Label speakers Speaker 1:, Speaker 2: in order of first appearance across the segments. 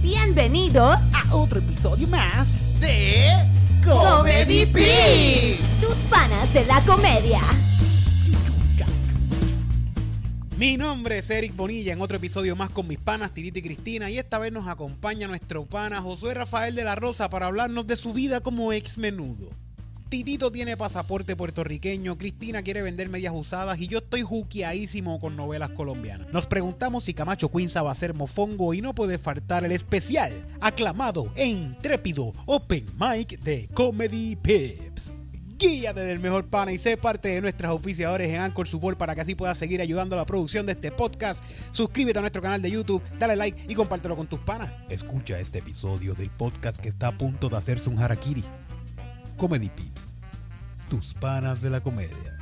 Speaker 1: Bienvenidos
Speaker 2: a otro episodio más
Speaker 3: de Comedy Pig.
Speaker 1: Tus panas de la comedia.
Speaker 2: Mi nombre es Eric Bonilla en otro episodio más con mis panas Tirita y Cristina y esta vez nos acompaña nuestro pana Josué Rafael de la Rosa para hablarnos de su vida como ex menudo. Titito tiene pasaporte puertorriqueño, Cristina quiere vender medias usadas y yo estoy juqueadísimo con novelas colombianas. Nos preguntamos si Camacho Quinza va a ser mofongo y no puede faltar el especial, aclamado e intrépido Open Mic de Comedy Pips. Guíate del mejor pana y sé parte de nuestras auspiciadores en Anchor Support para que así puedas seguir ayudando a la producción de este podcast. Suscríbete a nuestro canal de YouTube, dale like y compártelo con tus panas. Escucha este episodio del podcast que está a punto de hacerse un harakiri. Comedy Pips, tus panas de la comedia.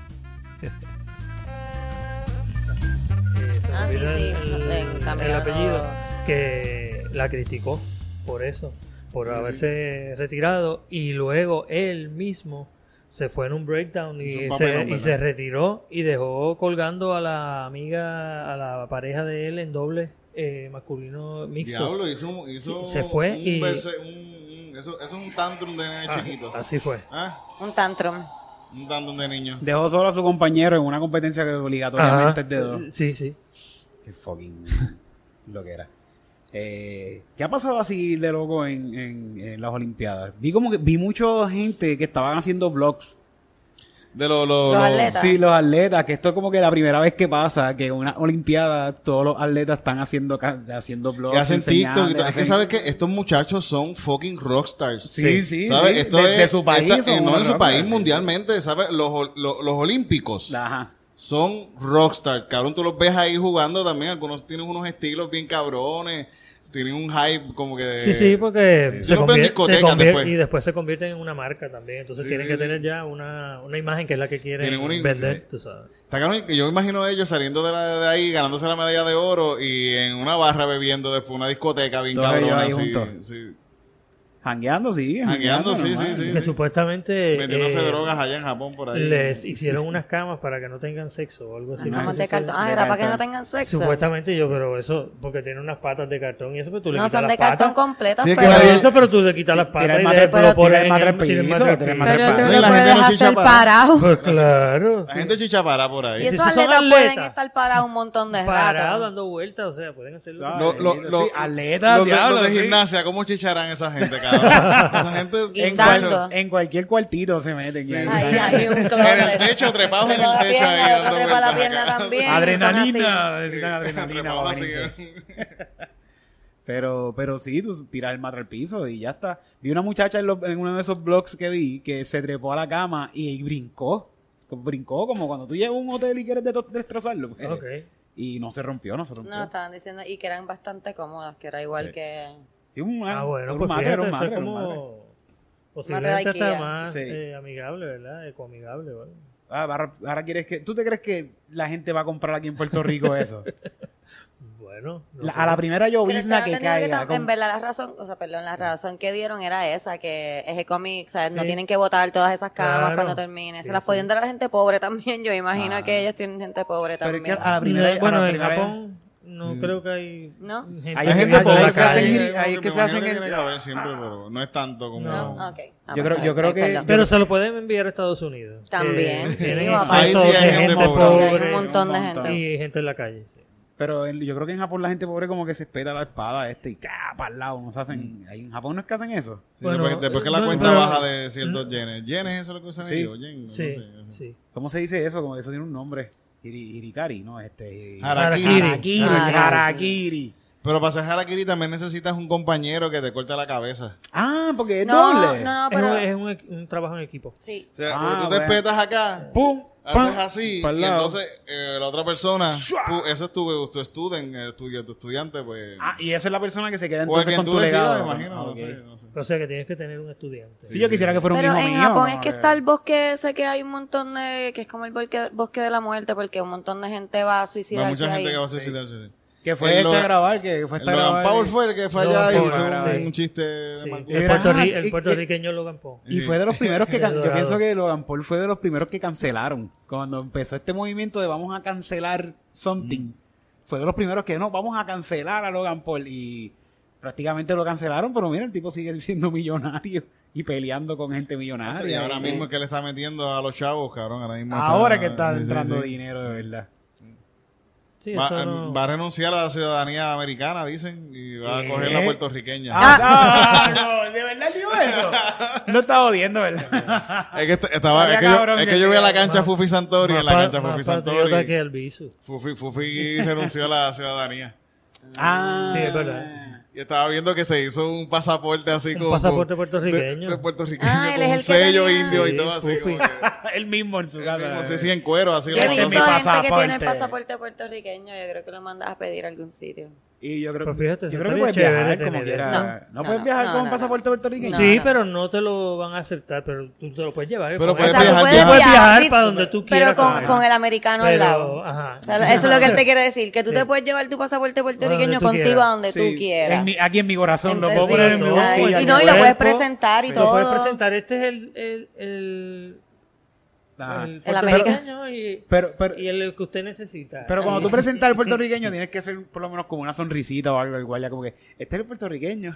Speaker 4: Ah, sí, sí, en
Speaker 5: el,
Speaker 4: Camila no-
Speaker 5: apellido que la criticó por eso, por haberse retirado y luego él mismo se fue en un breakdown
Speaker 3: Hizo
Speaker 5: y,
Speaker 3: un
Speaker 5: se,
Speaker 3: papelón,
Speaker 5: y
Speaker 3: ¿verdad?
Speaker 5: se retiró y dejó colgando a la amiga, a la pareja de él en doble eh, masculino mixto.
Speaker 3: Diablo, hizo, un- hizo
Speaker 5: Se fue
Speaker 3: un
Speaker 5: y-
Speaker 3: verse- un- un- eso, eso es un tantrum de nene
Speaker 5: Ah,
Speaker 3: chiquito.
Speaker 5: así fue.
Speaker 3: ¿Ah?
Speaker 4: Un tantrum.
Speaker 3: Un tantrum de niño.
Speaker 6: Dejó solo a su compañero en una competencia que obligatoriamente
Speaker 5: Ajá.
Speaker 6: es de dos.
Speaker 5: Sí, sí.
Speaker 6: Qué fucking lo que era. Eh, ¿Qué ha pasado así de loco en, en- en las Olimpiadas? Vi como que vi mucha gente que estaban haciendo vlogs.
Speaker 3: De lo- lo-
Speaker 4: Los
Speaker 3: lo-
Speaker 4: atletas.
Speaker 6: Sí, los atletas, que esto es como que la primera vez que pasa, que en una Olimpiada todos los atletas están haciendo, ca- haciendo vlogs.
Speaker 3: que hacen
Speaker 6: enseñando,
Speaker 3: TikTok. y todo. Es que
Speaker 6: hacen-
Speaker 3: sabes que estos muchachos son fucking rockstars.
Speaker 6: Sí, sí,
Speaker 3: ¿Sabes?
Speaker 6: sí,
Speaker 3: Esto
Speaker 6: de,
Speaker 3: es,
Speaker 6: de su país.
Speaker 3: esta-
Speaker 6: son
Speaker 3: eh, no
Speaker 6: unos
Speaker 3: en su
Speaker 6: rockstars.
Speaker 3: país, mundialmente, ¿sabes? Los, ol- lo- los olímpicos
Speaker 6: Ajá.
Speaker 3: son rockstars. Cabrón, tú los ves ahí jugando también. Algunos tienen unos estilos bien cabrones. Tienen un hype como que... de-
Speaker 5: Sí, sí, porque
Speaker 3: Eh, sí.
Speaker 5: se,
Speaker 3: Yo lo veo en
Speaker 5: convier- se
Speaker 3: discotecas
Speaker 5: convier-
Speaker 3: después.
Speaker 5: y después se convierte en una marca también. Entonces
Speaker 3: Sí,
Speaker 5: tienen
Speaker 3: sí,
Speaker 5: que
Speaker 3: sí.
Speaker 5: tener ya una, una imagen que es la que quieren
Speaker 3: Tienen una imagen,
Speaker 5: vender,
Speaker 3: sí.
Speaker 5: tú sabes.
Speaker 3: Está cabrón, que yo me imagino ellos saliendo de, la- de ahí, ganándose la medalla de oro y en una barra bebiendo después una discoteca bien
Speaker 6: Todos
Speaker 3: cabrona.
Speaker 6: ellos ahí
Speaker 3: así,
Speaker 6: juntos.
Speaker 3: sí.
Speaker 6: Jangueando, sí.
Speaker 3: Jangueando, sí,
Speaker 6: normal.
Speaker 3: sí, sí.
Speaker 5: Que supuestamente
Speaker 3: Metiéndose
Speaker 5: eh,
Speaker 3: drogas allá en Japón por ahí.
Speaker 5: les hicieron unas camas para que no tengan sexo o algo así.
Speaker 4: Como
Speaker 5: No sé si
Speaker 4: de
Speaker 5: fue-
Speaker 4: cartón. Ah,
Speaker 6: de
Speaker 4: era para que
Speaker 6: cartón.
Speaker 4: no tengan sexo.
Speaker 5: Supuestamente yo, pero eso, porque tiene unas patas de cartón y eso, pero tú le
Speaker 4: No
Speaker 5: quitas
Speaker 4: son
Speaker 5: las
Speaker 4: de
Speaker 5: patas.
Speaker 4: cartón completas,
Speaker 6: Sí, es que
Speaker 4: pero,
Speaker 5: Pero
Speaker 6: Tira-
Speaker 5: eso, pero tú le quitas las patas
Speaker 6: el
Speaker 5: y
Speaker 6: matre-
Speaker 5: de-
Speaker 6: pero
Speaker 5: lo pones
Speaker 6: tira el
Speaker 5: en-
Speaker 6: matrepillo,
Speaker 5: tira el
Speaker 6: tira
Speaker 5: matrepillo.
Speaker 6: el matrepillo.
Speaker 4: pero tú
Speaker 6: No,
Speaker 3: y
Speaker 4: lo
Speaker 3: la gente
Speaker 4: puedes
Speaker 3: no
Speaker 4: hacer
Speaker 3: chichapara.
Speaker 4: parado.
Speaker 5: Pues claro.
Speaker 3: La gente chichapara por ahí.
Speaker 4: Y
Speaker 5: si
Speaker 4: esos
Speaker 5: son
Speaker 4: atletas pueden
Speaker 5: atletas,
Speaker 4: estar parados un montón de
Speaker 5: Parado,
Speaker 4: rato.
Speaker 5: dando vueltas, o sea, pueden hacerlo.
Speaker 6: Claro.
Speaker 3: Lo- lo- lo-
Speaker 6: Sí, atletas,
Speaker 3: los de,
Speaker 6: diablo,
Speaker 3: los de
Speaker 6: sí.
Speaker 3: gimnasia, ¿cómo chicharán esa gente, cabrón? esa gente es-
Speaker 6: En,
Speaker 4: Guindando.
Speaker 6: cual- en cualquier cuartito se meten.
Speaker 3: Sí.
Speaker 6: ahí.
Speaker 4: Ay, ay, un closet.
Speaker 3: En el techo, trepados en
Speaker 4: Trepa
Speaker 3: el
Speaker 4: la
Speaker 3: techo ahí.
Speaker 4: pierna, otro trepa
Speaker 3: dando
Speaker 4: la
Speaker 3: vueltas
Speaker 4: pierna
Speaker 3: acá.
Speaker 4: también. y son así.
Speaker 6: Adrenalina,
Speaker 3: Sí,
Speaker 6: necesitan adrenalina.
Speaker 3: trepados
Speaker 6: para
Speaker 3: así
Speaker 6: venirse.
Speaker 3: que-
Speaker 6: Pero, pero sí, tú tiras el matra al piso y ya está. Vi una muchacha en, lo- en uno de esos blogs que vi que se trepó a la cama y brincó. Brincó como cuando tú llegas a un hotel y quieres de- destrozarlo. pues.
Speaker 5: Ok.
Speaker 6: Y no se rompió, no se rompió.
Speaker 4: No, estaban diciendo, y que eran bastante cómodas, que era igual
Speaker 6: Sí.
Speaker 4: que...
Speaker 6: Sí, un,
Speaker 5: Ah, bueno,
Speaker 6: un
Speaker 5: pues
Speaker 6: matre,
Speaker 5: fíjate,
Speaker 6: era un
Speaker 5: eso es
Speaker 6: matre, era un matre.
Speaker 5: como... Posiblemente
Speaker 4: Ikea.
Speaker 5: hasta más
Speaker 6: Sí.
Speaker 5: eh, amigable, ¿verdad? Ecoamigable, ¿vale?
Speaker 6: Ah, ahora, ahora quieres que... ¿Tú te crees que la gente va a comprar aquí en Puerto Rico eso?
Speaker 5: Bueno. no
Speaker 6: La-
Speaker 5: sé.
Speaker 6: a la primera
Speaker 4: Pero
Speaker 6: llovizna
Speaker 4: estaban
Speaker 6: que
Speaker 4: teniendo
Speaker 6: caiga. Ah.
Speaker 4: tam-
Speaker 6: con-
Speaker 4: En verdad, la razón, o sea, perdón, la razón que dieron era esa, que es ecomic, o sea, no
Speaker 5: Sí.
Speaker 4: tienen que botar todas esas camas
Speaker 5: Claro.
Speaker 4: cuando termine. Se
Speaker 5: Sí,
Speaker 4: las
Speaker 5: sí.
Speaker 4: podían dar a la gente pobre también, yo imagino
Speaker 6: Ah.
Speaker 4: que ellos tienen gente pobre
Speaker 6: Pero es
Speaker 4: también.
Speaker 6: que a la primera... a la
Speaker 5: bueno, en
Speaker 6: primera vez-
Speaker 5: Japón no creo que hay...
Speaker 4: ¿No?
Speaker 5: gente
Speaker 6: Hay
Speaker 3: Mm. Hay
Speaker 6: gente
Speaker 3: gente
Speaker 6: ahí
Speaker 3: por
Speaker 6: que
Speaker 3: la
Speaker 6: se hacen
Speaker 3: calle,
Speaker 6: giri- ahí
Speaker 3: como
Speaker 6: que
Speaker 3: me
Speaker 6: se hacen
Speaker 3: imagino que
Speaker 6: el-
Speaker 3: tiene que haber siempre, pero no es tanto como...
Speaker 5: No.
Speaker 4: No, ok. Ah,
Speaker 6: Yo
Speaker 4: pues,
Speaker 6: creo- yo creo
Speaker 4: ay,
Speaker 6: que-
Speaker 4: perdón.
Speaker 5: Pero se lo pueden enviar a Estados Unidos. Eh,
Speaker 4: También,
Speaker 5: que
Speaker 4: sí,
Speaker 5: Tienen
Speaker 4: papá.
Speaker 5: exceso
Speaker 3: Ahí sí hay
Speaker 5: de
Speaker 3: gente
Speaker 5: gente
Speaker 3: pobre.
Speaker 4: Sí, hay un
Speaker 5: pobre
Speaker 4: montón de
Speaker 6: un
Speaker 4: gente.
Speaker 6: montón.
Speaker 5: y gente en la calle. sí.
Speaker 6: Pero en- yo creo que en Japón la gente pobre como que se espeta la espada este y para el lado. No se
Speaker 3: Mm.
Speaker 6: hacen, ahí en Japón no es que hacen eso.
Speaker 3: Sí, después-
Speaker 5: Bueno,
Speaker 3: después que
Speaker 5: no,
Speaker 3: la cuenta
Speaker 5: pero-
Speaker 3: baja de ciertos yenes. Yenes, eso es lo que usan
Speaker 6: ¿Mm? Sí.
Speaker 3: ellos. yen, no
Speaker 5: Sí,
Speaker 3: sé, eso.
Speaker 5: sí.
Speaker 6: ¿Cómo se dice eso? Como eso tiene un nombre. Hiri- Hirikari, ¿no? Este, hiri-
Speaker 3: Harakiri.
Speaker 6: Harakiri.
Speaker 4: Harakiri.
Speaker 6: Harakiri.
Speaker 3: Pero para hacer harakiri también necesitas un compañero que te corte la cabeza.
Speaker 6: Ah, porque es
Speaker 4: no,
Speaker 6: doble.
Speaker 4: No, no,
Speaker 5: Es, un,
Speaker 4: pero...
Speaker 5: es un equ- un trabajo en equipo.
Speaker 4: Sí.
Speaker 3: O sea,
Speaker 6: Ah,
Speaker 3: porque tú te
Speaker 6: bueno.
Speaker 3: espetas acá,
Speaker 6: Pum,
Speaker 3: haces
Speaker 6: pam,
Speaker 3: así,
Speaker 6: pa'l
Speaker 3: y
Speaker 6: lado.
Speaker 3: entonces eh, la otra persona, tú- ese es tu, tu student, eh, tu, tu estudiante, pues.
Speaker 6: Ah, y eso es la persona que se
Speaker 3: o
Speaker 6: queda
Speaker 3: el
Speaker 6: entonces
Speaker 3: que
Speaker 6: con
Speaker 3: tú
Speaker 6: tu
Speaker 3: decidas,
Speaker 6: legado.
Speaker 3: me imagino.
Speaker 6: Ah,
Speaker 3: no
Speaker 6: ok.
Speaker 3: sé, no sé.
Speaker 5: O sea que tienes que tener un estudiante.
Speaker 6: Sí, yo quisiera que fuera un
Speaker 4: Pero
Speaker 6: hijo
Speaker 4: en
Speaker 6: mío,
Speaker 4: Japón
Speaker 6: ¿no?
Speaker 4: es que está el bosque ese que hay un montón de... que es como el bosque, bosque de la muerte, porque un montón de gente va a
Speaker 3: Va
Speaker 4: suicidarse
Speaker 3: mucha gente
Speaker 4: ahí.
Speaker 3: que va a suicidarse. sí.
Speaker 6: Que
Speaker 3: El
Speaker 6: fue este
Speaker 3: Logan-
Speaker 6: a grabar, que fue
Speaker 3: El
Speaker 6: este a
Speaker 3: Logan
Speaker 6: grabar.
Speaker 3: Paul fue el que fue
Speaker 5: Logan
Speaker 3: allá y
Speaker 5: Paul,
Speaker 3: hizo
Speaker 6: ah,
Speaker 3: un,
Speaker 5: sí.
Speaker 3: un chiste de
Speaker 5: Sí,
Speaker 3: mal gusto.
Speaker 5: El, puertorri-
Speaker 4: Ah,
Speaker 6: Era-
Speaker 5: el puertorriqueño Logan Paul.
Speaker 6: Y
Speaker 3: Sí.
Speaker 6: fue de los primeros que... can- Yo
Speaker 5: Dorado.
Speaker 6: pienso que Logan Paul fue de los primeros que cancelaron. Cuando empezó este movimiento de vamos a cancelar something, fue de los primeros que no, vamos a cancelar a Logan Paul. Y prácticamente lo cancelaron, pero mira, el tipo sigue siendo millonario y peleando con gente
Speaker 3: y
Speaker 6: millonaria.
Speaker 3: Ah, ahora mismo es que le está metiendo a los chavos, cabrón. Ahora mismo.
Speaker 6: Ahora que está
Speaker 3: sí, sí,
Speaker 6: entrando
Speaker 3: sí.
Speaker 6: dinero de verdad.
Speaker 5: Sí,
Speaker 3: Va,
Speaker 5: eso no-
Speaker 3: va a renunciar a la ciudadanía americana, dicen, y va
Speaker 6: ¿Qué?
Speaker 3: a coger la puertorriqueña.
Speaker 6: Ah, ah, no, de verdad digo eso. No está odiando, ¿verdad?
Speaker 3: Es que, est- estaba,
Speaker 6: Estaría
Speaker 3: es que, yo,
Speaker 6: cabrón
Speaker 3: es
Speaker 6: que
Speaker 3: que yo vi a la
Speaker 6: sea
Speaker 3: cancha
Speaker 5: más-
Speaker 3: Fufi Santori, en la
Speaker 5: Más
Speaker 3: cancha
Speaker 5: pa-
Speaker 3: Fufi
Speaker 5: más patriota que
Speaker 3: Santori.
Speaker 5: el Bisu.
Speaker 3: Fufi, Fufi renunció a la ciudadanía.
Speaker 6: Ah,
Speaker 5: Sí, es verdad.
Speaker 3: Y estaba viendo que se hizo un pasaporte así
Speaker 5: Un
Speaker 3: como...
Speaker 5: pasaporte
Speaker 3: con-
Speaker 5: puertorriqueño.
Speaker 3: De, de puertorriqueño,
Speaker 4: Ah, él
Speaker 3: con
Speaker 4: es
Speaker 3: un
Speaker 4: el que
Speaker 3: sello
Speaker 4: tenía-
Speaker 3: indio y
Speaker 5: Sí,
Speaker 3: todo así.
Speaker 5: Fufi.
Speaker 3: Como que,
Speaker 6: Él mismo en su
Speaker 3: como
Speaker 6: casa.
Speaker 3: si sí, en cuero, así.
Speaker 4: Yo
Speaker 3: lo
Speaker 4: he
Speaker 6: Ese
Speaker 4: visto
Speaker 6: es
Speaker 3: mandó
Speaker 6: mi
Speaker 3: a hacer.
Speaker 4: gente que tiene el
Speaker 6: pasaporte.
Speaker 4: pasaporte puertorriqueño. Yo creo que lo mandas a pedir a algún sitio.
Speaker 6: Y yo creo,
Speaker 5: Pero fíjate, eso
Speaker 6: yo creo que
Speaker 5: estaría
Speaker 6: puedes viajar
Speaker 5: chévere
Speaker 6: como
Speaker 5: tener
Speaker 6: quieras.
Speaker 5: eso.
Speaker 6: No,
Speaker 4: No,
Speaker 6: puedes
Speaker 4: no,
Speaker 6: viajar
Speaker 4: no,
Speaker 6: con un
Speaker 4: no,
Speaker 6: pasaporte puertorriqueño.
Speaker 4: No,
Speaker 5: sí,
Speaker 4: no.
Speaker 5: pero no te lo van a aceptar, pero tú te lo puedes llevar. ¿eh?
Speaker 3: Pero
Speaker 5: Con
Speaker 3: puedes
Speaker 5: eso.
Speaker 4: O sea,
Speaker 3: viajar,
Speaker 4: tú
Speaker 5: Tú
Speaker 4: puedes
Speaker 5: puedes
Speaker 4: viajar,
Speaker 5: viajar
Speaker 4: sí,
Speaker 5: para donde tú quieras.
Speaker 4: Pero con,
Speaker 5: él.
Speaker 4: con el americano al
Speaker 5: Pero,
Speaker 4: lado.
Speaker 5: ajá.
Speaker 4: O sea, eso es lo que él te quiere decir, que tú
Speaker 5: Sí.
Speaker 4: te puedes llevar tu pasaporte
Speaker 5: Donde
Speaker 4: puertorriqueño
Speaker 5: tú
Speaker 4: contigo
Speaker 5: quieras.
Speaker 4: a donde
Speaker 6: Sí,
Speaker 4: tú quieras.
Speaker 6: en mi- aquí en mi corazón
Speaker 4: Entonces,
Speaker 6: lo puedo poner en
Speaker 5: sí,
Speaker 6: mi
Speaker 5: exacto.
Speaker 6: bolsillo.
Speaker 5: bolsa,
Speaker 4: y
Speaker 5: en
Speaker 4: no,
Speaker 5: mi
Speaker 4: y lo puedes
Speaker 5: cuerpo.
Speaker 4: presentar y
Speaker 5: Lo puedes
Speaker 4: todo.
Speaker 5: presentar. Este es el, el, el,
Speaker 6: Ajá.
Speaker 5: el
Speaker 4: El
Speaker 5: puertorriqueño y,
Speaker 6: Pero, pero,
Speaker 5: y el que usted necesita.
Speaker 6: pero cuando tú
Speaker 5: Ahí.
Speaker 6: presentas al puertorriqueño, tienes que hacer por lo menos como una sonrisita o algo al guardia, como que, este es el puertorriqueño.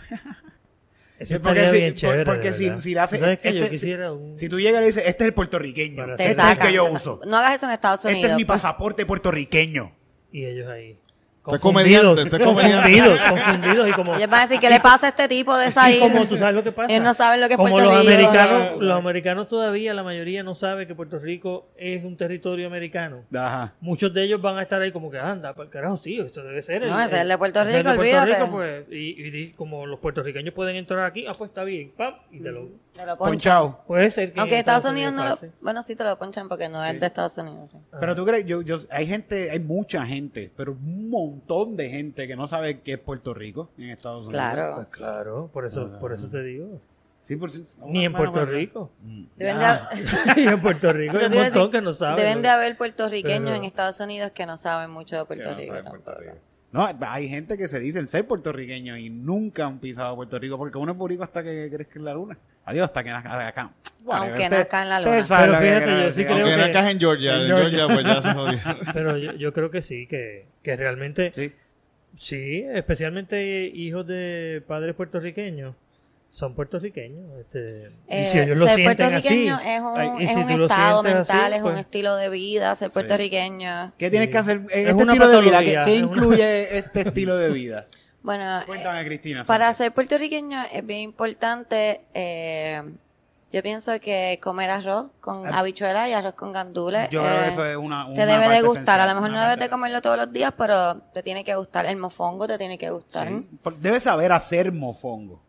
Speaker 5: Eso
Speaker 6: Sí, porque
Speaker 5: estaría
Speaker 6: si-
Speaker 5: bien
Speaker 6: por-
Speaker 5: chévere.
Speaker 6: porque
Speaker 5: de
Speaker 6: si-
Speaker 5: verdad.
Speaker 6: si la hace-
Speaker 5: ¿Tú ¿Sabes que yo
Speaker 6: este-
Speaker 5: quisiera un.
Speaker 6: Si tú llegas y le dices, este es el puertorriqueño,
Speaker 5: Para
Speaker 4: Te
Speaker 6: este es el
Speaker 4: sacan,
Speaker 6: que yo
Speaker 4: te sacan.
Speaker 6: uso,
Speaker 4: No hagas eso en Estados Unidos.
Speaker 6: este es mi
Speaker 4: pues.
Speaker 6: pasaporte puertorriqueño.
Speaker 5: Y ellos ahí.
Speaker 3: Este es comediante, este es comediante.
Speaker 5: confundidos, confundidos y como.
Speaker 4: Ellos van a decir, ¿qué le pasa a este tipo de esa
Speaker 5: Y como
Speaker 4: isla?
Speaker 5: tú sabes lo que pasa.
Speaker 4: Ellos no saben lo que es
Speaker 5: Como
Speaker 4: Puerto
Speaker 5: los
Speaker 4: Rico.
Speaker 5: americanos, los americanos todavía, la mayoría no sabe que Puerto Rico es un territorio americano.
Speaker 6: Ajá.
Speaker 5: Muchos de ellos van a estar ahí como que anda, para carajo, sí, eso debe ser.
Speaker 4: No, ese es el de Puerto
Speaker 5: ese es el
Speaker 4: Rico, olvídate.
Speaker 5: pues, y, y di- como los puertorriqueños pueden entrar aquí, ah, pues está bien, pam, y te lo.
Speaker 4: Te lo ponchan.
Speaker 6: Ponchao.
Speaker 5: Puede ser que.
Speaker 4: Mm. Aunque
Speaker 5: en
Speaker 4: Estados Unidos no lo...
Speaker 5: pase.
Speaker 4: Bueno, sí te lo ponchan porque no es de Estados Unidos. sí.
Speaker 5: Ajá.
Speaker 6: Pero tú crees, yo, yo, hay gente, hay mucha gente, pero un montón de gente que no sabe qué es Puerto Rico en Estados Unidos.
Speaker 4: Claro.
Speaker 6: Pues,
Speaker 5: Claro, por eso, por eso te digo.
Speaker 6: Sí, por si-
Speaker 5: Ni en
Speaker 6: Bueno,
Speaker 5: Puerto
Speaker 6: bueno.
Speaker 5: Rico.
Speaker 4: Deben de,
Speaker 6: Ah.
Speaker 5: Ni en Puerto Rico hay
Speaker 4: Eso
Speaker 5: un
Speaker 4: te iba a
Speaker 5: montón
Speaker 4: decir,
Speaker 5: que no saben.
Speaker 4: deben de
Speaker 5: ¿no?
Speaker 4: haber puertorriqueños
Speaker 5: Pero-
Speaker 4: en Estados Unidos que no saben mucho de Puerto
Speaker 3: Que no
Speaker 4: Rico.
Speaker 3: sabe Puerto
Speaker 4: tampoco.
Speaker 3: Rico.
Speaker 6: No, hay gente que se dicen ser puertorriqueños y nunca han pisado Puerto Rico porque uno es boricua hasta que crezca en la luna. Adiós, hasta que nazca acá.
Speaker 4: Aunque nazca en la luna.
Speaker 5: Pero fíjate, yo sí creo
Speaker 3: Aunque
Speaker 5: que-
Speaker 3: no encaje en Georgia,
Speaker 5: en
Speaker 3: en
Speaker 5: Georgia.
Speaker 3: Georgia pues ya se jodió.
Speaker 5: Pero yo, yo creo que sí, que, que realmente.
Speaker 6: Sí.
Speaker 5: Sí, especialmente hijos de padres puertorriqueños. Son puertorriqueños. Este, y
Speaker 4: Eh,
Speaker 5: si ellos lo
Speaker 4: ser
Speaker 5: sienten así.
Speaker 4: puertorriqueño es un,
Speaker 5: ay, y
Speaker 4: es
Speaker 5: si
Speaker 4: un
Speaker 5: tú lo
Speaker 4: estado
Speaker 5: sientes así,
Speaker 4: mental, es
Speaker 5: pues-
Speaker 4: un estilo de vida ser puertorriqueño.
Speaker 6: ¿Qué tienes
Speaker 5: Sí.
Speaker 6: que hacer?
Speaker 5: Es
Speaker 6: Es este
Speaker 5: una
Speaker 6: estilo de vida, ¿qué,
Speaker 5: patología,
Speaker 6: qué
Speaker 5: es una-
Speaker 6: incluye este estilo de vida?
Speaker 4: Bueno, eh,
Speaker 6: Cuéntame, Cristina.
Speaker 4: para
Speaker 6: Sánchez.
Speaker 4: ser puertorriqueño es bien importante, eh, yo pienso que comer arroz con
Speaker 6: Ah.
Speaker 4: habichuelas y arroz con gandules
Speaker 6: Yo creo
Speaker 4: eh,
Speaker 6: que eso es una.
Speaker 4: te
Speaker 6: una
Speaker 4: debe de
Speaker 6: parte
Speaker 4: gustar.
Speaker 6: esencial,
Speaker 4: a lo mejor
Speaker 6: una
Speaker 4: no debes
Speaker 6: parte
Speaker 4: de comerlo todos los días, pero te tiene que gustar. El mofongo te tiene que gustar.
Speaker 6: esencial. Sí. Por- Debes saber hacer mofongo.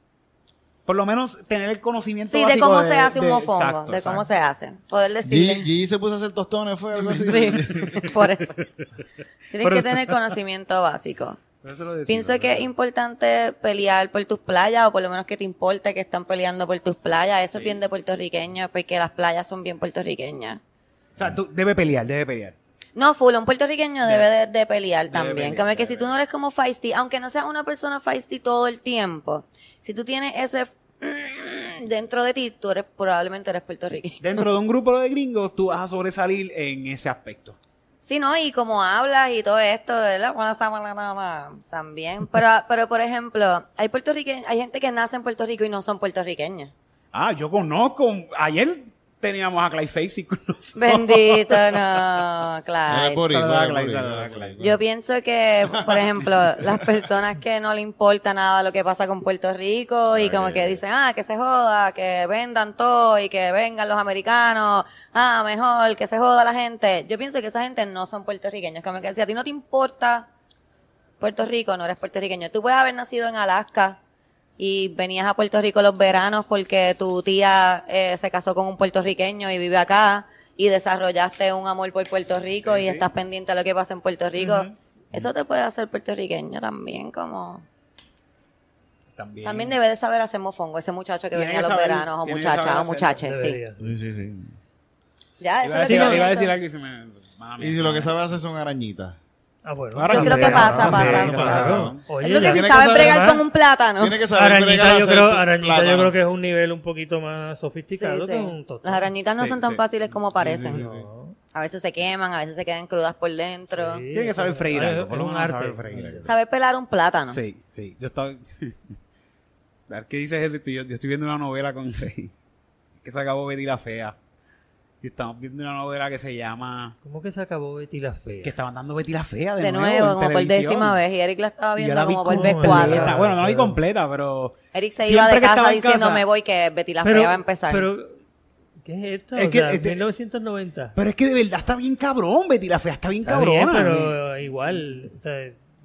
Speaker 6: Por lo menos tener el conocimiento
Speaker 4: Sí, de
Speaker 6: básico
Speaker 4: cómo se hace un
Speaker 6: de-
Speaker 4: mofongo,
Speaker 6: exacto,
Speaker 4: de cómo
Speaker 6: exacto.
Speaker 4: se hace. Poder decirle.
Speaker 3: Gigi, Gigi se puso a hacer tostones, fue algo así.
Speaker 4: Sí, por eso. Tienes
Speaker 6: Pero-
Speaker 4: que tener conocimiento básico.
Speaker 6: Por eso lo decimos,
Speaker 4: Pienso que
Speaker 6: ¿verdad?
Speaker 4: es importante pelear por tus playas, o por lo menos que te importe que están peleando por tus playas. Eso es bien de puertorriqueño, porque las playas son bien puertorriqueñas.
Speaker 6: O sea, tú debe pelear, debe pelear.
Speaker 4: No, full, un puertorriqueño debe de, de pelear
Speaker 6: Debe
Speaker 4: también.
Speaker 6: pelear,
Speaker 4: como que
Speaker 6: debe
Speaker 4: si tú no eres como feisty, aunque no seas una persona feisty todo el tiempo, si tú tienes ese mm, dentro de ti, tú eres, probablemente eres puertorriqueño.
Speaker 6: Dentro de un grupo de gringos, tú vas a sobresalir en ese aspecto.
Speaker 4: Sí, no, y como hablas y todo esto, ¿verdad? Bueno, esa manera, ma, también. Pero, ah, pero por ejemplo, hay puertorriqueños, hay gente que nace en Puerto Rico y no son puertorriqueños.
Speaker 6: Ah, yo conozco. Ayer teníamos a Clay Facey con nosotros.
Speaker 4: Bendito, no,
Speaker 3: Era el
Speaker 4: claro.
Speaker 3: boricua,
Speaker 6: Saluda a
Speaker 3: era el
Speaker 6: Clay,
Speaker 3: boricua,
Speaker 6: saluda a
Speaker 3: era el
Speaker 6: Clay.
Speaker 3: boricua.
Speaker 4: Yo pienso que, por ejemplo, las personas que no le importa nada lo que pasa con Puerto Rico y como que dicen, ah, que se joda, que vendan todo y que vengan los americanos, ah, mejor, que se joda la gente. Yo pienso que esa gente no son puertorriqueños. Como que si a ti no te importa Puerto Rico, no eres puertorriqueño. Tú puedes haber nacido en Alaska y venías a Puerto Rico los veranos porque tu tía eh, se casó con un puertorriqueño y vive acá y desarrollaste un amor por Puerto Rico y estás pendiente a lo que pasa en Puerto Rico. Eso te puede hacer puertorriqueño también, como...
Speaker 6: También.
Speaker 4: También debe de saber hacer mofongo ese muchacho que
Speaker 6: Tiene
Speaker 4: venía a
Speaker 6: que
Speaker 4: los
Speaker 6: saber-
Speaker 4: veranos, o
Speaker 6: tiene que
Speaker 4: muchacha,
Speaker 6: saber
Speaker 4: o muchacha, sí.
Speaker 5: Debería ser.
Speaker 3: Sí, sí, sí.
Speaker 4: Ya, eso es
Speaker 6: Iba
Speaker 4: lo
Speaker 6: a
Speaker 4: que
Speaker 6: decir,
Speaker 4: yo
Speaker 6: iba a
Speaker 4: pienso.
Speaker 6: decir algo y se me. mala
Speaker 3: Y
Speaker 6: mía.
Speaker 3: si lo que sabe hacer son arañitas.
Speaker 5: Ah, bueno.
Speaker 6: Yo
Speaker 4: creo que
Speaker 5: También,
Speaker 4: pasa,
Speaker 5: también,
Speaker 4: pasa,
Speaker 5: también,
Speaker 3: pasa.
Speaker 5: claro. Oye,
Speaker 4: Es lo
Speaker 5: ya-
Speaker 4: que si
Speaker 3: Tiene que
Speaker 4: sabe
Speaker 3: saber
Speaker 4: bregar
Speaker 3: más.
Speaker 4: con un plátano.
Speaker 3: Tiene que saber
Speaker 5: Arañita,
Speaker 3: bregar
Speaker 5: yo
Speaker 3: hacer
Speaker 5: creo,
Speaker 3: pl-
Speaker 5: arañita yo
Speaker 3: plátano.
Speaker 5: creo que es un nivel un poquito más
Speaker 4: Sí,
Speaker 5: sofisticado
Speaker 4: sí.
Speaker 5: que un totón.
Speaker 4: Las arañitas no
Speaker 6: Sí,
Speaker 4: son tan
Speaker 6: sí.
Speaker 4: fáciles como parecen.
Speaker 3: sí, sí.
Speaker 5: No.
Speaker 4: A veces se queman, a veces se quedan crudas por dentro.
Speaker 5: Sí,
Speaker 6: Tiene que saber
Speaker 5: eso-
Speaker 6: freír
Speaker 5: ah,
Speaker 6: algo,
Speaker 5: es
Speaker 6: por lo
Speaker 5: un
Speaker 6: menos
Speaker 5: arte.
Speaker 6: saber freír algo.
Speaker 4: Saber pelar un plátano.
Speaker 6: Sí, sí. Yo estaba. A ver, ¿Qué dices eso? Estoy- Yo, yo estoy viendo una novela con Rey. Que se acabó Betty la Fea. Y estamos viendo una novela que se llama.
Speaker 5: ¿Cómo que se acabó Betty la fea?
Speaker 6: Que estaban dando Betty la Fea de,
Speaker 4: De nuevo,
Speaker 6: en
Speaker 4: como por
Speaker 6: televisión.
Speaker 4: décima vez. Y Eric la estaba
Speaker 6: Y yo
Speaker 4: viendo
Speaker 6: la vi
Speaker 4: como por vez
Speaker 5: completa.
Speaker 4: cuatro.
Speaker 6: Bueno, no la vi
Speaker 5: Pero-
Speaker 6: completa, pero.
Speaker 4: Eric se
Speaker 6: Siempre
Speaker 4: iba de
Speaker 6: que
Speaker 4: casa
Speaker 6: estaba en
Speaker 4: diciendo
Speaker 6: casa-
Speaker 4: me voy que Betty la
Speaker 5: Pero-
Speaker 4: fea va a empezar.
Speaker 5: Pero, ¿qué es esto?
Speaker 6: Es
Speaker 5: o
Speaker 6: que-
Speaker 5: sea,
Speaker 6: es de-
Speaker 5: 1990.
Speaker 6: Pero es que de verdad está bien cabrón, Betty la Fea está bien
Speaker 5: Está
Speaker 6: cabrón.
Speaker 5: bien, pero igual, o sea,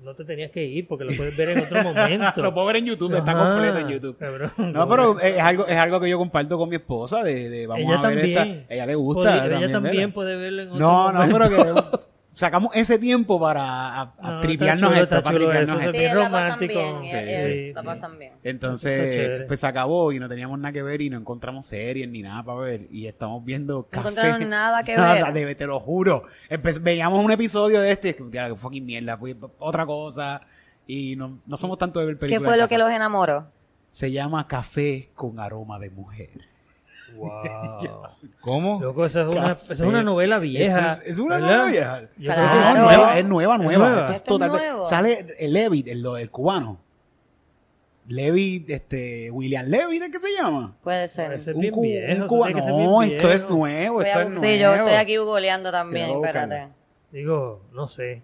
Speaker 5: no te tenías que ir porque lo puedes ver en otro momento.
Speaker 6: Lo puedo ver en YouTube, está
Speaker 5: Ajá,
Speaker 6: completo en YouTube.
Speaker 5: cabrón.
Speaker 6: No, pero es algo, es algo que yo comparto con mi esposa de, de vamos
Speaker 5: ella
Speaker 6: a ver
Speaker 5: también.
Speaker 6: esta. Ella le gusta.
Speaker 5: Podría- ella
Speaker 6: también,
Speaker 5: también
Speaker 6: ¿verdad?
Speaker 5: puede verlo en otro
Speaker 6: No, no,
Speaker 5: momento.
Speaker 6: pero que sacamos ese tiempo para a, a
Speaker 5: No, está
Speaker 6: tripearnos
Speaker 5: chulo,
Speaker 6: esto,
Speaker 5: está
Speaker 6: para
Speaker 5: chulo
Speaker 6: tripearnos
Speaker 5: eso,
Speaker 6: esto.
Speaker 4: Sí,
Speaker 5: bien
Speaker 4: la pasan
Speaker 5: romántico.
Speaker 4: bien. eh,
Speaker 6: Sí,
Speaker 4: eh,
Speaker 5: sí,
Speaker 4: la
Speaker 5: sí.
Speaker 4: pasan bien.
Speaker 5: Está
Speaker 6: Entonces,
Speaker 5: chévere.
Speaker 6: pues se acabó y no teníamos nada que ver y no encontramos series ni nada para ver y estamos viendo café.
Speaker 4: encontraron nada que ver.
Speaker 6: de- te lo juro. Empe- veíamos un episodio de este y es que, "Tía, qué fucking mierda, pues, otra cosa y no, no somos tanto de ver
Speaker 4: ¿Qué
Speaker 6: películas.
Speaker 4: fue
Speaker 6: en
Speaker 4: lo que
Speaker 6: casa.
Speaker 4: los enamoró?
Speaker 6: Se llama Café con aroma de mujer.
Speaker 5: Wow.
Speaker 7: ¿Cómo?
Speaker 5: Loco, eso es una,
Speaker 6: Café.
Speaker 5: eso es una novela vieja.
Speaker 6: Es, es una
Speaker 5: ¿verdad?
Speaker 6: novela vieja.
Speaker 5: Yo
Speaker 4: Claro.
Speaker 5: creo que-
Speaker 6: No, nueva, es nueva,
Speaker 5: Ah, Es
Speaker 6: nueva.
Speaker 5: nueva.
Speaker 6: Esto
Speaker 4: Esto
Speaker 6: es
Speaker 4: es
Speaker 6: totalmente-
Speaker 4: nuevo.
Speaker 6: Sale el Levy, el, lo del cubano. Levy, este, William Levy, ¿de qué se llama?
Speaker 5: Puede
Speaker 4: Puede ser.
Speaker 5: ser bien
Speaker 6: cu-
Speaker 5: viejo, eso
Speaker 6: cubano.
Speaker 5: tiene que ser bien
Speaker 6: No, esto es
Speaker 5: viejo.
Speaker 6: nuevo,
Speaker 4: Voy a
Speaker 6: esto es
Speaker 4: bu-
Speaker 6: nuevo.
Speaker 4: sí, yo estoy aquí googleando también,
Speaker 6: Te voy a buscar.
Speaker 4: espérate.
Speaker 5: Digo, no sé.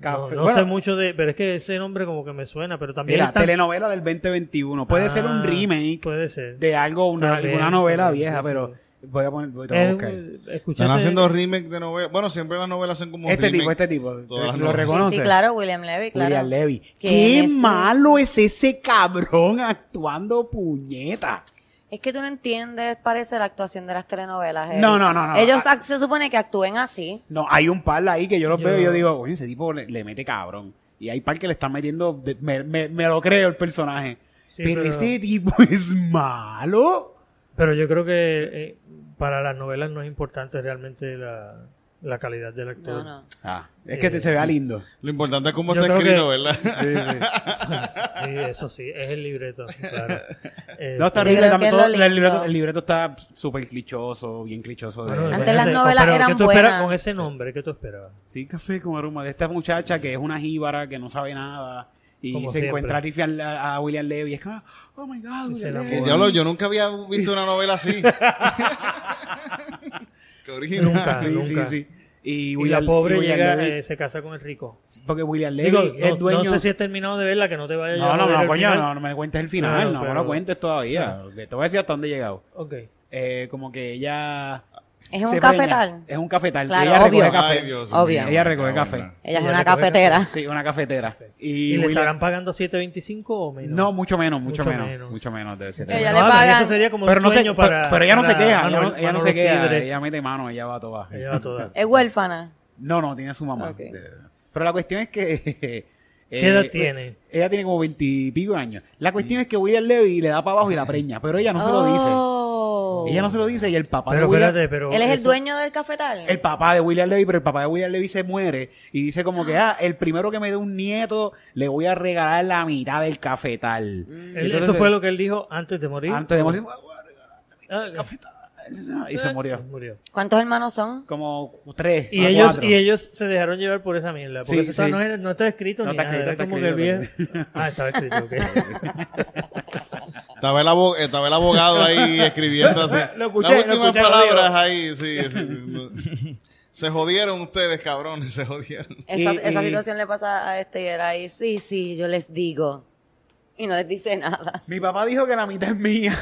Speaker 6: Café.
Speaker 5: No, no
Speaker 6: Bueno.
Speaker 5: sé mucho de... Pero es que ese nombre como que me suena, pero también...
Speaker 6: Mira,
Speaker 5: está-
Speaker 6: telenovela del 2021. Puede ser un
Speaker 5: Ah,
Speaker 6: remake
Speaker 5: Puede ser.
Speaker 6: de algo, una,
Speaker 5: Tal vez,
Speaker 6: alguna novela
Speaker 5: tal vez,
Speaker 6: vieja,
Speaker 5: sí,
Speaker 6: pero voy a poner, voy a
Speaker 5: Eh,
Speaker 6: buscar.
Speaker 5: escuché ese-
Speaker 3: Están haciendo remake de novelas. Bueno, siempre las novelas son como
Speaker 6: Este tipo,
Speaker 3: remake.
Speaker 6: este tipo,
Speaker 3: Todas las
Speaker 6: lo
Speaker 3: novelas.
Speaker 6: reconoce.
Speaker 4: Sí, sí, claro, William Levy, claro.
Speaker 6: William Levy.
Speaker 4: ¿Quién
Speaker 6: Qué
Speaker 4: es ese?
Speaker 6: malo es ese cabrón actuando puñeta.
Speaker 4: Es que tú no entiendes, parece, la actuación de las telenovelas. Eric.
Speaker 6: No, no, no, no.
Speaker 4: Ellos
Speaker 6: Ah.
Speaker 4: ac- se supone que actúen así.
Speaker 6: No, hay un par ahí que yo los
Speaker 5: Yo-
Speaker 6: veo y yo digo, oye, ese tipo le, le mete cabrón. Y hay par que le están metiendo, de- me, me- me lo creo el personaje.
Speaker 5: Sí,
Speaker 6: pero,
Speaker 5: pero-
Speaker 6: este tipo es malo.
Speaker 5: Pero yo creo que eh, para las novelas no es importante realmente la, la calidad del
Speaker 4: No,
Speaker 5: actor.
Speaker 4: no.
Speaker 6: Ah, es que te,
Speaker 5: Eh,
Speaker 6: se vea lindo.
Speaker 3: Lo importante es cómo
Speaker 5: Yo
Speaker 3: está
Speaker 5: creo
Speaker 3: escrito,
Speaker 5: que-
Speaker 3: ¿verdad?
Speaker 5: Sí, eso sí, es el libreto. claro. Eh,
Speaker 6: No, está
Speaker 4: Yo creo
Speaker 6: horrible.
Speaker 4: que
Speaker 6: también
Speaker 4: es
Speaker 6: todo-
Speaker 4: lo
Speaker 6: el, libreto,
Speaker 4: lindo.
Speaker 6: el libreto está súper clichoso, bien clichoso. de-
Speaker 5: bueno,
Speaker 4: Antes
Speaker 5: imagínate,
Speaker 4: las novelas
Speaker 5: pero ¿qué
Speaker 4: eran
Speaker 5: tú esperas
Speaker 4: buenas.
Speaker 5: Con ese nombre, ¿qué tú esperabas?
Speaker 6: Sí, café con aroma de esta muchacha que es una jíbara que no sabe nada y
Speaker 5: Como
Speaker 6: se
Speaker 5: siempre.
Speaker 6: encuentra a, Riffy al- a, a William Levy. Es como, oh my
Speaker 5: se
Speaker 6: god, William
Speaker 5: enamora.
Speaker 6: Levy.
Speaker 3: Que diablo, yo nunca había visto una novela así. Qué original.
Speaker 5: Nunca,
Speaker 6: Sí,
Speaker 5: nunca.
Speaker 6: sí, sí. Y,
Speaker 5: Y
Speaker 6: William-
Speaker 5: la pobre
Speaker 6: y William
Speaker 5: llega,
Speaker 6: Levy-
Speaker 5: eh, se casa con el rico.
Speaker 6: porque William Levy
Speaker 5: Digo,
Speaker 6: es
Speaker 5: no,
Speaker 6: dueño.
Speaker 5: no sé si has terminado de verla, que no te vaya
Speaker 6: No, no,
Speaker 5: a
Speaker 6: no,
Speaker 5: ver el
Speaker 6: coño,
Speaker 5: final.
Speaker 6: no, no me cuentes el final,
Speaker 5: Claro,
Speaker 6: no me
Speaker 5: pero-
Speaker 6: lo cuentes todavía. que Te voy a decir hasta dónde he llegado.
Speaker 5: Ok.
Speaker 6: Eh, como que ella.
Speaker 4: Es un
Speaker 6: se
Speaker 4: cafetal.
Speaker 6: preña. Es un cafetal.
Speaker 4: Claro,
Speaker 6: ella recoge
Speaker 4: obvio.
Speaker 6: café.
Speaker 3: Ay, Dios
Speaker 4: Obvio. Ah.
Speaker 3: mío,
Speaker 6: Ella recoge
Speaker 3: cabrón.
Speaker 6: café.
Speaker 4: Ella es
Speaker 5: Ella
Speaker 4: una
Speaker 5: recoge
Speaker 4: cafetera.
Speaker 6: Sí, una cafetera. Y,
Speaker 5: ¿Y, le
Speaker 6: William-
Speaker 5: estarán pagando 7.25 o menos?
Speaker 6: No, mucho menos, mucho,
Speaker 5: Mucho
Speaker 6: menos,
Speaker 5: menos.
Speaker 6: Mucho menos debe ser.
Speaker 4: Ella
Speaker 5: Ah,
Speaker 4: le
Speaker 5: pero
Speaker 4: pagan.
Speaker 5: eso sería como
Speaker 6: Pero
Speaker 5: un
Speaker 6: no se,
Speaker 5: sueño
Speaker 6: pero-
Speaker 5: para-
Speaker 6: pero ella no se
Speaker 5: para
Speaker 6: queja, ella
Speaker 5: Manolo-
Speaker 6: no, ella no se
Speaker 5: Manolo
Speaker 6: queja,
Speaker 5: Sidre.
Speaker 6: ella mete mano, ella va a todas.
Speaker 5: Ella va toda.
Speaker 4: Es huérfana.
Speaker 6: No, no, tiene a su mamá.
Speaker 4: Ok.
Speaker 6: Pero la cuestión es que. eh,
Speaker 5: ¿Qué edad tiene?
Speaker 6: Ella tiene como veintipico años. La cuestión es que William Levy le da para abajo y la preña, pero ella no se lo dice.
Speaker 4: Oh.
Speaker 6: Ella no se lo dice y el papá
Speaker 5: Pero
Speaker 6: de William,
Speaker 5: espérate, pero...
Speaker 4: Eh, Él es el
Speaker 5: eso-
Speaker 4: dueño del cafetal.
Speaker 6: el papá de William Levy, pero el papá de William Levy se muere y dice como que, ah, el primero que me dé un nieto le voy a regalar la mitad del cafetal.
Speaker 5: él-
Speaker 4: Mm.
Speaker 6: Y entonces,
Speaker 5: eso fue lo que él dijo antes de morir.
Speaker 6: Antes de morir, "Voy a regalar
Speaker 5: Ah,
Speaker 6: el cafetal. Y se murió.
Speaker 5: murió.
Speaker 4: ¿Cuántos hermanos son?
Speaker 6: Como tres.
Speaker 5: Y
Speaker 6: o
Speaker 5: ellos,
Speaker 6: cuatro.
Speaker 5: y ellos se dejaron llevar por esa mierda. Porque
Speaker 6: Sí,
Speaker 5: eso está-
Speaker 6: sí.
Speaker 5: no, es- no está escrito
Speaker 6: No
Speaker 5: ni
Speaker 6: está
Speaker 5: nada.
Speaker 6: escrito,
Speaker 5: era
Speaker 6: está
Speaker 5: como que el
Speaker 6: escrito,
Speaker 5: viejo- Ah, estaba escrito, ok.
Speaker 3: Estaba el, abo- estaba el abogado ahí escribiendo así.
Speaker 6: Lo escuché,
Speaker 3: Las
Speaker 6: lo
Speaker 3: últimas
Speaker 6: escuché,
Speaker 3: palabras ahí, sí. sí, sí, no. se jodieron ustedes, cabrones, se jodieron.
Speaker 4: Esa,
Speaker 6: Y-
Speaker 4: esa
Speaker 6: y-
Speaker 4: situación le pasa a este y era ahí. Sí, sí, yo les digo. Y no les dice nada.
Speaker 6: Mi papá dijo que la mitad es mía.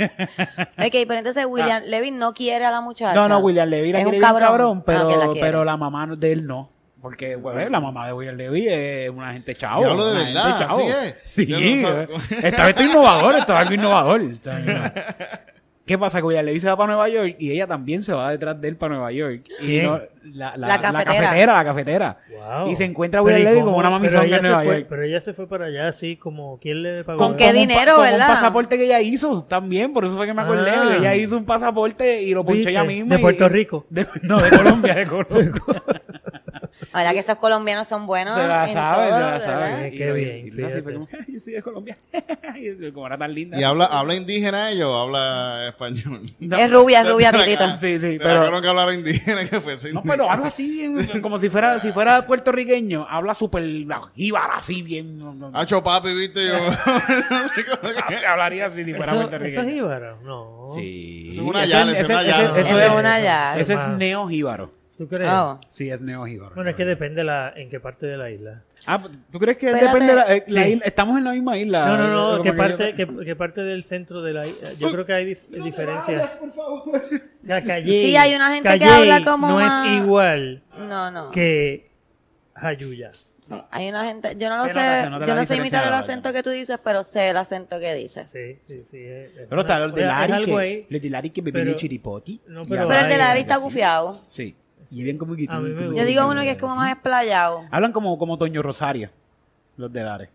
Speaker 4: Ok, pero entonces William Levy no quiere a la muchacha.
Speaker 6: Ah. No, no, William Levy la
Speaker 4: Ah, Es un
Speaker 6: quiere bien cabrón,
Speaker 4: cabrón,
Speaker 6: pero,
Speaker 4: ah, que la
Speaker 6: pero la
Speaker 4: quiere.
Speaker 6: mamá de él no. Porque pues, la mamá de William Levy es una gente chavo.
Speaker 3: Diablo, de
Speaker 6: una gente
Speaker 3: verdad,
Speaker 6: chavo.
Speaker 3: así es.
Speaker 6: Sí,
Speaker 3: Yo no
Speaker 6: eh. esta vez estoy innovador, esta vez algo innovador. Esta vez no. ¿Qué pasa? Que William Levy se va para Nueva York y ella también se va detrás de él para Nueva York. Y
Speaker 5: ¿Quién?
Speaker 6: no- la, la-
Speaker 4: La
Speaker 6: la
Speaker 4: cafetera.
Speaker 6: cafetera, la cafetera.
Speaker 5: Wow.
Speaker 6: Y se encuentra
Speaker 5: Pero
Speaker 6: William
Speaker 5: ¿y
Speaker 6: Levy
Speaker 5: cómo?
Speaker 6: como una
Speaker 5: Pero
Speaker 6: mamizonga
Speaker 5: ella
Speaker 6: en Nueva
Speaker 5: se fue-
Speaker 6: York.
Speaker 5: Pero ella se fue para allá así como... ¿Quién le pagó?
Speaker 4: ¿Con
Speaker 5: eso?
Speaker 4: qué
Speaker 6: un pa-
Speaker 4: dinero,
Speaker 6: con
Speaker 4: verdad?
Speaker 6: un pasaporte que ella hizo también, por eso fue que me acordé.
Speaker 5: Ah.
Speaker 6: Ella hizo un pasaporte y lo ponchó
Speaker 5: ¿Viste?
Speaker 6: ella misma.
Speaker 5: De
Speaker 6: y-
Speaker 5: Puerto
Speaker 6: y-
Speaker 5: Rico.
Speaker 6: de- no, de Colombia, de Colombia.
Speaker 4: La verdad que esos colombianos son buenos.
Speaker 6: se la
Speaker 4: en
Speaker 6: sabe,
Speaker 4: todo,
Speaker 6: se la
Speaker 4: ¿verdad?
Speaker 6: sabe.
Speaker 5: Qué
Speaker 6: yo-
Speaker 5: bien,
Speaker 6: y Lisa sí fue como,
Speaker 5: fíjate.
Speaker 6: yo soy de Colombia. Y como era tan linda.
Speaker 3: ¿Y habla, habla indígena ellos o habla español?
Speaker 6: No.
Speaker 4: Es rubia, es rubia,
Speaker 3: Te la
Speaker 4: titito.
Speaker 3: ca-
Speaker 6: Sí,
Speaker 3: te la
Speaker 6: sí, pero-
Speaker 3: cagaron que hablara indígena, que fuese
Speaker 6: No,
Speaker 3: indígena.
Speaker 6: pero habla así bien, como si fuera, si fuera puertorriqueño, habla súper jíbara, así bien. no, no, no.
Speaker 3: Hacho papi, viste, yo. No sé cómo que-
Speaker 6: Hablaría así si fuera
Speaker 5: ¿Eso, ¿Eso es
Speaker 6: puertorriqueño.
Speaker 5: Jíbaro? No.
Speaker 6: Sí.
Speaker 3: Es una yala, es una yala.
Speaker 6: eso
Speaker 4: Eso es una yala.
Speaker 6: Eso es
Speaker 5: Hermano.
Speaker 6: neo jíbaro.
Speaker 5: ¿Tú crees?
Speaker 4: Oh.
Speaker 6: Sí, es neo jíbaro.
Speaker 5: Bueno, es que depende la, en qué parte de la isla.
Speaker 6: Ah, ¿tú crees que
Speaker 4: Espérate.
Speaker 6: depende de la, eh, la
Speaker 5: Sí.
Speaker 6: isla? Estamos en la misma isla. eh,
Speaker 5: No, no,
Speaker 6: Ah, Como
Speaker 5: no. ¿Qué
Speaker 6: que
Speaker 5: parte,
Speaker 6: yo-
Speaker 5: qué, qué parte del centro de la isla? Yo creo que hay dif- diferencias.
Speaker 6: Por favor.
Speaker 5: O sea, Calle,
Speaker 4: Sí, hay una gente que
Speaker 5: Calle
Speaker 4: habla como
Speaker 5: no
Speaker 4: más- Ah.
Speaker 5: es igual
Speaker 4: No, no.
Speaker 5: que Jayuya.
Speaker 4: Sí, Hay una gente, yo no lo
Speaker 6: Se
Speaker 4: sé,
Speaker 6: nota,
Speaker 4: yo
Speaker 6: se nota la
Speaker 4: no sé
Speaker 6: diferencia
Speaker 4: imitar
Speaker 6: de
Speaker 4: el
Speaker 6: la
Speaker 4: acento
Speaker 6: barra.
Speaker 4: que tú dices, pero sé el acento que dices.
Speaker 5: Sí, sí, sí. es- es
Speaker 6: Pero está
Speaker 5: una-
Speaker 6: los
Speaker 5: o
Speaker 6: de
Speaker 5: sea, es
Speaker 6: Lari
Speaker 5: algo
Speaker 6: que,
Speaker 5: ahí.
Speaker 6: los de Lari que bebé
Speaker 5: Pero-
Speaker 6: de chiripoti.
Speaker 5: No,
Speaker 6: y
Speaker 5: pero
Speaker 6: hablan
Speaker 4: Pero el de la
Speaker 5: Ay,
Speaker 6: así.
Speaker 4: está gufiado.
Speaker 6: Sí. Y bien como que...
Speaker 5: A mí me
Speaker 6: como-
Speaker 5: gusta.
Speaker 4: Yo digo uno que es como más explayado.
Speaker 6: Hablan como, como Toño Rosario, los de Lari. Ah,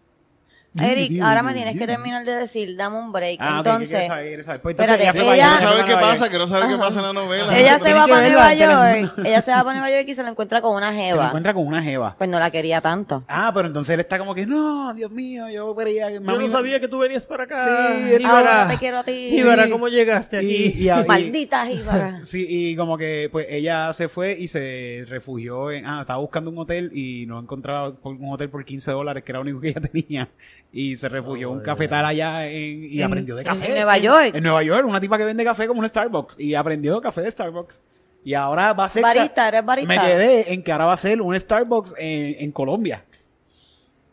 Speaker 4: Eric, ahora me tienes que terminar de decir, dame un break.
Speaker 6: Ah, ok, ¿qué quieres
Speaker 4: Entonces,
Speaker 6: saber? ¿Quieres saber? Pues
Speaker 4: espérate,
Speaker 6: entonces
Speaker 4: ella-
Speaker 6: ella
Speaker 3: Quiero
Speaker 6: se va a
Speaker 3: saber qué
Speaker 6: Nueva York.
Speaker 3: pasa, quiero saber qué pasa en la novela.
Speaker 4: ella
Speaker 6: Tú
Speaker 4: se
Speaker 6: tienes
Speaker 4: va
Speaker 6: que
Speaker 4: para
Speaker 6: verla
Speaker 4: Nueva
Speaker 6: antes de la-
Speaker 4: York. Ella se va para Nueva York y se la encuentra con una
Speaker 6: Se
Speaker 4: jeva.
Speaker 6: encuentra con una jeva.
Speaker 4: Pues no la quería tanto.
Speaker 6: Ah, pero entonces él está como que, no, Dios mío, yo quería que
Speaker 5: Yo no sabía que tú venías para acá.
Speaker 6: Sí,
Speaker 5: Jíbara.
Speaker 4: Ahora Ah, te quiero a ti.
Speaker 5: Jíbara, ¿cómo llegaste
Speaker 6: Y,
Speaker 5: aquí?
Speaker 6: y, a- y-
Speaker 4: Maldita jíbara.
Speaker 6: sí, y como que pues ella se fue y se refugió en... Ah, estaba buscando un hotel y no encontraba por- un hotel por 15 dólares, que era lo único que ella tenía. Y se refugió
Speaker 3: Oh,
Speaker 6: en un cafetal allá en- y
Speaker 5: En-
Speaker 6: aprendió de café.
Speaker 4: En Nueva York.
Speaker 6: En Nueva York, una tipa que vende café como un Starbucks. Y aprendió café de Starbucks. Y ahora va a ser...
Speaker 4: Barista, eres barista.
Speaker 6: Me quedé en que ahora va a ser un Starbucks en, en Colombia.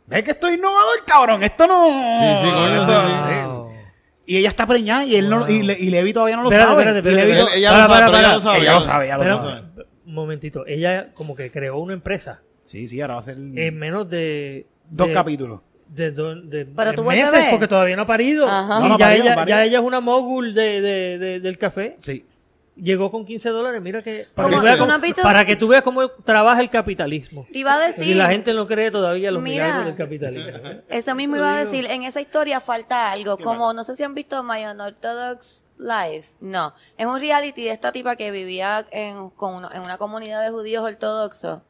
Speaker 6: ¿Ves que estoy innovador, cabrón? Esto no...
Speaker 3: Sí,
Speaker 6: Ah,
Speaker 3: sí, coño, sí, sí.
Speaker 5: Wow.
Speaker 6: Y ella está preñada y él no, y, le- y Levi todavía no lo
Speaker 5: Espérate,
Speaker 6: sabe.
Speaker 5: espérate,
Speaker 6: Y
Speaker 5: espérate.
Speaker 6: Levi
Speaker 3: Él-
Speaker 6: no-
Speaker 3: ella, lo
Speaker 5: Para,
Speaker 3: sabe,
Speaker 5: para,
Speaker 3: pero ella
Speaker 5: para.
Speaker 3: lo sabe,
Speaker 6: Ella lo sabe, ella lo
Speaker 5: Pero,
Speaker 6: sabe.
Speaker 5: Un momentito. Ella como que creó una empresa
Speaker 6: Sí, sí, ahora va a ser
Speaker 3: Eh,
Speaker 5: en menos de...
Speaker 6: dos
Speaker 5: de-
Speaker 6: capítulos.
Speaker 5: De, do- de-
Speaker 4: Pero
Speaker 5: de
Speaker 4: tuvo el
Speaker 5: meses,
Speaker 4: bebé.
Speaker 5: porque todavía no ha parido.
Speaker 4: Ajá.
Speaker 5: Y
Speaker 6: No, no ha
Speaker 5: ya,
Speaker 6: parido, no
Speaker 5: ella,
Speaker 6: ha parido.
Speaker 5: ya ella es una mogul de, de- de- del café.
Speaker 6: Sí.
Speaker 5: Llegó con 15 dólares. Mira que...
Speaker 4: Como-
Speaker 5: Para, que, tú veas
Speaker 4: ¿tú no
Speaker 5: cómo-
Speaker 4: has visto-
Speaker 5: para que tú veas cómo trabaja el capitalismo.
Speaker 4: Te iba a decir.
Speaker 5: Y la gente no cree todavía los
Speaker 4: Mira.
Speaker 5: milagros del capitalismo. ¿eh?
Speaker 4: Eso mismo iba a decir, en esa historia falta algo, como no sé si han visto My Unorthodox Life, no, es un reality de esta tipa que vivía en, con uno- en una comunidad de judíos ortodoxos.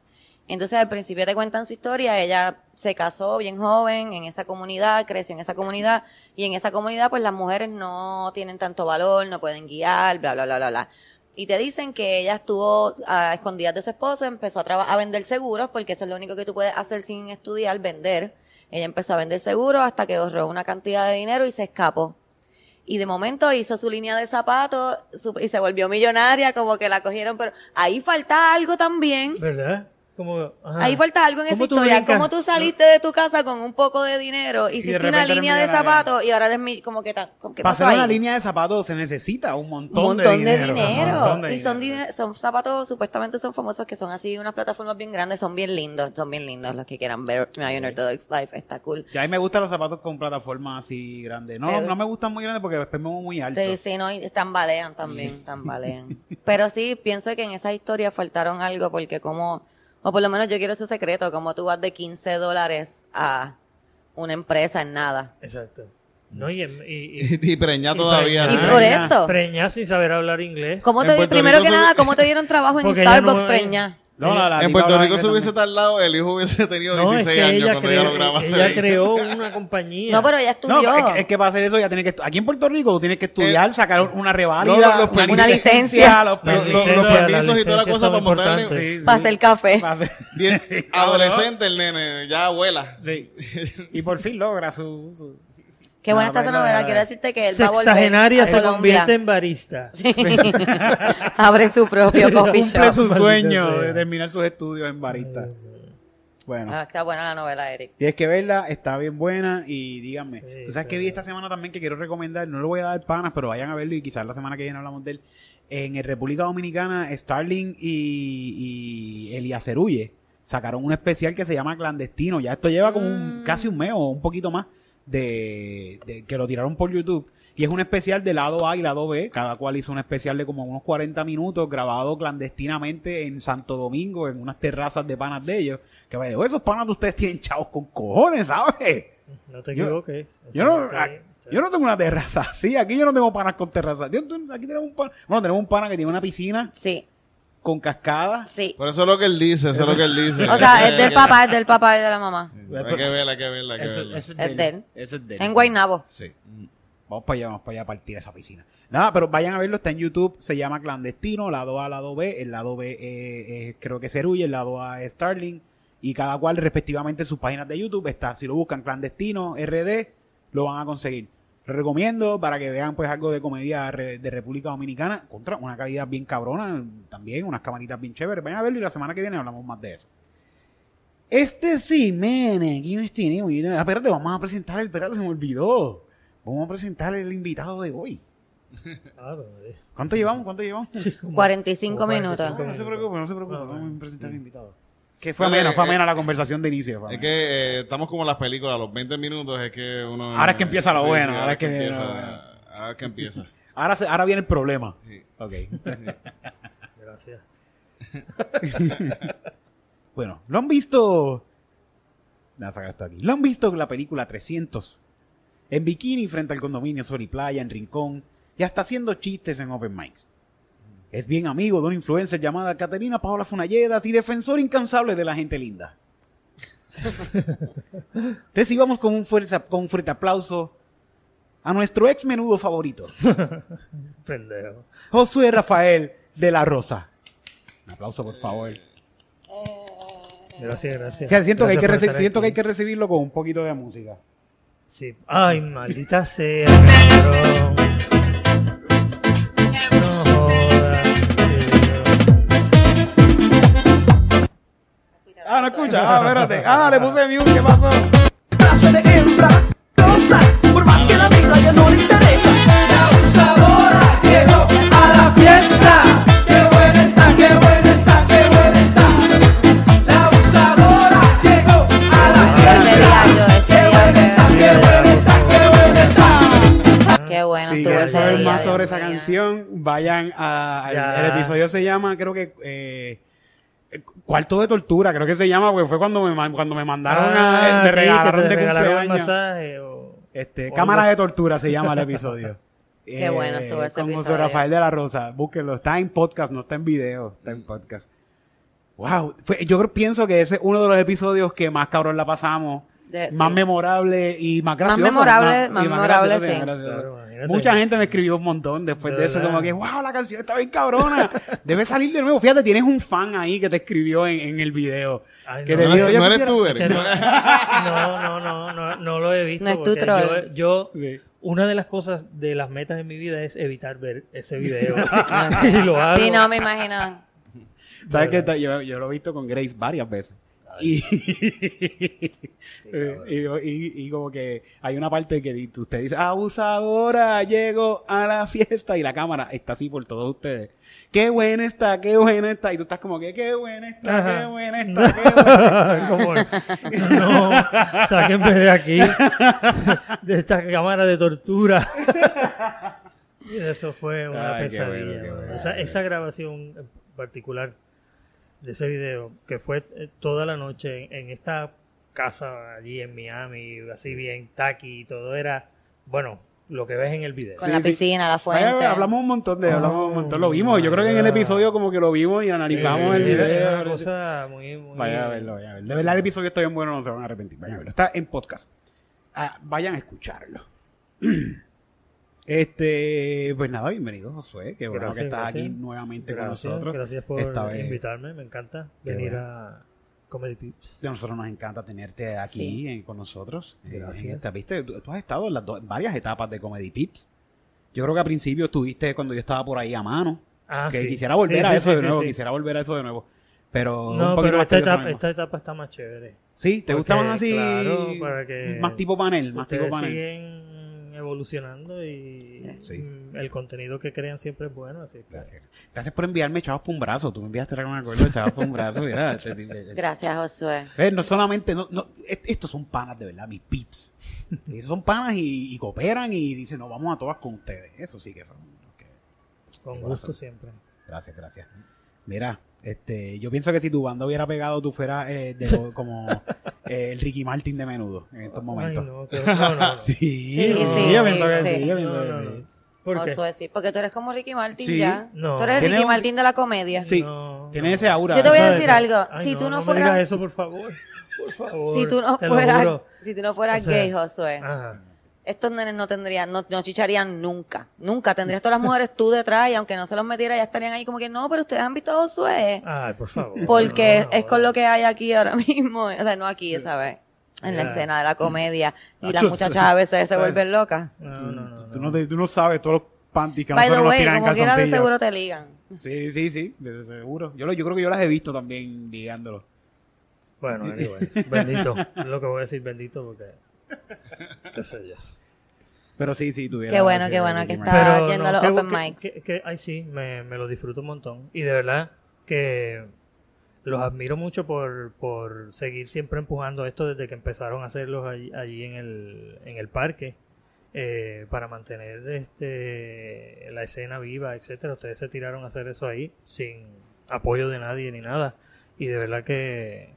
Speaker 4: Entonces al principio te cuentan su historia, ella se casó bien joven en esa comunidad, creció en esa comunidad y en esa comunidad pues las mujeres no tienen tanto valor, no pueden guiar, bla, bla, bla, bla, bla. Y te dicen que ella estuvo a escondidas de su esposo, empezó a, traba- a vender seguros, porque eso es lo único que tú puedes hacer sin estudiar, vender. Ella empezó a vender seguros hasta que ahorró una cantidad de dinero y se escapó. Y de momento hizo su línea de zapatos su- y se volvió millonaria, como que la cogieron, pero ahí falta algo también.
Speaker 5: ¿Verdad? Como, ajá.
Speaker 6: Ah.
Speaker 4: Ahí falta algo en esa
Speaker 5: ¿Cómo tú
Speaker 4: historia.
Speaker 5: brincas?
Speaker 4: ¿Cómo tú saliste de tu casa con un poco de dinero, hiciste una
Speaker 6: repente eres
Speaker 4: línea de
Speaker 6: millonaria.
Speaker 4: zapatos y ahora eres mi, como que tan, como que
Speaker 6: Para
Speaker 4: pasó
Speaker 6: hacer
Speaker 4: ahí?
Speaker 6: una línea de zapatos se necesita un montón,
Speaker 4: un montón de dinero.
Speaker 6: Un montón de
Speaker 4: y son,
Speaker 6: dinero.
Speaker 4: dine- son zapatos, supuestamente son famosos, que son así unas plataformas bien grandes, son bien lindos, son bien lindos los que quieran ver My Unorthodox Life, está cool.
Speaker 6: Ya a mí me gustan los zapatos con plataforma así grande. No,
Speaker 4: Pero-
Speaker 6: no me gustan muy grandes porque después me voy muy alto.
Speaker 4: Sí, sí, no, y tambalean también, tambalean. Pero sí, pienso que en esa historia faltaron algo, porque como, o por lo menos yo quiero ese secreto, como tú vas de 15 dólares a una empresa en nada.
Speaker 5: Exacto. No, y, en- y- y-
Speaker 3: Y, y preñá todavía.
Speaker 5: preñá.
Speaker 4: Y
Speaker 3: ¿sí?
Speaker 4: por
Speaker 6: Ah, ya.
Speaker 4: eso,
Speaker 5: preñá sin saber hablar inglés.
Speaker 4: ¿cómo
Speaker 3: En
Speaker 4: te,
Speaker 3: Puerto
Speaker 4: primero
Speaker 3: Rico
Speaker 4: que
Speaker 3: se-
Speaker 4: nada, ¿cómo te dieron trabajo en
Speaker 5: Porque ella
Speaker 4: Starbucks,
Speaker 5: no-
Speaker 4: preña?
Speaker 6: No, la- la
Speaker 3: En
Speaker 6: tipa
Speaker 3: Puerto
Speaker 6: habla
Speaker 3: Rico se
Speaker 6: inglés
Speaker 3: hubiese
Speaker 6: también.
Speaker 3: tardado, el hijo hubiese tenido
Speaker 5: No, es
Speaker 3: 16
Speaker 5: que
Speaker 3: años
Speaker 5: ella,
Speaker 3: cuando
Speaker 5: creó,
Speaker 3: ella lo grababa.
Speaker 5: ella
Speaker 3: sí.
Speaker 5: creó una compañía.
Speaker 4: No, pero ella
Speaker 6: No,
Speaker 4: estudió.
Speaker 6: pero es que, es que para hacer eso ya tienes que... estu- Aquí en Puerto Rico tú tienes que estudiar, sacar una reválida,
Speaker 3: no, Eh, los
Speaker 6: una,
Speaker 3: permisos-
Speaker 4: licencia.
Speaker 6: los
Speaker 5: La
Speaker 3: Lo- lo-
Speaker 6: permisos.
Speaker 5: licencia-
Speaker 3: los
Speaker 5: la
Speaker 3: permisos y toda la
Speaker 5: licencia
Speaker 3: cosa
Speaker 5: son
Speaker 3: para montar el
Speaker 5: importantes.
Speaker 6: Sí, sí.
Speaker 4: Para hacer café.
Speaker 6: Para hacer-
Speaker 3: Diez- adolescente el nene, ya abuela.
Speaker 6: Sí. Y por fin logra su... su-
Speaker 4: Qué buena
Speaker 6: No,
Speaker 4: está esa
Speaker 6: bueno,
Speaker 4: novela.
Speaker 6: eh,
Speaker 4: Quiero decirte que él va a volver.
Speaker 5: Sextagenaria
Speaker 4: a
Speaker 5: se
Speaker 4: Colombia.
Speaker 5: convierte en barista. Eh,
Speaker 4: Abre su propio coffee
Speaker 6: Cumple
Speaker 4: shop.
Speaker 6: su
Speaker 5: Maldita
Speaker 6: sueño
Speaker 5: sea.
Speaker 6: de terminar sus estudios en barista. Bueno.
Speaker 4: Ah, está buena la novela, Eric.
Speaker 6: Tienes que verla, está bien buena y díganme.
Speaker 5: Sí,
Speaker 6: Tú sabes que
Speaker 5: pero-
Speaker 6: vi esta semana también que quiero recomendar, no le voy a dar panas, pero vayan a verlo y quizás la semana que viene hablamos de él. En el República Dominicana, Starling y, y Elías Cerulle sacaron un especial que se llama Clandestino. Ya esto lleva como un- casi un mes o un poquito más de, de que lo tiraron por YouTube. Y es un especial de lado A y lado B. Cada cual hizo un especial de como unos 40 minutos grabado clandestinamente en Santo Domingo, en unas terrazas de panas de ellos. Que me dijo, esos panas de ustedes tienen chavos con cojones, ¿sabes?
Speaker 5: No te
Speaker 6: Yo-
Speaker 5: equivoques.
Speaker 6: Yo no,
Speaker 5: Sí,
Speaker 6: a-
Speaker 3: ah,
Speaker 5: sí.
Speaker 6: yo no tengo una terraza así. Aquí yo no tengo panas con terraza. Yo- tú- aquí tenemos un pana. Bueno, tenemos un pana que tiene una piscina
Speaker 4: Sí.
Speaker 6: con cascadas.
Speaker 4: Sí.
Speaker 3: Por eso es lo que él dice, eso es lo que él dice.
Speaker 4: O sea, es del papá, es del papá y de la mamá.
Speaker 3: Hay que verla, hay que verla, hay que
Speaker 6: Eso,
Speaker 3: verla.
Speaker 6: eso
Speaker 4: Es de él.
Speaker 6: Eso es de él.
Speaker 4: En Guaynabo.
Speaker 3: Sí.
Speaker 6: Vamos para allá, vamos para allá a partir esa piscina. Nada, pero vayan a verlo, está en YouTube, se llama Clandestino, lado A, lado B, el lado B eh, eh, creo que Cerulle, el lado A es Starling, y cada cual respectivamente en sus páginas de YouTube está, si lo buscan Clandestino, RD, lo van a conseguir. Lo recomiendo para que vean pues algo de comedia re- de República Dominicana, contra una calidad bien cabrona también, unas camaritas bien chéveres, vayan a verlo y la semana que viene hablamos más de eso. Este sí, mene, ¿quién es tiene? Mira, ah, Espérate, vamos a presentar el, espérate, se me olvidó. Vamos a presentar el invitado de hoy.
Speaker 5: Ah, pero, eh,
Speaker 6: ¿Cuánto llevamos? ¿Cuánto llevamos?
Speaker 5: como-
Speaker 4: 45
Speaker 5: como
Speaker 4: minutos.
Speaker 6: No, no se preocupe, no se preocupe.
Speaker 5: No, no.
Speaker 6: Vamos a presentar al invitado. Que fue
Speaker 3: Vale,
Speaker 6: amena, fue
Speaker 3: eh,
Speaker 6: amena la conversación de inicio. fue
Speaker 3: Es
Speaker 6: amena.
Speaker 3: que eh, estamos como las películas, los 20 minutos es que uno...
Speaker 6: Ahora es que empieza lo bueno,
Speaker 3: es
Speaker 6: ahora es que-
Speaker 3: empieza, ahora es que empieza.
Speaker 6: Ahora, se- ahora viene el problema.
Speaker 3: Sí.
Speaker 6: Ok.
Speaker 5: Gracias.
Speaker 6: bueno, ¿lo han visto? Nada, saca esto aquí. ¿Lo han visto la película 300? En bikini frente al condominio Sol y Playa, en Rincón, y hasta haciendo chistes en Open Mics. Es bien amigo de una influencer llamada Caterina Paola Funayedas y defensor incansable de la gente linda. Recibamos con un, fuerza, con un fuerte aplauso a nuestro ex menudo favorito,
Speaker 5: Pendejo.
Speaker 6: Josué Rafael de la Rosa. Un aplauso, por favor.
Speaker 5: Gracias, gracias.
Speaker 6: Que siento, que, hay que
Speaker 5: Gracias por
Speaker 6: reci-
Speaker 5: estar
Speaker 6: siento que hay
Speaker 5: aquí.
Speaker 6: que recibirlo con un poquito de música.
Speaker 5: Sí. Ay, maldita sea. cabrón. No jodas. tío.
Speaker 6: Ah, no escucha. Ah, espérate. Ah, le puse mute. ¿Qué pasó?
Speaker 7: clase de hembra rosa, por más que la vida ya no le interesa. La abusadora llegó a la fiesta. Qué buena está, qué buena está, qué buena está. La abusadora llegó a la
Speaker 4: Ese día yo, ese
Speaker 7: fiesta. Qué
Speaker 4: día
Speaker 7: buena está,
Speaker 4: que-
Speaker 7: qué buena está, qué buena está.
Speaker 4: Qué bueno
Speaker 6: Si
Speaker 4: estuvo
Speaker 6: quieren
Speaker 4: ese día.
Speaker 6: saber más
Speaker 4: Dios
Speaker 6: sobre esa
Speaker 4: mío.
Speaker 6: canción, vayan a. al-
Speaker 5: Ya.
Speaker 6: El episodio se llama, creo que. eh, Cuarto de tortura, creo que se llama, porque fue cuando me, man- cuando me mandaron a.
Speaker 5: Ah,
Speaker 6: Me
Speaker 5: sí, que
Speaker 6: regalaron
Speaker 5: te
Speaker 6: de
Speaker 5: regalaron el
Speaker 6: cumpleaños.
Speaker 5: masaje. o-
Speaker 6: Este,
Speaker 5: o
Speaker 6: Cámara
Speaker 5: algo.
Speaker 6: de Tortura se llama el episodio. Eh,
Speaker 4: Qué bueno estuvo ese
Speaker 6: Con José
Speaker 4: episodio.
Speaker 6: Rafael de la Rosa. Búsquenlo. Está en podcast, no está en video. Está en podcast. Wow. Fue- yo creo- pienso que ese es uno de los episodios que más cabrón la pasamos.
Speaker 4: De-
Speaker 6: Más
Speaker 4: Eh, sí.
Speaker 6: memorable y más gracioso. Ah,
Speaker 4: memorable,
Speaker 6: y
Speaker 4: más memorable,
Speaker 6: gracioso,
Speaker 4: sí.
Speaker 6: gracioso.
Speaker 5: Claro, imagínate.
Speaker 6: Mucha gente me escribió un montón después de,
Speaker 5: De
Speaker 6: eso,
Speaker 5: verdad.
Speaker 6: como que, wow, la canción está bien cabrona. Debe salir de nuevo. Fíjate, tienes un fan ahí que te escribió en, en el video.
Speaker 5: Ay,
Speaker 6: que
Speaker 5: no. eh".
Speaker 6: te
Speaker 3: No
Speaker 6: dijo,
Speaker 3: eres,
Speaker 6: "Yo
Speaker 3: no eres
Speaker 6: quisiera-".
Speaker 3: tú,
Speaker 5: Que
Speaker 3: Eric.
Speaker 5: No, no, no, no, no, no lo he visto.
Speaker 4: No es tu
Speaker 5: porque
Speaker 4: troll.
Speaker 5: Yo, yo-
Speaker 6: Sí.
Speaker 5: una de las cosas, de las metas de mi vida es evitar ver ese video. y lo hago.
Speaker 4: Sí, no, me imagino.
Speaker 6: ¿Sabes qué? Yo, yo lo he visto con Grace varias veces. Y, y, y- y como que hay una parte que di- usted dice, abusadora, llego a la fiesta y la cámara está así por todos ustedes. Qué buena está, qué buena está. Y tú estás como que, qué buena está,
Speaker 5: Ajá.
Speaker 6: qué buena está, qué buena
Speaker 3: Ah,
Speaker 6: está.
Speaker 5: Como, no, sáquenme de aquí, de esta cámara de tortura. Y eso fue una
Speaker 3: Ay, qué
Speaker 5: pesadilla.
Speaker 3: bueno, qué
Speaker 5: mano.
Speaker 3: bueno,
Speaker 5: esa,
Speaker 3: qué
Speaker 5: esa grabación en particular de ese video, que fue eh, toda la noche en, en esta casa allí en Miami, así bien taqui y todo era, bueno, lo que ves en el video.
Speaker 4: Con
Speaker 6: Sí,
Speaker 4: la
Speaker 6: sí.
Speaker 4: piscina, la
Speaker 6: Vaya,
Speaker 4: fuente.
Speaker 6: hablamos un montón de, hablamos un montón, lo vimos. Yo creo que en el
Speaker 5: Ah.
Speaker 6: episodio como que lo vimos y analizamos el
Speaker 5: Era-
Speaker 6: video.
Speaker 5: era una cosa muy, muy-
Speaker 6: Vaya a verlo, vaya a verlo. De verdad, el episodio está bien bueno, no se van a arrepentir. Vayan a verlo. Está en podcast. Ah, vayan a escucharlo. Este, pues nada, bienvenido, Josué. Qué bueno
Speaker 5: Gracias,
Speaker 6: que estás
Speaker 5: gracias.
Speaker 6: aquí nuevamente
Speaker 5: Gracias,
Speaker 6: con nosotros.
Speaker 5: gracias por
Speaker 6: Esta vez.
Speaker 5: invitarme, me encanta
Speaker 6: Qué
Speaker 5: venir
Speaker 6: bueno.
Speaker 5: a Comedy Pips.
Speaker 6: A nosotros nos encanta tenerte aquí
Speaker 4: Sí.
Speaker 6: eh, con nosotros. Eh,
Speaker 5: Gracias.
Speaker 6: esta- ¿viste? Tú, tú has estado en, las dos- en varias etapas de Comedy Pips. Yo creo que al principio estuviste cuando yo estaba por ahí a mano.
Speaker 5: Ah,
Speaker 6: que
Speaker 5: sí.
Speaker 6: quisiera volver
Speaker 5: Sí,
Speaker 6: a
Speaker 5: sí,
Speaker 6: eso
Speaker 5: sí,
Speaker 6: de
Speaker 5: sí,
Speaker 6: nuevo,
Speaker 5: sí.
Speaker 6: quisiera volver a eso de nuevo. Pero un
Speaker 5: No,
Speaker 6: poquito
Speaker 5: pero
Speaker 6: más
Speaker 5: esta
Speaker 6: tedioso
Speaker 5: etapa,
Speaker 6: mismo.
Speaker 5: esta etapa está más chévere.
Speaker 6: Sí, te gusta
Speaker 5: Porque,
Speaker 6: más así,
Speaker 5: claro, para que
Speaker 6: más tipo panel, más tipo
Speaker 5: Ustedes
Speaker 6: panel.
Speaker 5: siguen evolucionando y
Speaker 6: Sí.
Speaker 5: mm, el contenido que crean siempre es bueno, así que
Speaker 6: Gracias. Gracias por enviarme chavos por un brazo. Tú me enviaste la gran acuerdo, chavos por un brazo. mira, este te- te- te-
Speaker 4: Gracias, Josué.
Speaker 6: Ves, Eh, no solamente, no, no, est- estos son panas de verdad, mis pips. Esos son panas y, y cooperan y dicen, no, vamos a todas con ustedes. Eso sí que son. ok.
Speaker 5: con
Speaker 6: Qué
Speaker 5: gusto
Speaker 6: corazón.
Speaker 5: siempre.
Speaker 6: Gracias, gracias. Mira, este, yo pienso que si tu banda hubiera pegado, tú fueras eh, de lo- como eh, el Ricky Martin de menudo en estos momentos.
Speaker 5: Ay, no, que- no, no, no.
Speaker 6: Sí,
Speaker 4: Sí, sí,
Speaker 6: yo
Speaker 4: sí,
Speaker 6: pienso que
Speaker 4: sí.
Speaker 6: sí, yo pienso
Speaker 5: No,
Speaker 6: que
Speaker 5: no,
Speaker 6: sí.
Speaker 5: no. ¿Por qué?
Speaker 4: Josué, sí. Porque tú eres como Ricky Martin
Speaker 6: Sí.
Speaker 4: ya.
Speaker 5: No.
Speaker 4: Tú eres el
Speaker 6: Tiene
Speaker 4: Ricky
Speaker 6: un-
Speaker 4: Martin de la comedia.
Speaker 6: Sí.
Speaker 5: No, no.
Speaker 6: Tiene ese aura.
Speaker 4: Yo te voy a
Speaker 5: Eso
Speaker 4: decir
Speaker 5: es-
Speaker 4: algo.
Speaker 5: Ay,
Speaker 4: Si tú no
Speaker 5: me
Speaker 4: fueras-
Speaker 5: digas eso, por favor. Por favor.
Speaker 4: Si tú no
Speaker 5: te lo
Speaker 4: fueras,
Speaker 5: juro.
Speaker 4: si tú no fueras
Speaker 5: O sea, ah.
Speaker 4: gay, Josué,
Speaker 5: Ajá.
Speaker 4: estos nenes no tendrían, no, no chicharían nunca. Nunca. Tendrías todas las mujeres tú detrás y aunque no se los metiera, ya estarían ahí como que no, pero ustedes han visto a Josué.
Speaker 5: Ay, por favor.
Speaker 4: Porque
Speaker 5: Ah, No,
Speaker 4: es con
Speaker 5: no.
Speaker 4: lo que hay aquí ahora mismo. O sea, no aquí, ¿sabes? En la
Speaker 5: Ya. Ah,
Speaker 4: escena de la comedia. Y las
Speaker 6: Nacho,
Speaker 4: muchachas a veces se
Speaker 6: ¿sabes?
Speaker 4: vuelven locas.
Speaker 5: No, no, no,
Speaker 6: Tú
Speaker 5: no.
Speaker 6: no, te- tú no sabes todos los panties que a
Speaker 4: By the
Speaker 6: nosotros nos
Speaker 4: way,
Speaker 6: tiran en
Speaker 4: como quiera de
Speaker 6: calzoncillos.
Speaker 4: seguro te ligan.
Speaker 6: Sí, sí, sí, de seguro. Yo, lo- yo creo que yo las he visto también ligándolo.
Speaker 5: Bueno, anyway, bendito. Es lo que voy a decir, bendito, porque. qué sé yo.
Speaker 6: Pero sí, sí, tuviera.
Speaker 4: Qué bueno,
Speaker 6: sí,
Speaker 4: qué bueno
Speaker 6: sí,
Speaker 4: que
Speaker 6: sí,
Speaker 4: está. yendo a los
Speaker 5: qué
Speaker 4: open
Speaker 5: bu- que-
Speaker 4: mics.
Speaker 5: que- que- ay, sí, me, me lo disfruto un montón. Y de verdad que los admiro mucho por, por seguir siempre empujando esto desde que empezaron a hacerlos allí, allí en, el, en el parque. eh, para mantener este la escena viva, etcétera. Ustedes se tiraron a hacer eso ahí sin apoyo de nadie ni nada. Y de verdad que,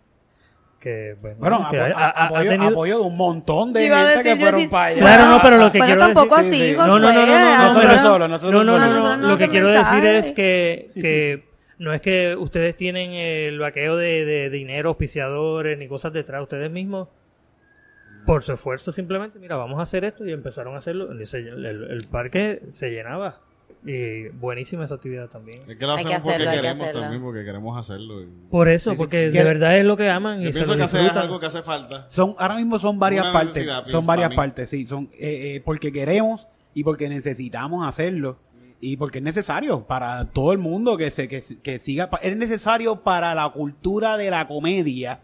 Speaker 5: que bueno,
Speaker 6: Bueno,
Speaker 5: que
Speaker 6: apo-
Speaker 5: ha- ha- ha
Speaker 6: apoyo,
Speaker 5: tenido-
Speaker 6: apoyo de un montón de
Speaker 4: Yo iba a
Speaker 6: gente
Speaker 4: decir,
Speaker 6: que
Speaker 4: yo
Speaker 6: fueron
Speaker 4: decir-
Speaker 6: para allá.
Speaker 5: Claro, no, pero lo que
Speaker 4: Pero
Speaker 5: quiero
Speaker 4: tampoco
Speaker 6: decir-
Speaker 4: así,
Speaker 6: sí, sí.
Speaker 4: Josué.
Speaker 5: No, no, no, no, no,
Speaker 4: Ah,
Speaker 6: No soy yo
Speaker 4: Nosotros-
Speaker 6: solo, nosotros
Speaker 5: no, no,
Speaker 6: solos.
Speaker 5: no, no,
Speaker 4: Nosotros
Speaker 5: Lo
Speaker 4: no
Speaker 5: que
Speaker 4: hacemos
Speaker 5: quiero decir
Speaker 4: mensajes.
Speaker 5: es que, que, no es que ustedes tienen el vaqueo de, de dinero, auspiciadores, ni cosas detrás. Ustedes mismos, por su esfuerzo, simplemente, mira, vamos a hacer esto y empezaron a hacerlo. Y se- El, el parque se llenaba. Y buenísima esa actividad también.
Speaker 3: Es que lo
Speaker 4: Hay que
Speaker 3: hacemos porque
Speaker 4: hacerlo, hay que
Speaker 3: queremos
Speaker 4: hacerlo.
Speaker 3: también, porque queremos hacerlo. y-
Speaker 5: Por eso,
Speaker 6: Sí, sí.
Speaker 5: porque de
Speaker 6: Quiero-
Speaker 5: verdad es lo que aman y
Speaker 3: Yo
Speaker 5: se lo
Speaker 3: pienso que hacer es
Speaker 5: disfrutan.
Speaker 3: algo que hace falta.
Speaker 6: Son, ahora mismo son varias
Speaker 3: Una
Speaker 6: partes.
Speaker 3: necesidad, pienso,
Speaker 6: Son varias
Speaker 3: para mí.
Speaker 6: partes, sí. Son eh, eh, porque queremos y porque necesitamos hacerlo. Y porque es necesario para todo el mundo que se que, se- que siga. pa- Es necesario para la cultura de la comedia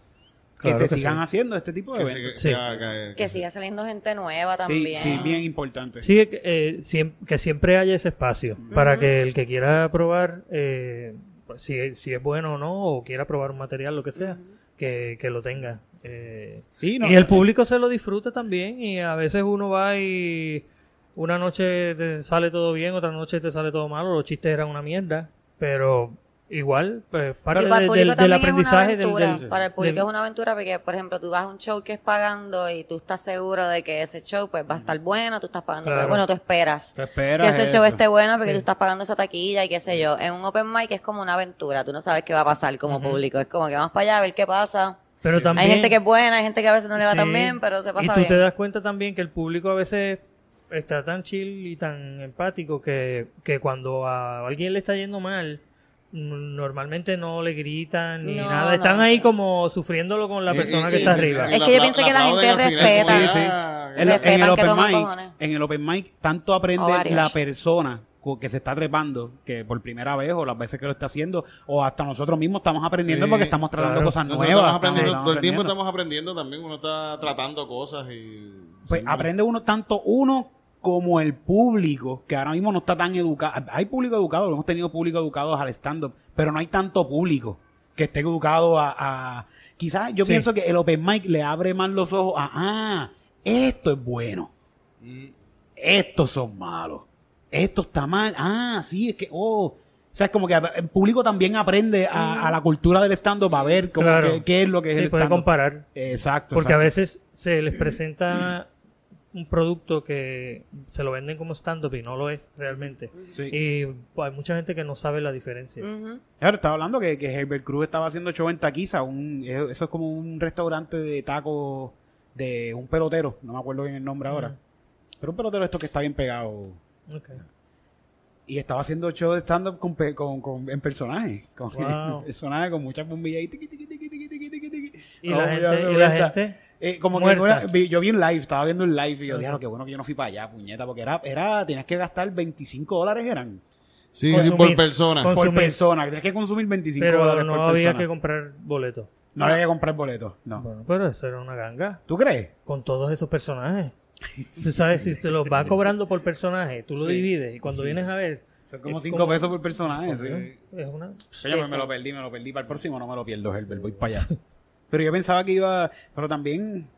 Speaker 6: que
Speaker 5: Claro
Speaker 6: se
Speaker 5: que
Speaker 6: sigan
Speaker 5: sí.
Speaker 6: haciendo este tipo de
Speaker 3: Que
Speaker 6: eventos.
Speaker 3: siga-
Speaker 5: Sí.
Speaker 3: que- que-
Speaker 4: Que siga saliendo gente nueva
Speaker 6: Sí,
Speaker 4: también.
Speaker 6: sí, bien importante.
Speaker 5: Sí, que, eh, siem- que siempre haya ese espacio para
Speaker 4: Ujú.
Speaker 5: que el que quiera probar, eh, pues, si, si es bueno o no, o quiera probar un material, lo que sea, que, que lo tenga. eh.
Speaker 6: Sí, no,
Speaker 5: y el
Speaker 6: no,
Speaker 5: público se lo disfruta también y a veces uno va y una noche te sale todo bien, otra noche te sale todo malo, los chistes eran una mierda, pero igual, pues parte
Speaker 4: Y para
Speaker 5: de- del,
Speaker 4: el público
Speaker 5: del
Speaker 4: también es una
Speaker 5: aprendizaje del-
Speaker 4: aventura.
Speaker 5: del-
Speaker 4: Para el público
Speaker 5: del-
Speaker 4: es una aventura porque, por ejemplo, tú vas a un show que es pagando y tú estás seguro de que ese show pues va a estar bueno, tú estás pagando,
Speaker 5: Claro.
Speaker 4: pero bueno, tú esperas.
Speaker 6: te esperas
Speaker 4: que ese show
Speaker 6: eso.
Speaker 4: esté bueno porque
Speaker 5: Sí.
Speaker 4: tú estás pagando esa taquilla y qué sé yo. En un open mic es como una aventura, tú no sabes qué va a pasar como público. Es como que vamos para allá a ver qué pasa.
Speaker 5: pero también
Speaker 4: Hay gente que es buena, hay gente que a veces no le va tan
Speaker 5: Sí.
Speaker 4: bien, pero se pasa
Speaker 5: Y tú
Speaker 4: bien.
Speaker 5: te das cuenta también que el público a veces está tan chill y tan empático que, que cuando a alguien le está yendo mal, n- normalmente no le gritan ni
Speaker 4: No,
Speaker 5: nada.
Speaker 4: no,
Speaker 5: Están
Speaker 4: no.
Speaker 5: ahí como sufriendo con la
Speaker 3: Y-
Speaker 5: persona
Speaker 3: y-
Speaker 5: que
Speaker 3: y-
Speaker 5: está
Speaker 3: y-
Speaker 5: arriba.
Speaker 3: y
Speaker 4: Es que yo
Speaker 3: apla-
Speaker 4: pienso que la
Speaker 3: aplauden
Speaker 4: gente
Speaker 3: al final como,
Speaker 4: respeta.
Speaker 6: Sí,
Speaker 3: "Ah,
Speaker 6: En, la- en
Speaker 4: Respetan
Speaker 6: el
Speaker 4: que
Speaker 6: open
Speaker 4: tomen
Speaker 6: mic,
Speaker 4: cojones.
Speaker 6: en el open mic, tanto aprende
Speaker 4: O varios.
Speaker 6: la persona co- que se está trepando, que por primera vez o las veces que lo está haciendo, o hasta nosotros mismos estamos aprendiendo
Speaker 3: Sí,
Speaker 6: porque estamos tratando
Speaker 5: claro.
Speaker 6: cosas
Speaker 3: Nosotros
Speaker 6: nuevas.
Speaker 3: estamos aprendiendo,
Speaker 6: estamos
Speaker 3: todo el tiempo
Speaker 6: aprendiendo.
Speaker 3: estamos aprendiendo también, uno está tratando cosas y...
Speaker 6: Pues
Speaker 3: sí.
Speaker 6: aprende uno tanto uno como el público, que ahora mismo no está tan educado. Hay público educado, hemos tenido público educado al stand-up, pero no hay tanto público que esté educado a... a- Quizás yo
Speaker 5: Sí.
Speaker 6: pienso que el open mic le abre más los ojos a, ah, esto es bueno.
Speaker 3: Mm.
Speaker 6: estos son malos. Esto está mal. Ah, sí, es que, oh. O sea, es como que el público también aprende a, a la cultura del stand-up a ver cómo,
Speaker 5: Claro.
Speaker 6: qué, qué es lo que es
Speaker 5: Sí,
Speaker 6: el
Speaker 5: puede
Speaker 6: stand-up.
Speaker 5: comparar.
Speaker 6: Exacto.
Speaker 5: Porque a
Speaker 6: exacto.
Speaker 5: veces se les presenta un producto que se lo venden como stand-up y no lo es realmente.
Speaker 6: Sí.
Speaker 5: Y pues, hay mucha gente que no sabe la diferencia.
Speaker 4: Ujú.
Speaker 6: Claro, estaba hablando que, que Herbert Cruz estaba haciendo show en Taquiza. Un, eh, eso eso es como un restaurante de tacos de un pelotero. No me acuerdo bien el nombre ahora. Pero un pelotero esto que está bien pegado.
Speaker 4: Mm.
Speaker 5: Ok.
Speaker 6: Y estaba haciendo show de stand-up con, pe- con, con- en personajes. Con,
Speaker 5: Wow.
Speaker 6: en personajes con muchas bombillas. Y tiqui, tiqui, tiqui, tiqui, tiqui, tiqui, tiqui.
Speaker 5: Y
Speaker 6: Oh,
Speaker 5: la
Speaker 6: ya
Speaker 5: gente,
Speaker 6: me
Speaker 5: y la
Speaker 6: gusta.
Speaker 5: gente
Speaker 6: Eh, como que
Speaker 5: Muerta.
Speaker 6: no era- vi- yo vi un live, estaba viendo un live y yo
Speaker 5: Ajá.
Speaker 6: dije, "Ah, qué bueno que yo no fui para allá, puñeta, porque era, era, tenías que gastar 25 dólares eran
Speaker 3: Sí, sí,
Speaker 5: Consumir.
Speaker 3: por persona.
Speaker 5: Con-
Speaker 6: por
Speaker 5: Consumir.
Speaker 6: persona, tenías que consumir 25
Speaker 5: pero
Speaker 6: dólares por
Speaker 5: no había
Speaker 6: persona.
Speaker 5: que comprar boletos.
Speaker 6: no había que comprar boletos, no.
Speaker 5: Bueno, pero eso era una ganga
Speaker 6: ¿Tú crees?
Speaker 5: con todos esos personajes. Tú sabes, si te los vas cobrando por personaje, tú lo
Speaker 6: Sí.
Speaker 5: divides y cuando vienes a ver...
Speaker 6: Son como
Speaker 5: es
Speaker 6: 5
Speaker 5: como-
Speaker 6: pesos por personaje. sí.
Speaker 5: Es una...
Speaker 6: Oye, pues me, me lo perdí, me lo perdí. Para el próximo no me lo pierdo, Herbert, voy para allá. pero yo pensaba que iba, pero también...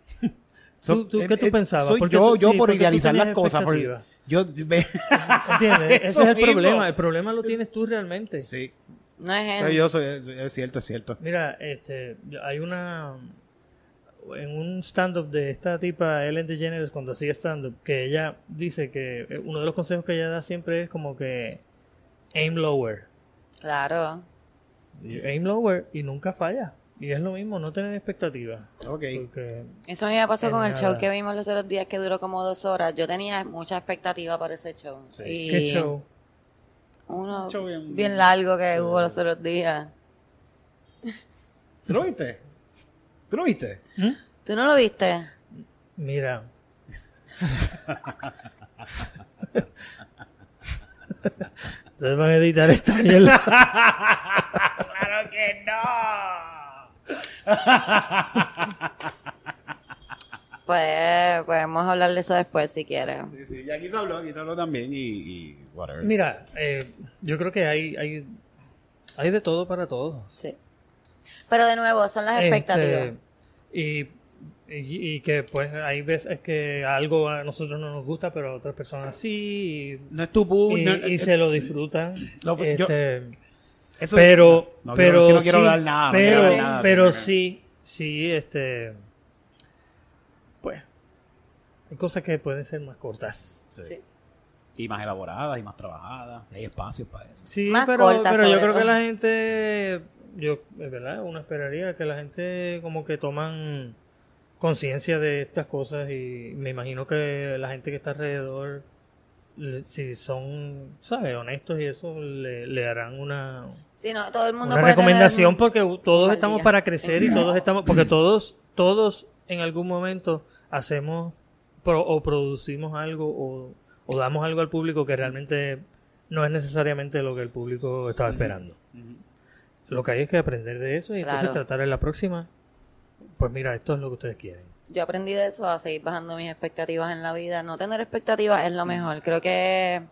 Speaker 5: ¿Tú- tú qué tú pensabas?
Speaker 6: soy
Speaker 5: ¿Por qué
Speaker 6: yo,
Speaker 5: tú-
Speaker 6: yo
Speaker 5: sí,
Speaker 6: por
Speaker 5: porque tú
Speaker 6: idealizar las
Speaker 5: tenías
Speaker 6: cosas. por-
Speaker 5: expectativas?
Speaker 6: yo,
Speaker 5: ¿Entiendes? Ese es
Speaker 6: Eso
Speaker 5: el
Speaker 6: mismo.
Speaker 5: problema. El problema lo tienes tú realmente.
Speaker 6: sí,
Speaker 4: No es
Speaker 6: soy
Speaker 4: él.
Speaker 6: yo, soy, es cierto, es cierto.
Speaker 5: Mira, este, hay una... En un stand-up de esta tipa, Ellen DeGeneres, cuando hacía stand-up, que ella dice que eh, uno de los consejos que ella da siempre es como que aim lower.
Speaker 4: Claro.
Speaker 5: Y Aim lower y nunca falla. Y es lo mismo, no tener expectativas.
Speaker 6: Ok.
Speaker 5: Porque
Speaker 4: Eso a mí me pasó
Speaker 5: Es
Speaker 4: con el
Speaker 5: nada.
Speaker 4: show que vimos los otros días que duró como dos horas. Yo tenía mucha expectativa para ese show. Y
Speaker 5: qué show.
Speaker 4: Uno
Speaker 6: Un show bien-
Speaker 4: bien largo que hubo los otros días.
Speaker 6: ¿Tú lo viste? ¿Tú lo viste?
Speaker 4: ¿Tú no lo viste?
Speaker 5: Mira. Ustedes van a editar esta mierda.
Speaker 6: ¡Claro que no!
Speaker 4: Pues podemos hablar de eso después si quieres.
Speaker 6: Sí, sí, y aquí se habló, aquí se habló también y, y whatever.
Speaker 5: Mira, eh, yo creo que hay, hay, hay de todo para todos.
Speaker 4: Sí. Pero de nuevo, son las expectativas.
Speaker 5: Este, y, y- y que pues hay veces que algo a nosotros no nos gusta, pero a otras personas sí.
Speaker 6: No es tu
Speaker 5: Y, y-
Speaker 6: público.
Speaker 5: y se lo disfrutan.
Speaker 6: No, pues, yo-
Speaker 5: Este,
Speaker 6: Eso-
Speaker 5: pero,
Speaker 6: no, no quiero-
Speaker 5: pero
Speaker 6: no quiero
Speaker 5: sí,
Speaker 6: hablar nada, no quiero
Speaker 5: Pero,
Speaker 6: hablar nada,
Speaker 5: pero sí,
Speaker 6: sí,
Speaker 5: sí, este, pues, hay cosas que pueden ser más cortas.
Speaker 6: Sí. Y más elaboradas y más trabajadas. y hay espacios para eso.
Speaker 5: Sí,
Speaker 4: Más
Speaker 5: pero,
Speaker 4: cortas,
Speaker 5: pero yo
Speaker 4: sobre
Speaker 5: creo que
Speaker 4: todo.
Speaker 5: la gente, yo, es verdad, uno esperaría que la gente como que toman conciencia de estas cosas y me imagino que la gente que está alrededor, le- si son, ¿sabes? Honestos y eso, le, le harán una,
Speaker 4: Sí, no, todo el mundo
Speaker 5: una
Speaker 4: puede
Speaker 5: recomendación
Speaker 4: tener...
Speaker 5: porque todos
Speaker 4: mal
Speaker 5: estamos
Speaker 4: día.
Speaker 5: para crecer y todos estamos, porque todos, todos en algún momento hacemos pro- o producimos algo o, o damos algo al público que realmente no es necesariamente lo que el público estaba esperando. Lo que hay es que aprender de eso y entonces
Speaker 4: Claro.
Speaker 5: tratar en la próxima, pues mira, esto es lo que ustedes quieren.
Speaker 4: Yo aprendí de eso, a seguir bajando mis expectativas en la vida. No tener expectativas
Speaker 5: Mm.
Speaker 4: es lo mejor. Creo que...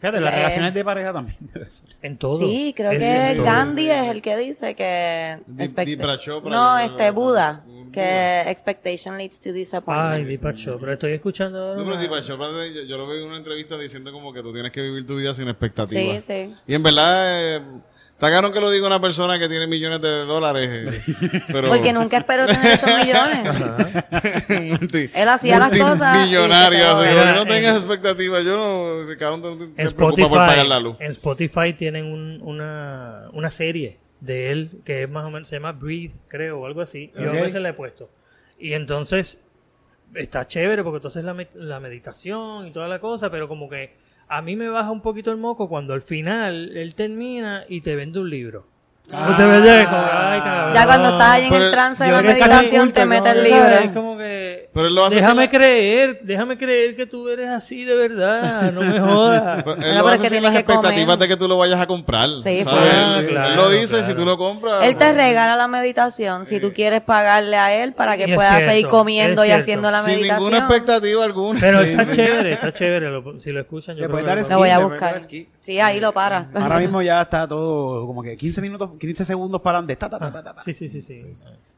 Speaker 6: Fíjate, las
Speaker 4: Eh.
Speaker 6: relaciones de pareja también debe ser.
Speaker 5: En todo.
Speaker 4: Sí, creo
Speaker 5: Es-
Speaker 4: que
Speaker 3: todo.
Speaker 4: Gandhi es el que dice que...
Speaker 3: Di-
Speaker 4: expect-
Speaker 3: Dipra Chopra,
Speaker 4: no,
Speaker 3: yo-
Speaker 4: este Buda,
Speaker 3: Buda.
Speaker 4: que expectation leads to
Speaker 5: Ay,
Speaker 4: disappointment.
Speaker 5: Deepak Chopra, estoy escuchando ahora
Speaker 3: No,
Speaker 5: una-
Speaker 3: pero Deepak Chopra, yo, yo lo vi en una entrevista diciendo como que tú tienes que vivir tu vida sin
Speaker 4: sí,
Speaker 3: expectativas.
Speaker 4: sí.
Speaker 3: Y en verdad, eh, está caro que lo diga una persona que tiene millones de dólares. eh, pero
Speaker 4: Porque nunca espero tener esos millones.
Speaker 3: Multi-
Speaker 4: Él hacía las cosas y
Speaker 3: Millonario.
Speaker 4: se
Speaker 3: así,
Speaker 4: quedó.
Speaker 3: como que
Speaker 5: Era
Speaker 3: no
Speaker 5: en-
Speaker 3: tengas expectativas. Yo no, si cabrón, no te,
Speaker 5: En
Speaker 3: te preocupa
Speaker 5: Spotify,
Speaker 3: por pagar la luz.
Speaker 5: en Spotify tienen un- una, una serie de él que es más o menos, se llama Breathe, creo, o algo así. Yo
Speaker 6: Ok.
Speaker 5: a veces la he puesto. Y entonces está chévere porque entonces la, med- la meditación y toda la cosa, pero como que a mí me baja un poquito el moco cuando al final él termina y te vende un libro. O te vende como, "Ay, cabrón".
Speaker 4: Ah. Ya cuando estás ahí en
Speaker 3: Pero
Speaker 4: el trance
Speaker 5: Ah,
Speaker 4: de
Speaker 5: Yo
Speaker 4: la
Speaker 5: creo que casi
Speaker 4: meditación
Speaker 6: oculto,
Speaker 4: te
Speaker 6: ¿no?
Speaker 4: metes el
Speaker 5: ¿Sabes? Es
Speaker 4: libro.
Speaker 5: como que...
Speaker 3: Pero él lo hace
Speaker 5: Déjame
Speaker 3: sin la-
Speaker 5: creer, déjame creer que tú eres así de verdad, no me jodas.
Speaker 3: Pero él
Speaker 4: Bueno,
Speaker 3: lo
Speaker 4: pero es
Speaker 3: hace
Speaker 4: que
Speaker 3: sin
Speaker 4: tiene
Speaker 3: las
Speaker 4: que
Speaker 3: expectativas
Speaker 4: comer.
Speaker 3: de que tú lo vayas a comprar.
Speaker 4: Sí,
Speaker 3: ¿sabes?
Speaker 5: Ah,
Speaker 3: él,
Speaker 5: claro,
Speaker 3: lo dice y si
Speaker 5: claro.
Speaker 3: tú lo compras.
Speaker 4: Él te regala la meditación si tú quieres pagarle a él para que
Speaker 5: Y es
Speaker 4: puedas
Speaker 5: cierto,
Speaker 4: seguir comiendo
Speaker 5: es
Speaker 4: y
Speaker 5: cierto.
Speaker 4: haciendo la
Speaker 3: sin
Speaker 4: meditación.
Speaker 3: ninguna expectativa alguna.
Speaker 5: Pero está chévere, está chévere. lo- si lo escuchan, yo
Speaker 6: Le
Speaker 5: creo
Speaker 6: puedes
Speaker 5: que
Speaker 6: dar
Speaker 5: lo-
Speaker 6: skip,
Speaker 4: Lo voy a
Speaker 6: le puedes
Speaker 4: buscar.
Speaker 6: dar skip.
Speaker 4: Sí, ahí lo paras.
Speaker 6: Ahora mismo ya está todo como que 15 minutos, 15 segundos para adelante. Ta, ta, ta, ta, ta.
Speaker 5: Ah, Sí, sí, sí, sí.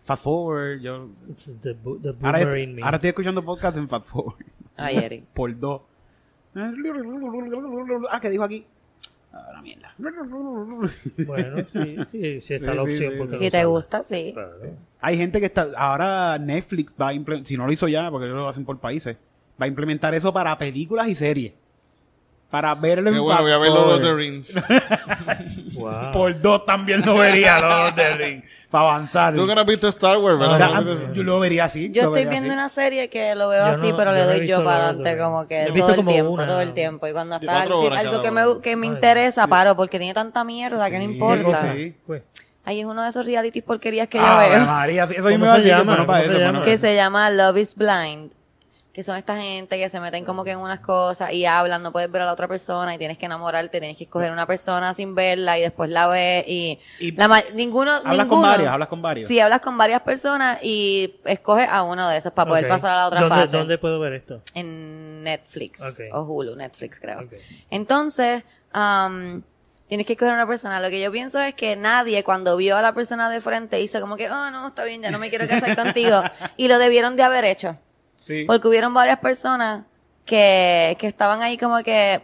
Speaker 6: Fast forward. Yo,
Speaker 5: It's the, bo- the
Speaker 6: ahora,
Speaker 5: boomer in me.
Speaker 6: ahora estoy escuchando podcast en fast forward.
Speaker 4: Ay, Eric.
Speaker 6: Por dos. Ah, ¿qué dijo aquí? Ah, la mierda.
Speaker 5: Bueno, sí, sí, sí está
Speaker 6: Sí,
Speaker 5: la
Speaker 6: sí,
Speaker 5: opción.
Speaker 6: sí,
Speaker 5: porque lo
Speaker 6: sí.
Speaker 4: Si te
Speaker 5: sabe.
Speaker 4: gusta, sí.
Speaker 5: Claro.
Speaker 6: Hay gente que está. Ahora Netflix va a implementar. Si no lo hizo ya, porque ellos lo hacen por países. Va a implementar eso para películas y series. Para verlo
Speaker 3: Qué
Speaker 6: en
Speaker 3: bueno,
Speaker 6: fast
Speaker 3: voy a ver Lord of the
Speaker 6: forward.
Speaker 3: Rings.
Speaker 5: Wow.
Speaker 6: Por dos también lo vería Lord of the Rings. Para avanzar.
Speaker 3: Tú que no has visto Star Wars, ¿verdad?
Speaker 6: Ahora,
Speaker 3: No
Speaker 6: ah,
Speaker 3: has visto-
Speaker 6: yo lo vería así.
Speaker 4: Yo
Speaker 6: lo
Speaker 4: estoy
Speaker 6: vería
Speaker 4: viendo
Speaker 6: así.
Speaker 4: una serie que lo veo
Speaker 5: Yo
Speaker 4: así,
Speaker 5: no-
Speaker 4: pero
Speaker 5: yo
Speaker 4: le
Speaker 5: no he
Speaker 4: doy
Speaker 5: visto
Speaker 4: yo
Speaker 5: la
Speaker 4: para
Speaker 5: otra.
Speaker 4: adelante como
Speaker 5: Yo he
Speaker 4: que
Speaker 5: visto
Speaker 4: todo el
Speaker 5: como
Speaker 4: tiempo,
Speaker 5: una.
Speaker 4: todo el tiempo. Y cuando está
Speaker 3: Cuatro
Speaker 4: al-
Speaker 3: horas
Speaker 4: algo
Speaker 3: cada
Speaker 4: que me,
Speaker 3: uno.
Speaker 4: que me
Speaker 5: Ay.
Speaker 4: interesa, paro, porque tiene tanta mierda que no
Speaker 6: Sí,
Speaker 4: importa.
Speaker 6: sí.
Speaker 5: Pues,
Speaker 4: Ahí es uno de esos realities porquerías que
Speaker 6: Ah,
Speaker 4: yo veo.
Speaker 6: María, sí, eso
Speaker 5: ¿Cómo
Speaker 6: yo me iba a
Speaker 5: se
Speaker 6: decir,
Speaker 5: llama?
Speaker 6: bueno,
Speaker 5: ¿Cómo
Speaker 6: para
Speaker 5: se
Speaker 6: eso,
Speaker 5: llama?
Speaker 6: bueno,
Speaker 4: que se llama Love is Blind, que son esta gente que se meten como que en unas cosas y hablan, no puedes ver a la otra persona y tienes que enamorarte, tienes que escoger una persona sin verla y después la ves y,
Speaker 6: Y
Speaker 4: la ma- ninguno
Speaker 6: Hablas con
Speaker 4: ninguno-
Speaker 6: varios, hablas con varios.
Speaker 4: Sí, hablas con varias personas y escoges a uno de esos para
Speaker 5: ok.
Speaker 4: poder pasar a la otra
Speaker 5: ¿Dónde,
Speaker 4: fase
Speaker 5: ¿Dónde puedo ver esto?
Speaker 4: en Netflix
Speaker 5: Ok.
Speaker 4: o Hulu, Netflix creo.
Speaker 5: Ok.
Speaker 4: Entonces, am, tienes que escoger una persona. Lo que yo pienso es que nadie cuando vio a la persona de frente hizo como que, oh, no, está bien, ya no me quiero casar contigo. Y lo debieron de haber hecho.
Speaker 6: Sí.
Speaker 4: Porque hubieron varias personas que, que estaban ahí como que...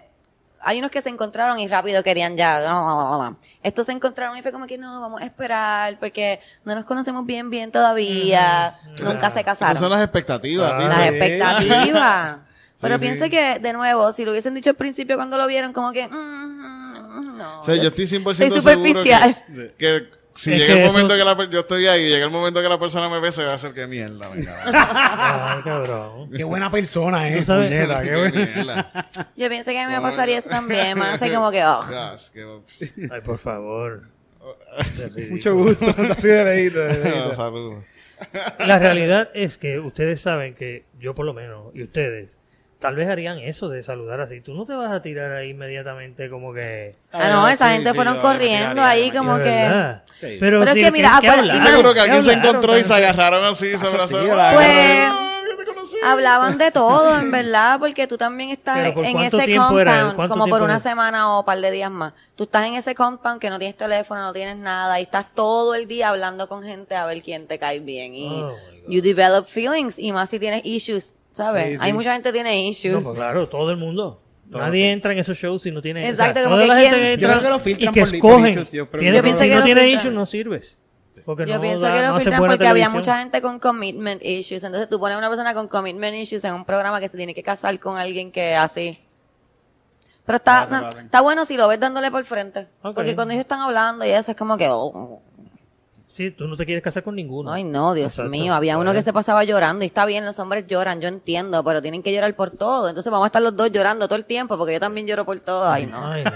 Speaker 4: Hay unos que se encontraron y rápido querían ya. no, no, no, no. Estos se encontraron y fue como que no, vamos a esperar porque no nos conocemos bien, bien todavía. Nunca se casaron
Speaker 3: Esas son las expectativas.
Speaker 5: Ah,
Speaker 3: tío.
Speaker 4: las
Speaker 5: sí.
Speaker 4: expectativas. Pero
Speaker 3: sí.
Speaker 4: piensa que, de nuevo, si lo hubiesen dicho al principio cuando lo vieron, como que, mm, mm, No.
Speaker 3: O sea, yo estoy 100%
Speaker 4: Soy
Speaker 3: seguro
Speaker 4: superficial.
Speaker 3: que, que si
Speaker 5: Es
Speaker 3: llega
Speaker 5: que
Speaker 3: el
Speaker 5: eso-
Speaker 3: momento que la per- yo estoy ahí y llega el momento que la persona me ve, se va a hacer que mierda, venga.
Speaker 5: Ay, cabrón.
Speaker 2: Qué buena persona, eh.
Speaker 5: Tú sabes-
Speaker 2: puñeta, qué
Speaker 3: qué
Speaker 2: buena-
Speaker 3: mierda.
Speaker 4: Yo pienso que a mí me pasaría eso también. Me hace como que, oh.
Speaker 3: Gas, que-
Speaker 5: Ay, por favor.
Speaker 6: Mucho gusto. Así de leído. de leído.
Speaker 3: No, Saludos.
Speaker 5: La realidad es que ustedes saben que yo por lo menos, y ustedes, tal vez harían eso de saludar así. Tú no te vas a tirar ahí inmediatamente como que...
Speaker 4: Ah, no, esa gente fueron corriendo ahí como
Speaker 5: de
Speaker 4: que...
Speaker 5: verdad.
Speaker 6: Sí.
Speaker 5: Pero,
Speaker 4: Pero es
Speaker 5: sí,
Speaker 4: que mira,
Speaker 5: ¿qué- qué
Speaker 4: acuérdate-
Speaker 5: hablaron?
Speaker 3: Seguro que
Speaker 5: ¿Qué
Speaker 3: alguien se
Speaker 5: hablaron? Ah,
Speaker 3: encontró y se
Speaker 5: Tan-
Speaker 3: agarraron así, se
Speaker 6: Así,
Speaker 3: abrazaron.
Speaker 6: la
Speaker 3: ¡Ay,
Speaker 4: Pues-
Speaker 3: yo te conocí!
Speaker 4: Hablaban de todo, en verdad, porque tú también estás
Speaker 5: Pero, ¿por
Speaker 4: en
Speaker 5: cuánto
Speaker 4: ese
Speaker 5: tiempo era?
Speaker 4: compound,
Speaker 5: ¿Cuánto
Speaker 4: como por
Speaker 5: tiempo
Speaker 4: una
Speaker 5: era?
Speaker 4: semana o un par de días más. Tú estás en ese compound que no tienes teléfono, no tienes nada, y estás todo el día hablando con gente a ver quién te cae bien. Y
Speaker 5: Oh, my God.
Speaker 4: you develop feelings, y más si tienes issues, ¿sabes?
Speaker 6: Sí, sí.
Speaker 4: Hay mucha gente que tiene
Speaker 5: No,
Speaker 4: issues.
Speaker 5: pues claro, todo el mundo. Nadie entra en esos shows si no tiene...
Speaker 4: Exacto, como
Speaker 5: toda
Speaker 4: que
Speaker 5: la
Speaker 4: quién-
Speaker 5: gente que entra
Speaker 6: Yo creo que lo filtran
Speaker 5: y que
Speaker 6: por- por
Speaker 5: escogen.
Speaker 6: issues, yo creo
Speaker 5: tiene-
Speaker 6: que- Yo
Speaker 5: si
Speaker 4: pienso que
Speaker 5: no
Speaker 4: lo
Speaker 5: tiene
Speaker 4: filtran.
Speaker 5: issues, no sirves. Porque
Speaker 4: Yo
Speaker 5: no
Speaker 4: pienso
Speaker 5: da-
Speaker 4: que lo
Speaker 5: no hace
Speaker 4: filtran
Speaker 5: buena
Speaker 4: porque había
Speaker 5: televisión.
Speaker 4: mucha gente con commitment issues. Entonces tú pones a una persona con commitment issues en un programa que se tiene que casar con alguien que así. Pero está,
Speaker 6: Ah, se lo
Speaker 4: no,
Speaker 6: hacen.
Speaker 4: está bueno si lo ves dándole por frente.
Speaker 5: Ok.
Speaker 4: Porque cuando ellos están hablando y eso es como que, oh,
Speaker 5: Sí, tú no te quieres casar con ninguno.
Speaker 4: ay no, Dios
Speaker 5: Exacto.
Speaker 4: mío. Había uno
Speaker 5: Bueno.
Speaker 4: que se pasaba llorando y está bien, los hombres lloran, yo entiendo, pero tienen que llorar por todo. Entonces vamos a estar los dos llorando todo el tiempo porque yo también lloro por todo. Ay no.
Speaker 5: Ay, no.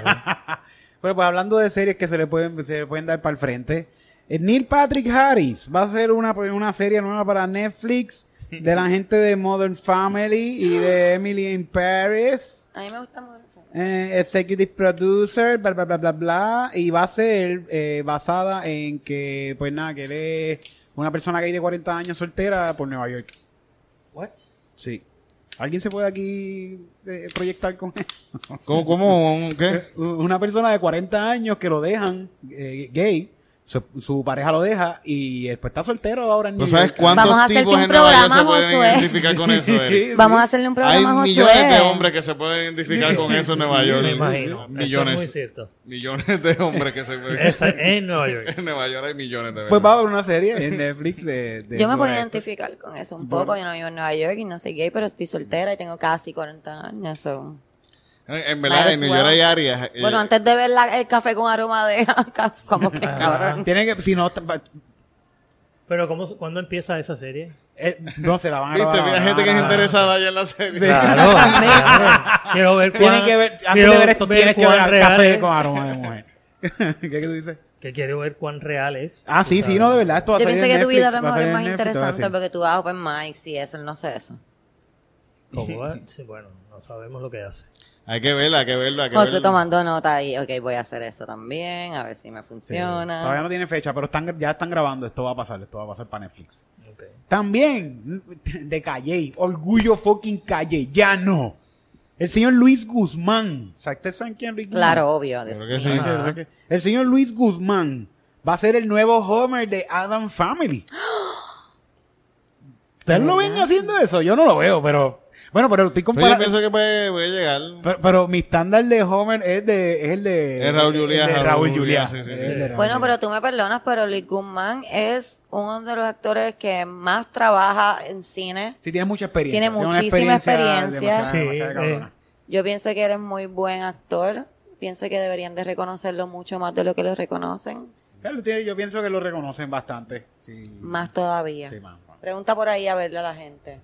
Speaker 6: Pero pues hablando de series que se le pueden, se le pueden dar para el frente, eh, Neil Patrick Harris va a hacer una, una serie nueva para Netflix de la gente de Modern Family y de Emily in Paris,
Speaker 4: A mí me gusta mucho.
Speaker 6: eh, Executive Producer, bla, bla, bla, bla, bla, y va a ser eh, basada en que, pues nada, que él es una persona gay de 40 años soltera por Nueva York.
Speaker 5: What?
Speaker 6: Sí. ¿Alguien se puede aquí eh, proyectar con eso?
Speaker 3: ¿Cómo, cómo, un- qué?
Speaker 6: una persona de 40 años que lo dejan eh, gay, su, su pareja lo deja y después está soltero ahora en
Speaker 3: ¿No
Speaker 6: New
Speaker 3: sabes
Speaker 6: York.
Speaker 3: cuántos
Speaker 4: Vamos a hacerte
Speaker 3: tipos
Speaker 4: un
Speaker 3: en Nueva York se
Speaker 4: programa,
Speaker 3: pueden
Speaker 4: Josué.
Speaker 3: identificar con eso, Eric?
Speaker 4: Vamos a hacerle un
Speaker 3: Hay
Speaker 4: programa a
Speaker 3: millones de
Speaker 4: Josué.
Speaker 3: hombres que se pueden identificar con eso en Nueva
Speaker 5: Sí,
Speaker 3: York.
Speaker 5: Me imagino. Millones. es muy
Speaker 3: Millones.
Speaker 5: cierto.
Speaker 3: Millones de hombres que se pueden...
Speaker 5: Esa- en Nueva York.
Speaker 3: En Nueva York hay millones de
Speaker 6: Pues va a
Speaker 3: verdad.
Speaker 6: haber una serie en Netflix de... de
Speaker 4: Yo me
Speaker 6: sobre
Speaker 4: puedo
Speaker 6: esto.
Speaker 4: identificar con eso un poco. Yo no vivo en Nueva York y no soy gay, pero estoy soltera y tengo casi 40 años. so.
Speaker 3: En en
Speaker 4: Might
Speaker 3: verdad,
Speaker 4: as
Speaker 3: en New
Speaker 4: well.
Speaker 3: York hay áreas. eh,
Speaker 4: Bueno, antes de ver la- el café con aroma de... como
Speaker 6: Ah.
Speaker 4: que cabrón.
Speaker 6: Tienen que... Si no... t- va-
Speaker 5: Pero ¿cómo, ¿cuándo empieza esa serie?
Speaker 6: eh, no, se la van a
Speaker 3: Viste,
Speaker 6: grabar, Ah,
Speaker 3: hay
Speaker 6: la
Speaker 3: gente que
Speaker 6: van
Speaker 3: es
Speaker 6: a grabar.
Speaker 3: interesada ahí en la serie.
Speaker 5: Claro. Quiero ver cuán,
Speaker 6: Tienen que ver... Antes
Speaker 5: quiero
Speaker 6: de ver esto, tienes que ver
Speaker 5: cuán
Speaker 6: al
Speaker 5: real
Speaker 6: café
Speaker 5: es-
Speaker 6: con aroma de mujer. ¿Qué tú dices?
Speaker 5: Que quiero ver cuán real es.
Speaker 6: Ah, sí, sí, no, de verdad. Esto va a
Speaker 4: Yo
Speaker 6: salir
Speaker 4: pienso
Speaker 6: en
Speaker 4: que tu
Speaker 6: Netflix,
Speaker 4: vida a lo
Speaker 6: va a
Speaker 4: mejor
Speaker 6: salir
Speaker 4: es
Speaker 6: en
Speaker 4: más
Speaker 6: Netflix, te voy a
Speaker 4: interesante
Speaker 6: decir.
Speaker 4: porque tú vas a open mics y eso, no sé eso.
Speaker 5: Como va- sí, bueno, no sabemos lo que hace.
Speaker 3: Hay que verla, hay que verla, hay que
Speaker 4: José
Speaker 3: verla.
Speaker 4: tomando nota y, ok, voy a hacer eso también, a ver si me
Speaker 6: Todavía
Speaker 4: funciona.
Speaker 6: no tiene fecha, pero están, ya están grabando. Esto va a pasar, esto va a pasar para Netflix.
Speaker 5: Ok.
Speaker 6: También de Calle, orgullo fucking Calle, ya no. El señor Luis Guzmán. O sea, ¿ustedes saben quién es Luis Guzmán?
Speaker 4: Claro, obvio.
Speaker 3: Creo
Speaker 4: Dios
Speaker 3: que
Speaker 4: mío.
Speaker 3: sí.
Speaker 5: Ah.
Speaker 6: El señor Luis Guzmán va a ser el nuevo Homer de Adam Family. ¿Ustedes lo ven haciendo eso? Yo no lo veo, pero... Bueno, pero
Speaker 3: Pero
Speaker 6: estoy
Speaker 3: yo
Speaker 6: comparando...
Speaker 3: pienso que puede, puede llegar.
Speaker 6: Pero, pero mi estándar de Homer es, de, es el de...
Speaker 3: Es Raúl
Speaker 6: el de
Speaker 3: Juliá,
Speaker 6: Raúl
Speaker 3: Raúl
Speaker 6: Juliá.
Speaker 3: Juliá, sí, sí,
Speaker 6: Es
Speaker 3: sí.
Speaker 6: el de Raúl
Speaker 4: Bueno,
Speaker 6: Juliá.
Speaker 4: pero tú me perdonas, pero Luis Guzmán es uno de los actores que más trabaja en cine.
Speaker 6: Sí, tiene mucha experiencia.
Speaker 4: Tiene
Speaker 6: una
Speaker 4: muchísima experiencia.
Speaker 6: demasiada-
Speaker 5: Sí,
Speaker 6: demasiada
Speaker 5: eh.
Speaker 6: cabrona.
Speaker 4: Yo pienso que eres muy buen actor. Pienso que deberían de reconocerlo mucho más de lo que lo reconocen.
Speaker 6: Claro, tiene- yo pienso que lo reconocen bastante. Sí.
Speaker 4: Más todavía.
Speaker 6: Sí, más, más.
Speaker 4: Pregunta por ahí a verle a la gente.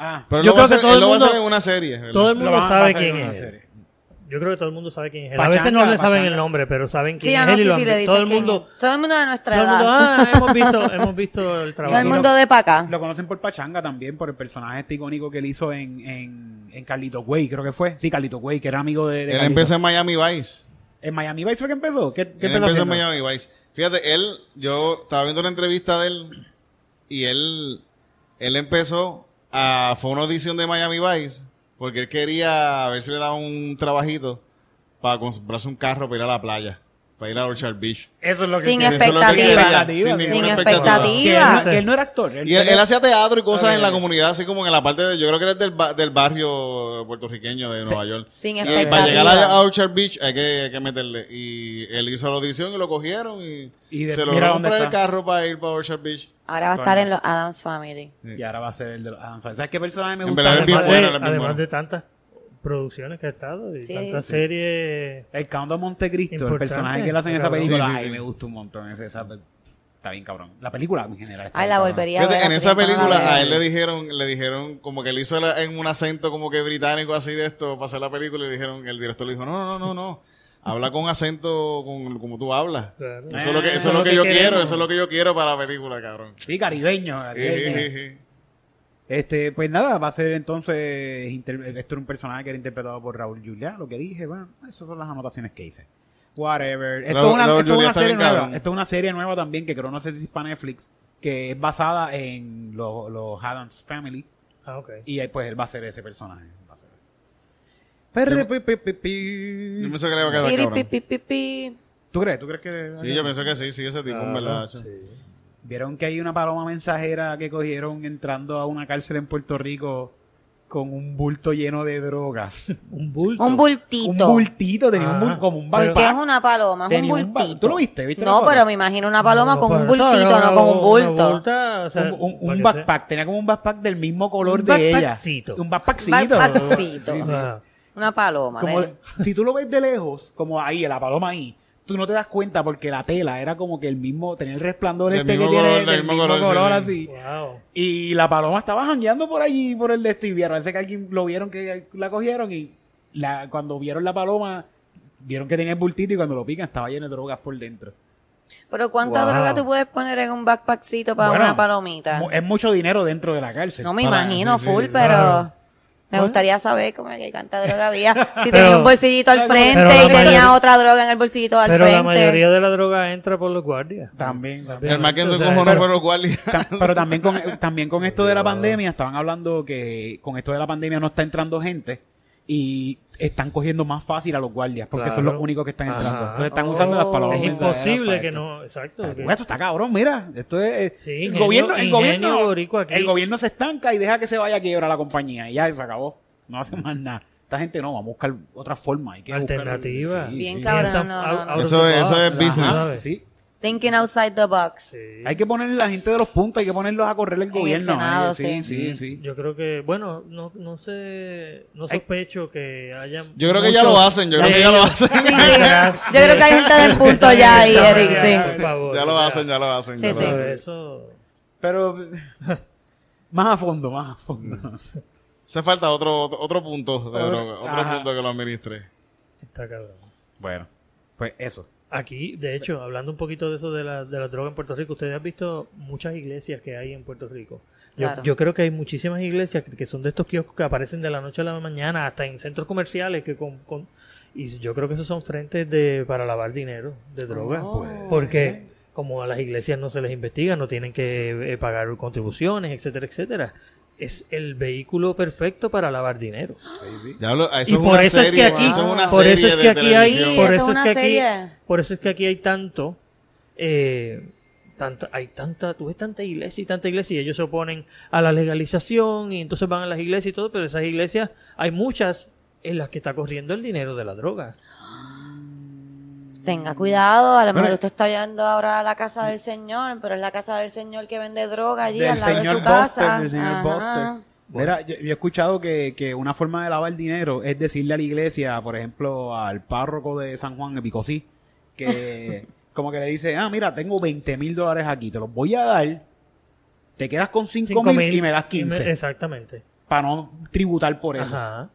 Speaker 6: Ah,
Speaker 3: Pero
Speaker 5: Yo
Speaker 3: él lo va a
Speaker 5: creo que
Speaker 3: hacer-
Speaker 5: todo
Speaker 3: él
Speaker 5: el
Speaker 3: lo va a hacer
Speaker 5: mundo-
Speaker 3: en una serie. ¿verdad?
Speaker 5: Todo el
Speaker 6: lo
Speaker 5: mundo
Speaker 6: van a
Speaker 5: sabe
Speaker 6: pasar en
Speaker 5: quién
Speaker 6: una
Speaker 5: es.
Speaker 6: serie.
Speaker 5: Yo creo que todo el mundo sabe quién es él. A
Speaker 6: Pachanga,
Speaker 5: veces no le saben
Speaker 6: pachanga.
Speaker 5: el nombre, pero saben quién
Speaker 4: Sí,
Speaker 5: es
Speaker 4: ah, no,
Speaker 5: él y
Speaker 4: sí,
Speaker 5: lo
Speaker 4: sí,
Speaker 5: han-
Speaker 4: le dicen
Speaker 5: todo el
Speaker 4: quién
Speaker 5: mundo,
Speaker 4: es. Todo el mundo de nuestra
Speaker 5: todo el mundo,
Speaker 4: edad.
Speaker 5: ah, hemos visto, hemos visto el
Speaker 4: todo
Speaker 5: trabajo.
Speaker 4: el mundo de pa' acá.
Speaker 6: Lo conocen por Pachanga también, por el personaje este icónico que él hizo en, en, en Carlito Way, creo que fue. Sí, Carlito Way, que era amigo de. de
Speaker 3: Él
Speaker 6: Carlito.
Speaker 3: empezó en Miami Vice.
Speaker 6: ¿En Miami Vice fue que empezó? ¿Qué, qué
Speaker 3: Él empezó
Speaker 6: empezó
Speaker 3: en
Speaker 6: haciendo?
Speaker 3: Miami Vice. Fíjate, él, yo estaba viendo una entrevista de él y él, él empezó a, fue una audición de Miami Vice porque él quería a ver si le daba un trabajito para comprarse un carro para ir a la playa, para ir a Orchard Beach.
Speaker 6: Eso es lo que
Speaker 4: Sin
Speaker 6: quiere.
Speaker 3: Eso es lo que
Speaker 4: expectativa.
Speaker 3: quería,
Speaker 6: Sin
Speaker 3: Sin,
Speaker 4: Sin
Speaker 3: ninguna
Speaker 4: expectativa.
Speaker 3: expectativa.
Speaker 6: Que él, no- que él no era actor.
Speaker 3: Y él, él hacía teatro y cosas
Speaker 6: Ok,
Speaker 3: en la
Speaker 6: ok.
Speaker 3: comunidad, así como en la parte de, yo creo que él es del, ba- del barrio puertorriqueño de Nueva York.
Speaker 4: Sin
Speaker 3: Y
Speaker 4: expectativa.
Speaker 3: para llegar a, a Orchard Beach hay que, hay que meterle. Y él hizo la audición y lo cogieron y,
Speaker 6: Y de-
Speaker 3: se
Speaker 6: mira
Speaker 3: logró
Speaker 6: dónde
Speaker 3: comprar el
Speaker 6: está.
Speaker 3: carro para ir para Orchard Beach.
Speaker 4: Ahora va a estar en los Adams Family.
Speaker 6: Y ahora va a ser el de los Adam Sandler. ¿Sabes qué personaje me
Speaker 3: En
Speaker 6: gusta?
Speaker 3: verdad, él es bien
Speaker 5: además,
Speaker 6: Además de-
Speaker 5: de,
Speaker 3: bueno, él es bien
Speaker 5: además
Speaker 3: bueno.
Speaker 5: de tantas producciones que ha estado y
Speaker 4: Sí.
Speaker 5: tantas
Speaker 4: Sí.
Speaker 5: series.
Speaker 6: El Count de Montecristo, el
Speaker 5: Importante.
Speaker 6: personaje que le hacen en esa
Speaker 5: Claro.
Speaker 6: película,
Speaker 3: Sí, sí,
Speaker 6: ay,
Speaker 3: sí.
Speaker 6: me gusta un montón. ese- esa- está bien cabrón. La película en general. está
Speaker 4: Ay,
Speaker 6: bien
Speaker 4: la
Speaker 6: cabrón.
Speaker 4: volvería a
Speaker 3: Fíjate,
Speaker 4: ver.
Speaker 3: en
Speaker 4: hace
Speaker 3: esa
Speaker 4: tiempo no la
Speaker 3: película a él
Speaker 4: veo.
Speaker 3: le dijeron, le dijeron, como que él hizo la- en un acento como que británico así de esto, para hacer la película y le dijeron, el director le dijo, no, no, no, no, habla con acento con, como tú hablas.
Speaker 5: claro.
Speaker 3: Eso es lo que, eso
Speaker 5: Ah,
Speaker 3: es lo que yo quiero,
Speaker 5: queremos.
Speaker 3: eso es lo que yo quiero para la película, cabrón.
Speaker 6: Sí, caribeño. caribeño.
Speaker 3: Ejejeje.
Speaker 6: Este, pues nada, va a ser entonces inter- esto era un personaje que era interpretado por Raúl Juliá, lo que dije, bueno, esas son las anotaciones que hice. Whatever. Esto
Speaker 3: Raúl-
Speaker 6: es una,
Speaker 3: Raúl
Speaker 6: esto es
Speaker 3: Juliá
Speaker 6: una
Speaker 3: está
Speaker 6: serie
Speaker 3: bien
Speaker 6: nueva.
Speaker 3: cabrón.
Speaker 6: Esto es una serie nueva también que creo no sé si es para Netflix, que es basada en los, los Adams Family.
Speaker 5: Ah, ok.
Speaker 6: Y ahí pues él va a ser ese personaje. Va a ser. Perre, pi, pi, pi, pi.
Speaker 3: Yo pienso que le va a quedar
Speaker 4: Piri,
Speaker 3: cabrón.
Speaker 4: pi, pi, pi, pi.
Speaker 6: ¿Tú crees? ¿Tú crees que.?
Speaker 3: Sí, yo pienso que sí, sí, ese tipo, en
Speaker 5: Ah,
Speaker 3: verdad.
Speaker 5: sí.
Speaker 3: chacho.
Speaker 6: ¿Vieron que hay una paloma mensajera que cogieron entrando a una cárcel en Puerto Rico con un bulto lleno de drogas?
Speaker 5: Un bulto.
Speaker 4: Un bultito.
Speaker 6: Un bultito, tenía un
Speaker 5: Ah.
Speaker 6: bulto, como un
Speaker 5: Porque
Speaker 4: Porque es
Speaker 6: backpack.
Speaker 4: una paloma, es
Speaker 6: Tenía
Speaker 4: un
Speaker 6: un ba-
Speaker 4: bultito.
Speaker 6: ¿Tú lo viste? ¿Viste la
Speaker 4: no,
Speaker 6: foto?
Speaker 4: pero me imagino una paloma
Speaker 5: No,
Speaker 4: con
Speaker 5: por
Speaker 4: un
Speaker 5: eso,
Speaker 4: bultito, no
Speaker 5: una-
Speaker 4: con un
Speaker 5: una
Speaker 4: bulto.
Speaker 5: bulta, o sea,
Speaker 6: Un, un- un
Speaker 5: para que
Speaker 6: backpack, tenía como un backpack del mismo color
Speaker 5: Un
Speaker 6: de ella.
Speaker 5: backpackcito.
Speaker 6: Un backpackcito.
Speaker 4: Backpackcito.
Speaker 6: Sí, sí.
Speaker 5: sea- Ah,
Speaker 4: Una paloma.
Speaker 6: Como-
Speaker 4: de-
Speaker 6: si tú lo ves de lejos, como ahí, la paloma ahí, tú no te das cuenta porque la tela era como que el mismo, tenía el resplandor
Speaker 3: Del
Speaker 6: este que
Speaker 3: mismo
Speaker 6: tiene,
Speaker 3: color, del
Speaker 6: del mismo
Speaker 3: mismo
Speaker 6: color,
Speaker 3: color, sí, sí.
Speaker 6: así.
Speaker 5: Ah, Wow.
Speaker 6: Y la paloma estaba jangueando por allí, por el destino. Y Parece que alguien lo vieron que la cogieron y la, cuando vieron la paloma, vieron que tenía el bultito y cuando lo pican estaba lleno de drogas por dentro.
Speaker 4: Pero ¿cuánta
Speaker 6: Wow.
Speaker 4: droga tú puedes poner en un backpackcito para
Speaker 6: Bueno,
Speaker 4: una palomita?
Speaker 6: Mu- Es mucho dinero dentro de la cárcel.
Speaker 4: No me
Speaker 6: Para-
Speaker 4: imagino
Speaker 6: sí, sí,
Speaker 4: full,
Speaker 6: sí.
Speaker 4: pero
Speaker 5: Claro.
Speaker 4: me gustaría saber cómo que tanta droga había.
Speaker 5: Pero-
Speaker 4: Si tenía un bolsillito al
Speaker 6: pero
Speaker 4: frente
Speaker 5: la
Speaker 4: y tenía
Speaker 5: mayoría-
Speaker 4: otra droga en el bolsillito al
Speaker 5: Pero
Speaker 4: frente.
Speaker 5: la mayoría de la droga entra por los guardias.
Speaker 6: También, también.
Speaker 3: El más que en su
Speaker 5: O sea,
Speaker 3: cojo no
Speaker 5: pero-
Speaker 3: fue los guardias.
Speaker 6: Ta- Pero también con, eh, también con esto de la pandemia, estaban hablando que con esto de la pandemia no está entrando gente y están cogiendo más fácil a los guardias porque son
Speaker 5: Claro.
Speaker 6: los únicos que están entrando.
Speaker 5: Ajá.
Speaker 6: Entonces están usando las
Speaker 4: Oh.
Speaker 6: palabras.
Speaker 5: Es
Speaker 6: mensajeras
Speaker 5: imposible
Speaker 6: para
Speaker 5: que
Speaker 6: esto.
Speaker 5: no. Exacto.
Speaker 6: Ah,
Speaker 5: que-
Speaker 6: Esto está cabrón, mira. Esto es. eh,
Speaker 5: Sí,
Speaker 6: el
Speaker 5: ingenio-
Speaker 6: gobierno, el
Speaker 5: ingenio
Speaker 6: gobierno,
Speaker 5: boricua aquí.
Speaker 6: el gobierno se estanca y deja que se vaya a quiebrar la compañía. Y ya se acabó. No hace más nada. Esta gente no, vamos a buscar otra forma. Hay que buscar-
Speaker 5: Alternativa.
Speaker 6: Sí,
Speaker 4: Bien
Speaker 6: sí.
Speaker 4: cabrón,
Speaker 5: Piensan
Speaker 4: no, no,
Speaker 5: out-
Speaker 4: no.
Speaker 5: out of
Speaker 3: Eso
Speaker 5: the
Speaker 3: es-
Speaker 5: box,
Speaker 3: eso es
Speaker 5: ¿sabes?
Speaker 3: business.
Speaker 6: Ajá, sí.
Speaker 4: Thinking outside the box.
Speaker 5: Sí.
Speaker 6: Hay que poner la gente de los puntos, hay que ponerlos a correr el
Speaker 4: el
Speaker 6: gobierno.
Speaker 4: Senado,
Speaker 6: Ay, sí, sí, sí.
Speaker 5: Yo creo que, bueno, no, no sé, no
Speaker 6: Ay.
Speaker 5: sospecho que haya.
Speaker 3: Yo creo que ya lo hacen, yo creo que ya lo hacen.
Speaker 4: Sí, sí. Yo creo que hay gente del punto ya ahí, Eric, sí.
Speaker 3: Ya lo hacen, ya lo hacen. ya
Speaker 4: Sí,
Speaker 3: lo
Speaker 4: sí.
Speaker 3: hacen.
Speaker 5: Eso,
Speaker 6: Pero más a fondo, más a fondo.
Speaker 3: Hace falta otro, otro, otro punto, de
Speaker 6: Otro-
Speaker 3: droga, otro
Speaker 6: ajá.
Speaker 3: punto que lo administre.
Speaker 5: está cabrón.
Speaker 6: Bueno, pues eso.
Speaker 5: Aquí, de hecho, hablando un poquito de eso de la, de la droga en Puerto Rico, ustedes han visto muchas iglesias que hay en Puerto Rico. Yo,
Speaker 4: Claro.
Speaker 5: yo creo que hay muchísimas iglesias que, que son de estos kioscos que aparecen de la noche a la mañana, hasta en centros comerciales, que con, con- y yo creo que esos son frentes de para lavar dinero de droga.
Speaker 4: Oh. Puede
Speaker 5: porque como a las iglesias no se les investiga, no tienen que eh, pagar contribuciones, etcétera, etcétera. Es el vehículo perfecto para lavar dinero.
Speaker 3: Ya hablo- eso
Speaker 5: y
Speaker 3: es
Speaker 5: por
Speaker 3: una
Speaker 5: eso es
Speaker 3: serie,
Speaker 5: que aquí,
Speaker 3: eso es una
Speaker 5: por eso
Speaker 3: serie
Speaker 5: es
Speaker 3: de
Speaker 5: que aquí
Speaker 3: televisión.
Speaker 5: hay, por eso es que
Speaker 4: Sí, eso es una
Speaker 5: aquí,
Speaker 4: serie.
Speaker 5: por eso es que aquí hay tanto, eh, tanta, hay tanta, tú ves tanta iglesia y tanta iglesia y ellos se oponen a la legalización y entonces van a las iglesias y todo, pero esas iglesias hay muchas en las que está corriendo el dinero de la droga.
Speaker 4: Tenga cuidado, a lo mejor
Speaker 6: Bueno.
Speaker 4: usted está yendo ahora a la casa del señor, pero es la casa del señor que vende droga allí
Speaker 6: Del
Speaker 4: al lado
Speaker 6: señor
Speaker 4: de su casa.
Speaker 6: Buster, del señor
Speaker 4: Ajá.
Speaker 6: Buster. Mira, yo, yo he escuchado que, que una forma de lavar dinero es decirle a la iglesia, por ejemplo, al párroco de San Juan de Picosí, que como que le dice, ah, mira, tengo 20 mil dólares aquí, te los voy a dar, te quedas con 5
Speaker 5: Cinco
Speaker 6: mil
Speaker 5: mil
Speaker 6: y me das
Speaker 5: y me-
Speaker 6: 15,
Speaker 5: Exactamente.
Speaker 6: para no tributar por eso.
Speaker 5: Ajá.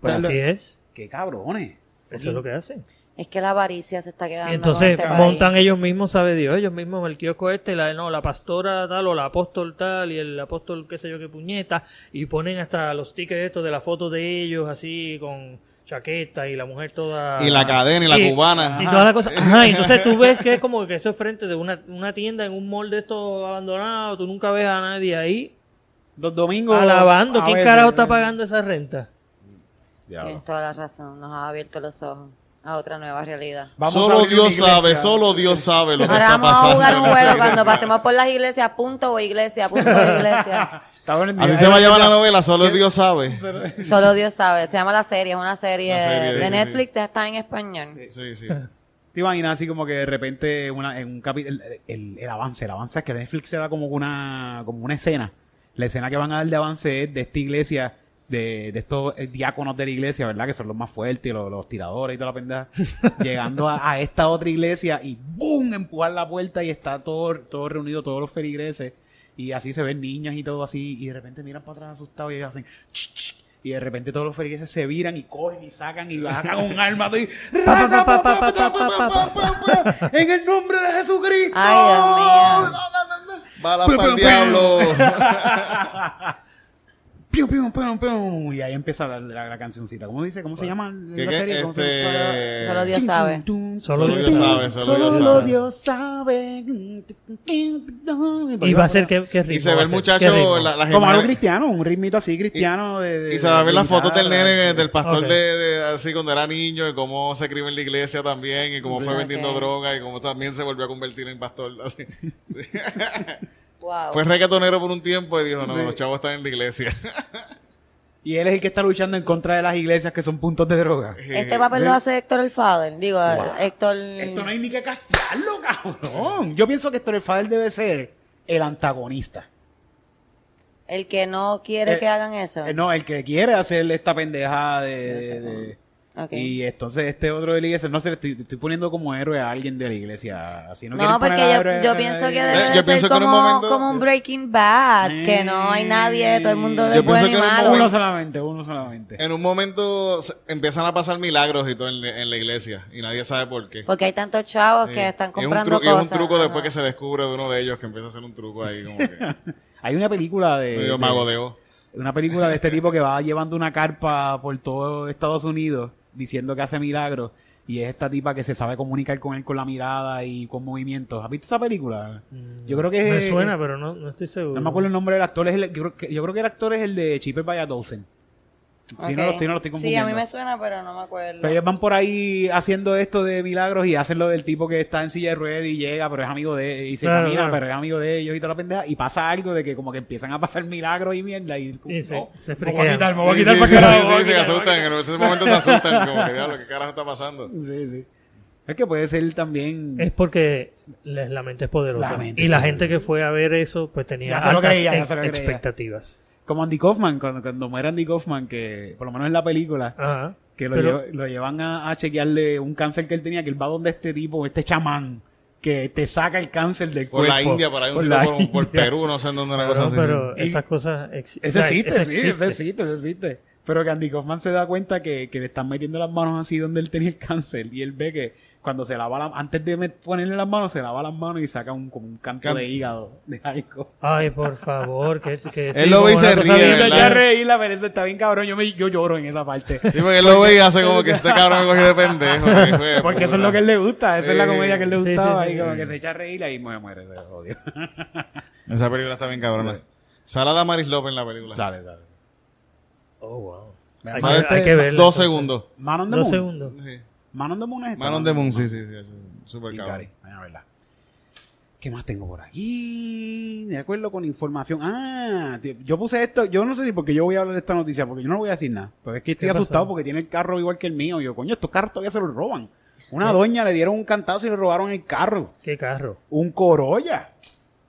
Speaker 5: Pues
Speaker 6: Pero-
Speaker 5: así es.
Speaker 6: ¡Qué cabrones!
Speaker 5: Eso es lo que hacen.
Speaker 4: Es que la avaricia se está quedando.
Speaker 5: Y
Speaker 4: con
Speaker 5: entonces
Speaker 4: este país.
Speaker 5: montan ellos mismos, sabe Dios, ellos mismos el kiosco este, la, no, la pastora tal o la apóstol tal y el apóstol qué sé yo qué puñeta y ponen hasta los tickets estos de la foto de ellos así con chaqueta y la mujer toda...
Speaker 3: Y la cadena y la cubana.
Speaker 5: Y
Speaker 3: Ajá.
Speaker 5: toda la cosa. Ajá, y entonces tú ves que es como que eso es frente de una, una tienda en un mall de estos abandonados, tú nunca ves a nadie ahí
Speaker 6: Los domingos...
Speaker 5: alabando.
Speaker 6: a
Speaker 5: ¿Quién
Speaker 6: veces-
Speaker 5: carajo está pagando esa renta?
Speaker 3: Diablo.
Speaker 4: Tienes toda la razón, nos ha abierto los ojos a otra nueva realidad.
Speaker 6: Vamos a
Speaker 3: Solo
Speaker 6: abrir una
Speaker 3: Dios
Speaker 6: iglesia.
Speaker 3: sabe, solo Dios sabe lo que
Speaker 4: Ahora
Speaker 3: está
Speaker 4: vamos a
Speaker 3: pasando.
Speaker 4: jugar un
Speaker 3: en esa
Speaker 4: juego cuando
Speaker 3: iglesia.
Speaker 4: pasemos por las iglesias, punto o iglesia, punto o iglesia.
Speaker 6: Está bueno,
Speaker 3: Así
Speaker 6: mira,
Speaker 3: se
Speaker 6: hay
Speaker 3: va a llamar la
Speaker 6: una iglesia-
Speaker 3: novela, solo Dios sabe.
Speaker 4: Solo Dios sabe, se llama la serie, es una serie,
Speaker 3: Una serie,
Speaker 4: de
Speaker 3: sí, sí.
Speaker 4: Netflix, está en español.
Speaker 3: Sí, sí.
Speaker 6: ¿Te imaginas así como que de repente una, en un capi- el, el- el avance, el avance es que Netflix se da como una, como una escena. La escena que van a dar de avance es de esta iglesia de, de estos eh, diáconos de la iglesia, ¿verdad? Que son los más fuertes, los, los tiradores y toda la pendeja. llegando a, a esta otra iglesia y ¡boom! Empujar la puerta y está todo, todo reunido, todos los feligreses. Y así se ven niñas y todo así. Y de repente miran para atrás asustados y ellos hacen... ch, ch, y de repente todos los feligreses se viran y cogen y sacan y sacan un arma. todo Y,
Speaker 5: Pa, pa, pa, pa, pa, pa, pa, pa, pa.
Speaker 6: en el nombre de Jesucristo.
Speaker 4: Ay, Dios mío.
Speaker 3: Bala
Speaker 6: Pum,
Speaker 3: para el
Speaker 6: pum,
Speaker 3: diablo.
Speaker 6: Piu, piu, piu, piu. Y ahí empieza la, la- la cancioncita. ¿Cómo dice? ¿Cómo se llama la
Speaker 3: ¿Qué, qué?
Speaker 6: serie? ¿Cómo se-
Speaker 3: Este-
Speaker 4: Solo, solo Dios
Speaker 6: Tun,
Speaker 4: sabe.
Speaker 6: tun, tun.
Speaker 5: Solo Dios
Speaker 6: tun,
Speaker 3: sabe,
Speaker 6: tun.
Speaker 3: solo Dios
Speaker 6: Solo
Speaker 3: sabe.
Speaker 6: Dios sabe. Y
Speaker 3: Pues
Speaker 5: Y va a ser que, que ritmo.
Speaker 3: Y se ve
Speaker 5: va a
Speaker 3: el
Speaker 5: ser? ¿Qué
Speaker 3: muchacho,
Speaker 5: ritmo?
Speaker 3: la, la
Speaker 6: Como algo
Speaker 3: gemela-
Speaker 6: cristiano, un ritmito así cristiano. de- de-
Speaker 3: Y se va a ver
Speaker 6: de
Speaker 3: las fotos del
Speaker 4: Ah,
Speaker 6: guitarra.
Speaker 3: nene, del pastor
Speaker 5: Ok.
Speaker 3: de, de- así cuando era niño, y cómo se crió en la iglesia también, y cómo
Speaker 6: Sí.
Speaker 3: fue vendiendo
Speaker 4: Ok.
Speaker 3: droga, y cómo también se volvió a convertir en pastor. así. Sí.
Speaker 4: Wow.
Speaker 3: Fue reggaetonero por un tiempo y dijo, no,
Speaker 6: Sí.
Speaker 3: los chavos están en la iglesia.
Speaker 6: Y él es el que está luchando en contra de las iglesias que son puntos de droga.
Speaker 3: Eh.
Speaker 4: este papel lo hace Héctor el Father. Digo, Héctor.
Speaker 6: Esto no hay ni que castigarlo, cabrón. Yo pienso que Héctor el Fader debe ser el antagonista.
Speaker 4: El que no quiere
Speaker 6: Eh,
Speaker 4: que hagan eso.
Speaker 6: Eh, No, el que quiere hacer esta pendejada de... de- de-
Speaker 4: Ok.
Speaker 6: Y entonces este otro de la iglesia, no sé, le estoy, le estoy poniendo como héroe a alguien de la iglesia. Así no,
Speaker 4: No,
Speaker 6: quieren poner
Speaker 4: porque
Speaker 6: a
Speaker 4: yo,
Speaker 6: héroe-
Speaker 4: yo pienso que debe
Speaker 3: Yo
Speaker 4: de
Speaker 3: pienso
Speaker 4: ser
Speaker 3: que en un
Speaker 4: como,
Speaker 3: momento-
Speaker 4: como un Breaking Bad, que no hay nadie, todo el mundo de
Speaker 3: Yo pienso
Speaker 4: bueno y
Speaker 3: que Eh. en un
Speaker 4: malo.
Speaker 6: Uno solamente, uno solamente.
Speaker 3: En un momento se- empiezan a pasar milagros y todo en, la- en la iglesia, y nadie sabe por qué.
Speaker 4: Porque hay tantos chavos
Speaker 3: Sí.
Speaker 4: que están
Speaker 3: Y es un
Speaker 4: comprando
Speaker 3: tru- y es un,
Speaker 4: cosas.
Speaker 3: truco después que
Speaker 4: Ajá.
Speaker 3: se descubre de uno de ellos que empieza a hacer un truco ahí como que
Speaker 6: Hay una película de...
Speaker 3: medio
Speaker 6: de-
Speaker 3: magodeo.
Speaker 6: Una película de este tipo que va llevando una carpa por todo Estados Unidos diciendo que hace milagros. Y es esta tipa que se sabe comunicar con él con la mirada y con movimientos. ¿Has visto esa película? Yo creo que
Speaker 5: Me
Speaker 6: es-
Speaker 5: suena, pero no, no estoy seguro.
Speaker 6: No me acuerdo el nombre del actor. Es el- yo, creo que, yo creo que el actor es el de Chipper Valladolid. Si no lo
Speaker 4: Ok.
Speaker 6: estoy, no lo estoy
Speaker 4: Sí,
Speaker 6: confundiendo.
Speaker 4: a mí me suena, pero no me acuerdo.
Speaker 6: Pero ellos van por ahí haciendo esto de milagros y hacen lo del tipo que está en silla de ruedas y llega, pero es amigo de y se
Speaker 5: Claro,
Speaker 6: camina,
Speaker 5: claro.
Speaker 6: pero es amigo de ellos y toda la pendeja. Y pasa algo de que como que empiezan a pasar milagros y mierda. Y, como,
Speaker 5: Y se-
Speaker 6: no,
Speaker 5: se
Speaker 6: me voy a
Speaker 5: friquean.
Speaker 6: quitar, me voy a
Speaker 3: Sí,
Speaker 6: quitar
Speaker 3: sí,
Speaker 6: para
Speaker 3: sí,
Speaker 6: carajo,
Speaker 3: sí,
Speaker 6: me voy a
Speaker 3: sí, se
Speaker 6: quitar, me voy a
Speaker 3: asustan, en esos momentos se asustan, como que diablo, ¿qué carajo está pasando?
Speaker 6: quitar". Sí, sí. Es que puede ser también.
Speaker 5: Es porque la, la mente es poderosa.
Speaker 6: La mente
Speaker 5: y la
Speaker 6: es
Speaker 5: gente que fue a ver eso, pues tenía
Speaker 6: Ya se lo
Speaker 5: altas
Speaker 6: creía, ya se lo
Speaker 5: ex-
Speaker 6: creía.
Speaker 5: expectativas.
Speaker 6: Como Andy Kaufman, cuando, cuando muere Andy Kaufman, que por lo menos en la película,
Speaker 5: Ajá.
Speaker 6: que lo,
Speaker 5: Ah, Pero-
Speaker 6: lleva- lo llevan a, a chequearle un cáncer que él tenía, que él va donde este tipo, este chamán, que te saca el cáncer del
Speaker 3: Por
Speaker 6: cuerpo.
Speaker 3: la India, por ahí, un
Speaker 6: Pues, Por
Speaker 3: sitio
Speaker 6: la
Speaker 3: por, por
Speaker 6: India.
Speaker 3: Perú, no sé en dónde una cosa
Speaker 5: Pero,
Speaker 3: así.
Speaker 5: pero
Speaker 6: sí.
Speaker 5: esas cosas ex-
Speaker 6: Eso
Speaker 5: o sea,
Speaker 6: existe,
Speaker 5: eso
Speaker 6: sí, eso existe, eso existe. Pero que Andy Kaufman se da cuenta que, que le están metiendo las manos así donde él tenía el cáncer. Y él ve que cuando se lava la, antes de met- ponerle las manos, se lava las manos y saca un, como un canto
Speaker 3: Can-
Speaker 6: de hígado de algo.
Speaker 5: Ay, por favor, que, que
Speaker 3: Él lo ve y
Speaker 5: como
Speaker 3: se
Speaker 5: una cosa
Speaker 3: ríe,
Speaker 5: bien-
Speaker 3: ¿verdad?
Speaker 6: ya reí, la pero eso está bien cabrón. Yo, me, yo lloro en esa parte.
Speaker 3: Sí, porque él lo ve y hace como que este cabrón me cogió de pendejo. que pues, hijo de
Speaker 6: Porque eso es
Speaker 3: puta.
Speaker 6: lo que a él le gusta. Esa es la
Speaker 3: Sí.
Speaker 6: comedia que a él le
Speaker 5: Sí, sí,
Speaker 6: gustaba.
Speaker 5: sí,
Speaker 6: y
Speaker 5: sí.
Speaker 6: como que se echa a reír y ahí me muere. de odio.
Speaker 3: Esa película está bien cabrona. Sale Damaris López en la película.
Speaker 6: Sale, sale.
Speaker 5: Oh, wow.
Speaker 6: Mira,
Speaker 5: Hay
Speaker 6: sale
Speaker 5: que-
Speaker 6: este
Speaker 5: hay que verla,
Speaker 3: Dos
Speaker 5: entonces.
Speaker 3: segundos.
Speaker 6: Man on the
Speaker 5: Dos
Speaker 6: Moon.
Speaker 5: segundos.
Speaker 3: Sí.
Speaker 6: Man on the Moon es esta,
Speaker 3: Man on the Moon, sí, sí, sí. Super
Speaker 6: Y
Speaker 3: cabrón.
Speaker 6: Cari, la verdad. ¿Qué más tengo por aquí? De acuerdo con información. Ah, tío, yo puse esto. Yo no sé si porque yo voy a hablar de esta noticia, porque yo no voy a decir nada. Pero es que estoy
Speaker 5: ¿Qué pasó?
Speaker 6: asustado porque tiene el carro igual que el mío. Yo, coño, estos carros todavía se los roban. Una doña le dieron un cantazo y le robaron el carro.
Speaker 5: ¿Qué carro?
Speaker 6: Un Corolla.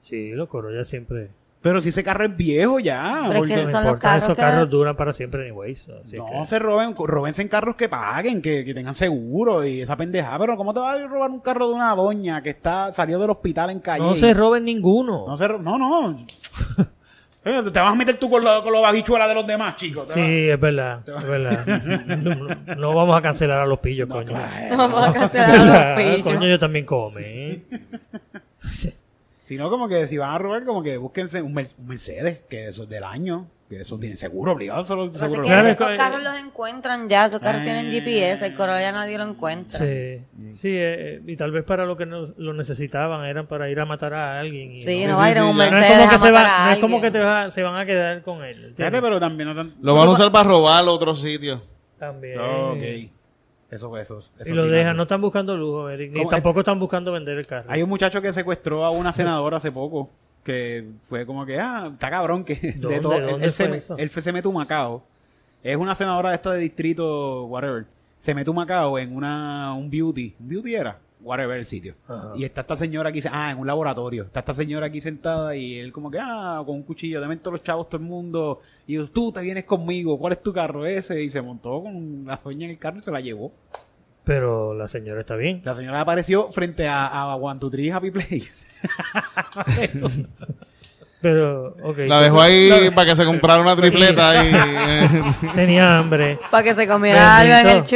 Speaker 5: Sí, lo Corolla siempre.
Speaker 6: Pero si ese carro es viejo ya.
Speaker 4: Pero es
Speaker 6: porque-
Speaker 4: que
Speaker 5: No
Speaker 4: son los
Speaker 5: importa,
Speaker 4: carros
Speaker 5: esos
Speaker 4: que-
Speaker 5: carros duran para siempre, anyways. Así
Speaker 6: no
Speaker 5: que-
Speaker 6: se roben, robense en carros que paguen, que, que tengan seguro y esa pendejada. Pero ¿cómo te vas a robar un carro de una doña que está salió del hospital en calle?
Speaker 5: No se roben ninguno.
Speaker 6: No, se ro- no, no. Eh, Te vas a meter tú con, la- con los bajichuelas de los demás, chicos. Te vas-
Speaker 5: Sí, es verdad, es verdad. No, no- no vamos a cancelar a los pillos, coño.
Speaker 4: Vamos a
Speaker 5: ¿Verdad?
Speaker 4: cancelar los pillos.
Speaker 5: Ah, Coño, ellos también comen.
Speaker 6: Si no, como que si van a robar, como que búsquense un, Mer- un Mercedes, que eso es del año, que eso tiene seguro obligado. Solo,
Speaker 4: Lo que
Speaker 6: seguro
Speaker 4: pasa
Speaker 5: Claro,
Speaker 4: es que
Speaker 5: eso-
Speaker 4: esos carros los encuentran ya, esos carros
Speaker 6: Ah.
Speaker 4: tienen GPS, el Corolla nadie lo encuentra. Sí,
Speaker 5: Sí, sí eh, y tal vez para lo que nos- lo necesitaban eran para ir a matar a alguien. y no.
Speaker 4: no va a ir en un
Speaker 3: sí, sí,
Speaker 5: No es
Speaker 4: Mercedes
Speaker 5: como
Speaker 4: a
Speaker 5: que, se,
Speaker 4: matar
Speaker 5: va-
Speaker 4: a
Speaker 5: no es como que
Speaker 4: alguien.
Speaker 5: te va- se van a quedar con él. ¿entiendes?
Speaker 6: Fíjate, pero también no tan...
Speaker 3: Lo van a usar para robar a otro sitio.
Speaker 5: También.
Speaker 6: Ah, ok. Eso, eso, eso
Speaker 5: Y lo
Speaker 6: sí me hace.
Speaker 5: dejan, no están buscando lujo, Eric. Ni
Speaker 6: ¿Cómo?
Speaker 5: tampoco están buscando vender el carro.
Speaker 6: Hay un muchacho que secuestró a una senadora hace poco, que fue como que, ah, está cabrón que
Speaker 5: ¿Dónde?
Speaker 6: de todo. él-
Speaker 5: ¿Dónde
Speaker 6: él,
Speaker 5: fue
Speaker 6: se, me-
Speaker 5: eso?
Speaker 6: él fue- se mete un Macao. Es una senadora de esta de distrito, whatever. Se mete un Macao en una, un beauty. ¿Un beauty era? whatever el sitio.
Speaker 5: Ajá.
Speaker 6: Y está esta señora aquí, se- ah, en un laboratorio. Está esta señora aquí sentada y él como que, ah, con un cuchillo, dame todos los chavos, todo el mundo. Y yo, tú te vienes conmigo, ¿cuál es tu carro ese? Y se montó con la doña en el carro y se la llevó.
Speaker 5: Pero la señora está bien.
Speaker 6: La señora apareció frente a, a One, Two, Three, Happy Place.
Speaker 5: Pero, ok.
Speaker 3: La dejó ahí para que se comprara una tripleta y eh,
Speaker 5: Tenía hambre.
Speaker 4: Para que se comiera algo en el
Speaker 5: Bendito.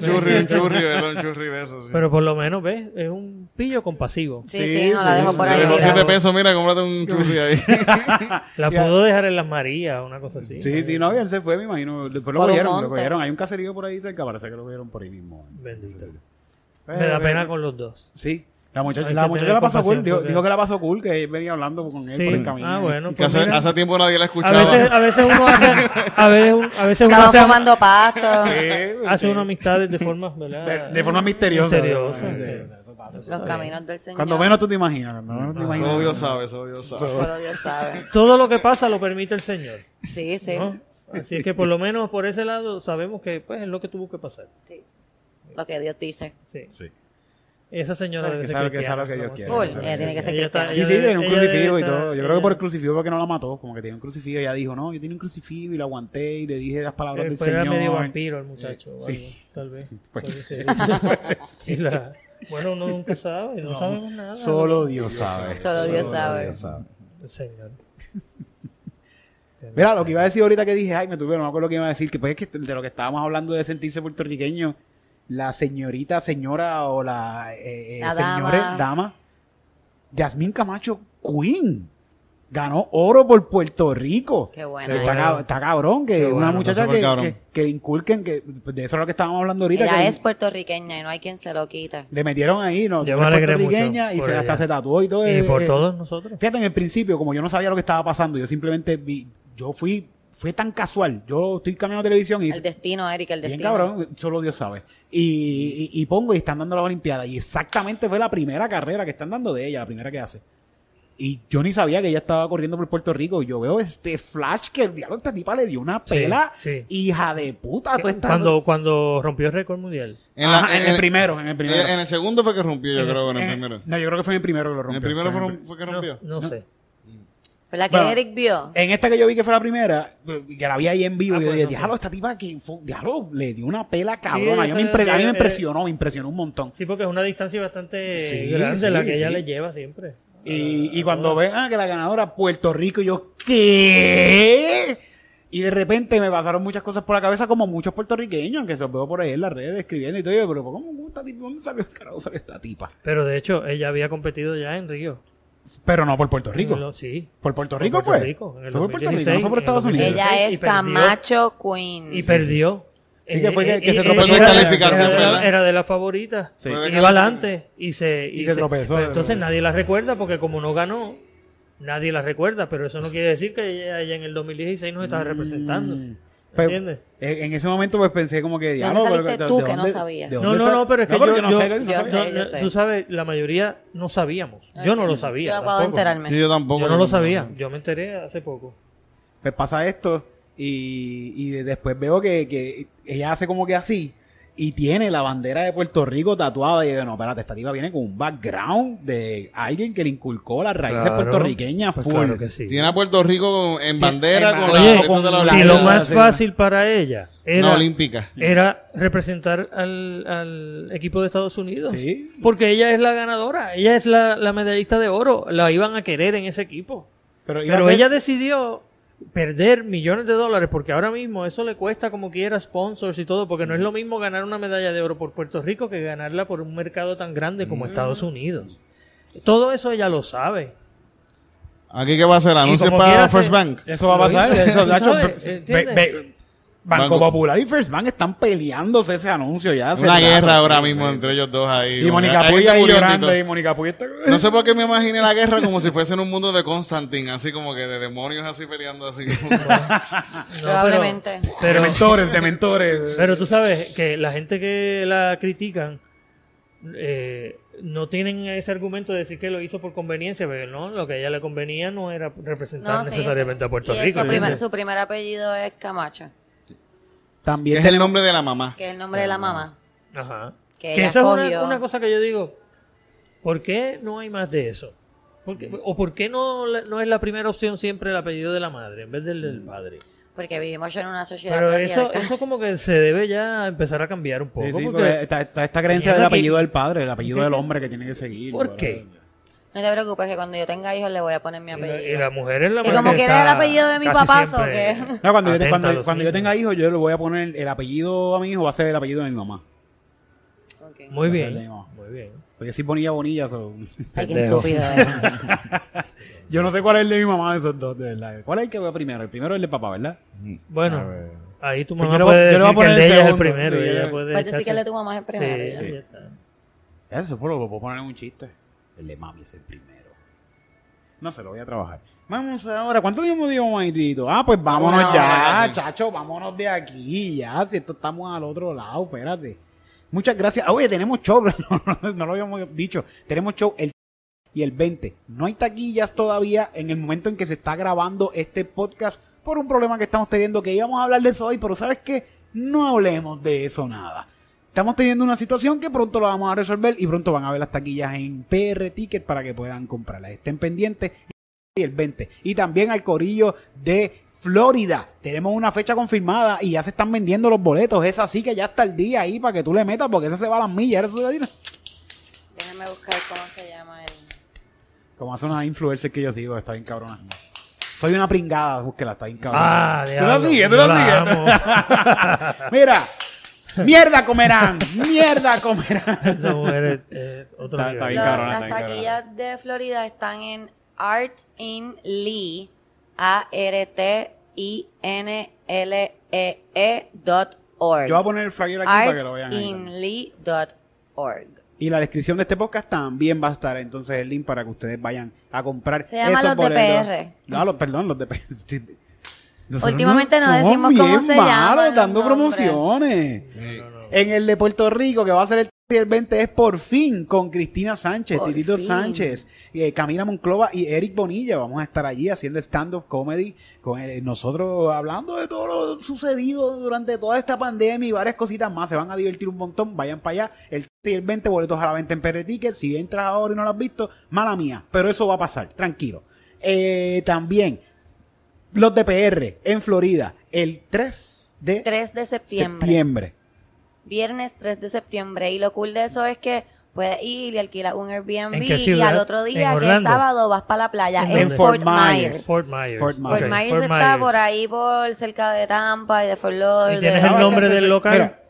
Speaker 4: churri.
Speaker 3: churri, un churri, era un churri de esos. sí.
Speaker 5: Pero por lo menos, ¿ves? Es un pillo compasivo.
Speaker 4: Sí, sí, no la dejo por
Speaker 3: Le
Speaker 4: ahí.
Speaker 3: dejó
Speaker 4: tirada.
Speaker 3: siete pesos, mira, cómprate un churri ahí.
Speaker 5: La
Speaker 6: Ya.
Speaker 5: pudo dejar en las Marías, una cosa así.
Speaker 6: Sí, sí, no, y él se fue, me imagino. Después lo
Speaker 4: Por un
Speaker 6: cogieron, lo
Speaker 4: monte.
Speaker 6: cogieron. Hay un caserío por ahí cerca, parece que lo cogieron por ahí mismo.
Speaker 5: Bendito.
Speaker 6: Pero-
Speaker 5: Me da
Speaker 6: eh.
Speaker 5: pena con los dos.
Speaker 6: Sí. La muchacha,
Speaker 5: Hay
Speaker 6: la
Speaker 5: que
Speaker 6: muchacha
Speaker 5: tener
Speaker 6: la pasó cool,
Speaker 5: compasión
Speaker 6: dijo,
Speaker 5: porque-
Speaker 6: dijo que la pasó cool, que él venía hablando con él
Speaker 5: Sí.
Speaker 6: por el camino.
Speaker 5: Ah, bueno.
Speaker 3: Que
Speaker 5: Pues
Speaker 3: hace,
Speaker 5: mira.
Speaker 3: hace tiempo nadie la
Speaker 5: A
Speaker 3: escuchaba.
Speaker 5: veces, a veces uno hace, a veces, un- a veces uno
Speaker 4: Estaban
Speaker 5: hace,
Speaker 4: fumando pasto.
Speaker 5: hace una amistad de forma, ¿verdad?
Speaker 6: De, de forma misteriosa.
Speaker 5: Misteriosa,
Speaker 6: Eh,
Speaker 5: sí.
Speaker 6: eh, eso pasa, eso
Speaker 4: Los
Speaker 6: pasa.
Speaker 4: caminos del Señor.
Speaker 6: Cuando menos tú te imaginas, cuando menos
Speaker 5: Ah,
Speaker 6: te imaginas.
Speaker 3: Solo Dios sabe, solo Dios sabe.
Speaker 4: Solo Dios sabe.
Speaker 5: Todo lo que pasa lo permite el Señor.
Speaker 4: Sí, sí.
Speaker 5: ¿no? Así es que por lo menos por ese lado sabemos que pues es lo que tuvo que pasar.
Speaker 4: sí. Lo que Dios dice.
Speaker 5: Sí.
Speaker 3: Sí.
Speaker 5: Esa señora
Speaker 6: Ah,
Speaker 5: debe
Speaker 6: que
Speaker 5: ser
Speaker 6: sabe- que
Speaker 5: cristiana,
Speaker 6: sabe lo que Dios
Speaker 5: vamos a
Speaker 6: quiere.
Speaker 5: decir.
Speaker 4: Full, ella tiene que ser
Speaker 5: Ella está-
Speaker 4: cristiana.
Speaker 6: Sí,
Speaker 5: ella
Speaker 6: sí,
Speaker 5: debe-
Speaker 6: tiene un
Speaker 5: ella
Speaker 6: crucifijo
Speaker 5: debe
Speaker 6: y
Speaker 5: estar-
Speaker 6: todo. Yo creo que por el
Speaker 5: ella-
Speaker 6: crucifijo porque no la mató, como que tiene un crucifijo. Ella dijo, no, yo tenía un crucifijo y lo aguanté y le dije las palabras
Speaker 5: Eh,
Speaker 6: del
Speaker 5: pues era
Speaker 6: Señor.
Speaker 5: medio vampiro el muchacho, o
Speaker 6: sí.
Speaker 5: algo, tal vez.
Speaker 6: Pues-
Speaker 5: Puede ser. Y la- bueno, uno nunca sabe, no, sabemos nada.
Speaker 6: Solo Dios sabe.
Speaker 4: Solo Dios sabe.
Speaker 5: El Señor.
Speaker 6: Mira, lo que iba a decir ahorita que dije, ay, me tuve, no me acuerdo lo que iba a decir, que pues es que de lo que estábamos hablando de sentirse puertorriqueño, la señorita, señora o la, eh, eh,
Speaker 4: La dama.
Speaker 6: señora, dama, Yasmín Camacho Queen, ganó oro por Puerto Rico.
Speaker 4: Qué bueno.
Speaker 6: Está, cab- está cabrón, que
Speaker 5: Qué
Speaker 6: una
Speaker 5: bueno,
Speaker 6: muchacha
Speaker 3: está
Speaker 6: que,
Speaker 3: súper cabrón.
Speaker 6: que, que le inculquen, que pues, de eso es lo que estábamos hablando ahorita. que
Speaker 4: Ella
Speaker 6: le-
Speaker 4: es puertorriqueña y no hay quien se lo quita.
Speaker 6: Le metieron ahí, ¿no?
Speaker 5: Yo
Speaker 6: Una
Speaker 5: me alegré
Speaker 6: puertorriqueña
Speaker 5: mucho
Speaker 6: y
Speaker 5: por
Speaker 6: se, hasta
Speaker 5: ella.
Speaker 6: se tatuó y todo.
Speaker 5: Y
Speaker 6: eh,
Speaker 5: por
Speaker 6: eh,
Speaker 5: todos nosotros.
Speaker 6: Fíjate, en el principio, como yo no sabía lo que estaba pasando, yo simplemente vi, yo fui, fue tan casual. Yo estoy cambiando televisión y
Speaker 4: El destino, Eric, el
Speaker 6: bien
Speaker 4: destino.
Speaker 6: cabrón, solo Dios sabe. Y, y- y pongo y están dando la Olimpiada. Y exactamente fue la primera carrera que están dando de ella, la primera que hace. Y yo ni sabía que ella estaba corriendo por Puerto Rico. Yo veo este flash que el diablo esta tipa le dio una
Speaker 5: Sí,
Speaker 6: pela.
Speaker 5: sí.
Speaker 6: Hija de puta, tú estás.
Speaker 5: Cuando, cuando rompió el récord mundial.
Speaker 3: En, la-
Speaker 6: Ajá, en
Speaker 3: en-
Speaker 6: el primero, en el primero.
Speaker 3: en el segundo fue que rompió, yo
Speaker 5: En el-
Speaker 3: creo, en el
Speaker 6: En-
Speaker 3: primero.
Speaker 6: No, yo creo que fue en el primero que lo
Speaker 3: En
Speaker 6: rompió.
Speaker 3: el primero
Speaker 6: Fue en
Speaker 3: fue,
Speaker 6: el
Speaker 3: fue que
Speaker 5: No,
Speaker 3: rompió.
Speaker 5: no sé.
Speaker 4: Fue la que
Speaker 6: Bueno.
Speaker 4: Eric vio.
Speaker 6: En esta que yo vi que fue la primera, que la vi ahí en vivo,
Speaker 5: Ah,
Speaker 6: y yo
Speaker 5: pues,
Speaker 6: dije,
Speaker 5: no sé.
Speaker 6: diablo, esta tipa que fue- diablo, le dio una pela
Speaker 5: ella
Speaker 6: cabrona. yo me
Speaker 5: se-
Speaker 6: impre- a mí me
Speaker 5: eh,
Speaker 6: impresionó, me impresionó un montón.
Speaker 5: Sí, porque es una distancia bastante
Speaker 6: Sí,
Speaker 5: grande la
Speaker 6: sí,
Speaker 5: que ella
Speaker 6: sí.
Speaker 5: le lleva siempre.
Speaker 6: Y,
Speaker 5: Ah,
Speaker 6: y cuando
Speaker 5: bueno.
Speaker 6: ven ah, que la ganadora Puerto Rico, yo, ¿qué? Y de repente me pasaron muchas cosas por la cabeza, como muchos puertorriqueños, que se los veo por ahí en las redes escribiendo y todo. y yo, pero ¿cómo esta tipa? ¿Dónde salió, carajo, salió esta tipa?
Speaker 5: Pero de hecho, ella había competido ya en Río.
Speaker 6: Pero no por Puerto Rico.
Speaker 5: En lo- sí.
Speaker 6: ¿Por Puerto
Speaker 5: Por
Speaker 6: Rico
Speaker 5: Puerto
Speaker 6: fue?
Speaker 5: Rico, en el
Speaker 6: fue por Puerto Rico,
Speaker 5: 2016,
Speaker 6: no fue por
Speaker 5: en el
Speaker 6: Estados Unidos.
Speaker 5: 2016.
Speaker 4: Ella
Speaker 5: Y
Speaker 4: es
Speaker 5: perdió.
Speaker 4: Camacho Queen.
Speaker 5: Y perdió.
Speaker 6: Mm, Sí, que fue que- que se
Speaker 5: Eh, eh,
Speaker 6: tropezó
Speaker 5: era-
Speaker 3: en calificación,
Speaker 5: Era, de la-
Speaker 3: ¿verdad?
Speaker 5: era de las favoritas.
Speaker 6: Sí.
Speaker 5: Iba
Speaker 3: Fue de
Speaker 5: adelante y se,
Speaker 6: Y se tropezó.
Speaker 5: pero entonces nadie la recuerda porque como no ganó, nadie la recuerda. Pero eso no quiere decir que ella, ella en el 2016 nos estaba representando.
Speaker 6: Mm. Pues,
Speaker 5: ¿Entiendes?
Speaker 6: En en ese momento pues pensé como que... diablo,
Speaker 4: saliste
Speaker 6: pero-
Speaker 4: tú
Speaker 6: de
Speaker 4: que no
Speaker 6: dónde-
Speaker 4: sabías?
Speaker 6: de
Speaker 5: No,
Speaker 6: dónde
Speaker 5: no,
Speaker 6: sa-
Speaker 5: no, pero es que
Speaker 6: porque
Speaker 5: yo,
Speaker 6: yo no
Speaker 5: yo-
Speaker 6: sé, no
Speaker 4: yo
Speaker 6: sabía.
Speaker 4: sé, yo
Speaker 5: no,
Speaker 4: sé.
Speaker 5: Tú sabes, la mayoría no sabíamos. Yo no lo sabía.
Speaker 4: Yo acabo de
Speaker 5: tampoco.
Speaker 4: enterarme.
Speaker 3: Sí, yo tampoco.
Speaker 5: Yo no lo sabía. Yo me enteré hace poco.
Speaker 6: pues pasa esto y, y de- después veo que, que ella hace como que así y tiene la bandera de Puerto Rico tatuada y yo, no, espérate, esta tipa viene con un background de alguien que le inculcó las raíces
Speaker 5: Claro.
Speaker 6: puertorriqueñas
Speaker 5: Pues
Speaker 6: Ah, full.
Speaker 5: claro que sí.
Speaker 3: Tiene a Puerto Rico en bandera
Speaker 6: en
Speaker 3: con
Speaker 6: bandera,
Speaker 3: la,
Speaker 6: con
Speaker 3: de
Speaker 6: la-
Speaker 5: Si lo
Speaker 6: Olimpiada,
Speaker 5: más
Speaker 6: sí.
Speaker 5: fácil para ella
Speaker 3: una
Speaker 5: era,
Speaker 3: olímpica.
Speaker 5: era representar al, al equipo de Estados Unidos.
Speaker 6: Sí.
Speaker 5: Porque ella es la ganadora, ella es la, la medallista de oro, la iban a querer en ese equipo.
Speaker 6: Pero, iba a
Speaker 5: Pero
Speaker 6: ser-
Speaker 5: ella decidió perder millones de dólares porque ahora mismo eso le cuesta como quiera sponsors y todo, porque no es lo mismo ganar una medalla de oro por Puerto Rico que ganarla por un mercado tan grande como Estados Unidos. Todo eso ella lo sabe.
Speaker 3: Aquí qué va a hacer, anuncio
Speaker 5: como
Speaker 3: para
Speaker 5: quiera se-
Speaker 3: First Bank.
Speaker 6: Eso va a
Speaker 5: Lo
Speaker 6: pasar.
Speaker 5: hizo,
Speaker 6: eso,
Speaker 5: tú
Speaker 6: Nacho, eh,
Speaker 5: sabes,
Speaker 6: ve-
Speaker 5: ¿entiendes?
Speaker 6: ve-
Speaker 3: Banco.
Speaker 6: Banco Popular y First Bank están peleándose ese anuncio ya. hace
Speaker 3: Una
Speaker 6: rato,
Speaker 3: guerra
Speaker 6: sí,
Speaker 3: ahora
Speaker 6: sí,
Speaker 3: mismo
Speaker 6: sí.
Speaker 3: entre ellos dos ahí.
Speaker 6: Y Mónica
Speaker 3: Alguien
Speaker 6: Puy
Speaker 3: está
Speaker 6: ahí
Speaker 3: muriendo y
Speaker 6: llorando
Speaker 3: todo.
Speaker 6: y Mónica Puy está...
Speaker 3: No sé por qué me imaginé la guerra como si fuese en un mundo de Constantine, así como que de demonios así peleando así.
Speaker 5: No, pero-
Speaker 4: Probablemente.
Speaker 5: pero-
Speaker 6: de mentores, de mentores.
Speaker 5: Pero tú sabes que la gente que la critican eh, no tienen ese argumento de decir que lo hizo por conveniencia, pero no, lo que a ella le convenía no era representar
Speaker 4: No, sí,
Speaker 5: necesariamente
Speaker 4: sí.
Speaker 5: a Puerto
Speaker 4: Y
Speaker 5: Rico.
Speaker 4: Su
Speaker 5: ¿entiendes?
Speaker 4: primer, su primer apellido es Camacho,
Speaker 6: También este
Speaker 3: es el nombre de la mamá.
Speaker 4: que es el nombre de la mamá.
Speaker 5: Ajá. Que
Speaker 4: que ella
Speaker 5: esa es una,
Speaker 4: escogió.
Speaker 5: una cosa que yo digo, ¿por qué no hay más de eso? ¿Por qué- ¿O por qué no, la- no es la primera opción siempre el apellido de la madre en vez del
Speaker 6: Mm.
Speaker 5: del padre?
Speaker 4: Porque vivimos ya en una sociedad
Speaker 5: Pero eso,
Speaker 4: patriarcal.
Speaker 5: eso como que se debe ya empezar a cambiar un poco.
Speaker 6: Sí, sí,
Speaker 5: porque-
Speaker 6: porque está, está esta creencia
Speaker 5: Mierda,
Speaker 6: del apellido
Speaker 5: que-
Speaker 6: del padre, el apellido
Speaker 5: que-
Speaker 6: del hombre que tiene que seguir.
Speaker 5: ¿Por
Speaker 6: ¿verdad?
Speaker 5: qué?
Speaker 4: No te preocupes que cuando yo tenga hijos le voy a poner mi
Speaker 5: y, la,
Speaker 4: apellido.
Speaker 5: y la mujer es la
Speaker 4: Que
Speaker 5: más
Speaker 4: como quiera el
Speaker 5: está
Speaker 4: apellido de mi
Speaker 5: casi
Speaker 4: papá, ¿o
Speaker 5: siempre
Speaker 4: qué?
Speaker 6: No, cuando, yo,
Speaker 5: atenta a
Speaker 6: cuando,
Speaker 5: los
Speaker 6: cuando yo
Speaker 5: niños.
Speaker 6: tenga hijos, yo le voy a poner el apellido a mi hijo, va a ser el apellido de mi mamá.
Speaker 4: Ok.
Speaker 5: Muy
Speaker 6: Va a ser de mi
Speaker 5: bien.
Speaker 6: mamá.
Speaker 5: Muy bien.
Speaker 6: Porque soy bonilla bonilla, so-
Speaker 4: Ay, qué
Speaker 5: Pendejo.
Speaker 4: estúpido eh. eres.
Speaker 6: Yo no sé cuál es el de mi mamá de esos dos, de verdad. ¿Cuál es el que va primero? El primero es el de papá, ¿verdad?
Speaker 5: Bueno, ahí tu mamá
Speaker 6: Pues yo le voy-
Speaker 5: puede
Speaker 6: yo le voy a
Speaker 5: decir que el de ella
Speaker 6: poner el
Speaker 5: es el
Speaker 6: segundo,
Speaker 5: primero.
Speaker 6: sí,
Speaker 5: y ella
Speaker 6: yo-
Speaker 5: puede
Speaker 4: Puedes
Speaker 5: echarse-
Speaker 4: decirle a tu mamá es Pues el primero.
Speaker 5: Sí,
Speaker 4: ya.
Speaker 5: sí, ya está.
Speaker 6: Eso, por lo puedo poner en un chiste. El de mami es el primero. No se lo voy a trabajar. Vamos ahora. ¿Cuánto tiempo llevamos ahí, Tito? Ah, pues vámonos
Speaker 4: Una
Speaker 6: ya,
Speaker 3: hora, sí.
Speaker 6: chacho. Vámonos de aquí ya. Si esto estamos al otro lado, espérate. Muchas gracias. Ah, Oye, tenemos show. No, no, no lo habíamos dicho. Tenemos show el y el 20. No hay taquillas todavía en el momento en que se está grabando este podcast por un problema que estamos teniendo que íbamos a hablar de eso hoy, pero ¿sabes qué? No hablemos de eso nada. Estamos teniendo una situación que pronto la vamos a resolver y pronto van a ver las taquillas en PR Ticket para que puedan comprarlas. Estén pendientes y el 20. Y también al corillo de Florida. Tenemos una fecha confirmada y ya se están vendiendo los boletos. Es así que ya está el día ahí para que tú le metas porque esa se va a las millas. Eso se va a ir-
Speaker 4: Déjame buscar cómo se llama él.
Speaker 6: Como hace una influencer que yo sigo, está bien cabrona. Soy una pringada, búsquela, está bien cabrona.
Speaker 5: Ah,
Speaker 6: Tú la
Speaker 5: diablo,
Speaker 6: sigues, tú
Speaker 5: yo
Speaker 6: la
Speaker 5: la
Speaker 6: sigues.
Speaker 5: amo.
Speaker 6: Mira, mierda comerán, mierda comerán.
Speaker 5: Esa mujer es, es otro
Speaker 6: Está-
Speaker 5: nivel.
Speaker 6: está bien,
Speaker 4: Lo-
Speaker 6: cabrona,
Speaker 4: las
Speaker 6: está bien,
Speaker 4: taquillas de Florida están en Art in Lee, A-R-T-I-N-L-E-E E dot org.
Speaker 6: Yo voy a poner el flyer aquí para que lo vean. ahí.
Speaker 4: Artinlee.org.
Speaker 6: Y la descripción de este podcast también va a estar entonces el link para que ustedes vayan a comprar.
Speaker 4: Se llama
Speaker 6: esos
Speaker 4: Los de
Speaker 6: boletos.
Speaker 4: PR.
Speaker 6: No, los, perdón, los de PR. Sí. Nosotros
Speaker 4: Últimamente no
Speaker 6: somos
Speaker 4: decimos cómo
Speaker 6: bien
Speaker 4: se llaman
Speaker 6: malos
Speaker 4: los
Speaker 6: dando
Speaker 4: nombres.
Speaker 6: promociones. En el de Puerto Rico, que va a ser el, el 20, es por fin con Cristina Sánchez,
Speaker 4: Por
Speaker 6: Titito
Speaker 4: fin.
Speaker 6: Sánchez, eh, Camila Monclova y Eric Bonilla. Vamos a estar allí haciendo stand-up comedy con eh, nosotros hablando de todo lo sucedido durante toda esta pandemia y varias cositas más. Se van a divertir un montón. Vayan para allá. El 13 y el 20 boletos a la venta en PR Ticket. Si entras ahora y no lo has visto, mala mía. Pero eso va a pasar, tranquilo. Eh, también, los de PR en Florida, el 3 de
Speaker 4: 3 de septiembre.
Speaker 6: septiembre.
Speaker 4: Viernes 3 de septiembre. Y lo cool de eso es que puedes ir y alquilar un Airbnb
Speaker 5: ¿En qué
Speaker 4: y
Speaker 5: ciudad?
Speaker 4: al otro día,
Speaker 5: ¿En
Speaker 4: que es
Speaker 5: Orlando?
Speaker 4: sábado, vas para la playa.
Speaker 5: ¿En
Speaker 4: En,
Speaker 5: dónde?
Speaker 4: Fort,
Speaker 6: Fort
Speaker 4: Myers.
Speaker 6: Myers.
Speaker 5: Fort Myers.
Speaker 6: Fort
Speaker 4: Fort
Speaker 5: Ok,
Speaker 4: Myers
Speaker 5: Fort
Speaker 4: está
Speaker 5: Myers.
Speaker 4: por ahí, por cerca de Tampa y de Fort Lauderdale.
Speaker 5: ¿Y tienes
Speaker 6: Ah,
Speaker 5: el nombre
Speaker 6: bastante, sí.
Speaker 5: del local?
Speaker 6: Mira.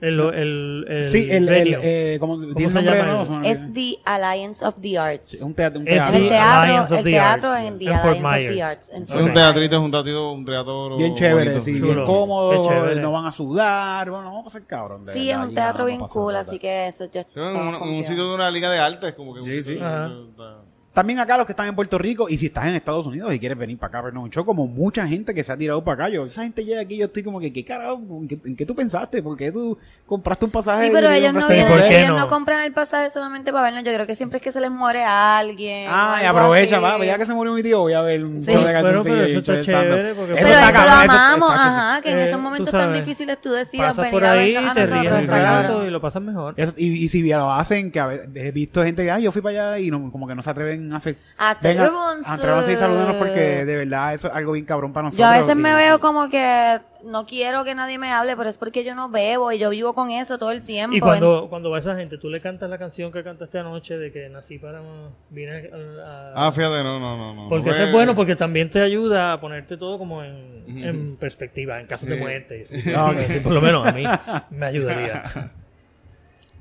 Speaker 5: El, lo- el, el
Speaker 6: sí, el, el,
Speaker 5: venue.
Speaker 6: eh, ¿cómo, tiene
Speaker 5: se
Speaker 6: nombre
Speaker 5: llama
Speaker 6: de nuevo?
Speaker 5: el-
Speaker 6: Se me olvidó.
Speaker 4: Es The Alliance of the Arts.
Speaker 6: Sí, un teatro, un
Speaker 5: Es
Speaker 6: teatro.
Speaker 4: En el
Speaker 5: The Alliance
Speaker 4: teatro,
Speaker 5: of
Speaker 4: el
Speaker 5: the
Speaker 4: teatro
Speaker 5: Arts,
Speaker 4: en The
Speaker 5: en Fort
Speaker 4: Alliance of
Speaker 5: Myers.
Speaker 4: the Arts. en
Speaker 5: Es
Speaker 3: Es
Speaker 4: Fort
Speaker 3: un
Speaker 5: Ok.
Speaker 3: teatrito, es un teatrito, un teatro
Speaker 6: bien chévere,
Speaker 3: bonito,
Speaker 6: sí,
Speaker 5: Ah, chulo.
Speaker 6: bien cómodo, eh,
Speaker 5: Qué chévere.
Speaker 6: no van a sudar, bueno, no vamos a ser cabrón. de
Speaker 4: Sí, es
Speaker 6: verdad,
Speaker 4: un
Speaker 6: allí
Speaker 4: teatro
Speaker 6: nada,
Speaker 4: bien
Speaker 6: no pasa
Speaker 4: cool,
Speaker 6: nada.
Speaker 4: así que eso yo
Speaker 3: Sí, en
Speaker 4: estaba
Speaker 3: un, en un
Speaker 4: confiada.
Speaker 3: sitio de una liga de artes, como que. un
Speaker 6: Sí,
Speaker 3: sitio
Speaker 6: sí.
Speaker 3: de-
Speaker 5: Ajá.
Speaker 3: está-
Speaker 6: También acá los que están en Puerto Rico, y si estás en Estados Unidos y quieres venir para acá, pero no, yo como mucha gente que se ha tirado para acá, yo, esa gente llega aquí, yo estoy como que, ¿qué carajo? ¿En qué, en qué tú pensaste? ¿Por qué tú compraste un pasaje?
Speaker 4: Sí, pero
Speaker 6: y
Speaker 4: ellos no
Speaker 6: compraste-
Speaker 5: ¿Y
Speaker 4: vienen,
Speaker 5: por qué
Speaker 4: ellos no?
Speaker 5: no?
Speaker 4: compran el pasaje solamente para vernos. Yo creo que siempre es que se les muere a alguien. o
Speaker 6: Ah,
Speaker 4: algo
Speaker 6: aprovecha,
Speaker 4: así.
Speaker 6: va, ya que se murió mi tío, voy a ver un
Speaker 4: Sí.
Speaker 6: show de
Speaker 5: Bueno, pero
Speaker 6: calzoncillos
Speaker 5: eso
Speaker 6: y un
Speaker 5: está
Speaker 6: show de stand-up.
Speaker 5: chévere, porque-
Speaker 6: Eso
Speaker 4: Pero
Speaker 6: está
Speaker 4: eso lo
Speaker 6: cabrón, eso-
Speaker 4: amamos,
Speaker 6: está-
Speaker 4: ajá, que en
Speaker 5: eh,
Speaker 4: esos
Speaker 5: tú
Speaker 4: momentos tan
Speaker 5: sabes,
Speaker 4: difíciles tú decidas
Speaker 5: Pasas
Speaker 4: venir
Speaker 5: por
Speaker 4: a
Speaker 5: ahí,
Speaker 4: vernos a
Speaker 5: te ríes
Speaker 4: nosotros.
Speaker 5: un
Speaker 4: está
Speaker 5: rato
Speaker 4: cabrón.
Speaker 5: y lo pasas mejor.
Speaker 6: Eso- y, y si lo hacen, que a veces he visto gente que, ay, yo fui para allá y no, como que no se atreven a hacer.
Speaker 4: Hasta
Speaker 6: Venga,
Speaker 4: luego,
Speaker 6: a atrévanse y
Speaker 4: Gonzo.
Speaker 6: salúdenos porque de verdad eso es algo bien cabrón para nosotros.
Speaker 4: Yo a veces
Speaker 6: Y-
Speaker 4: me veo como que no quiero que nadie me hable, pero es porque yo no bebo y yo vivo con eso todo el tiempo.
Speaker 5: Y cuando, cuando va esa gente, tú le cantas la canción que cantaste anoche de que nací para. Vine a- a-
Speaker 3: Ah, fíjate, no, no, no. no
Speaker 5: porque
Speaker 3: no
Speaker 5: eso es
Speaker 3: fue-
Speaker 5: bueno, porque también te ayuda a ponerte todo como en, en perspectiva, en caso de
Speaker 3: Sí.
Speaker 5: muerte. y así. Sí, por lo menos a mí me ayudaría.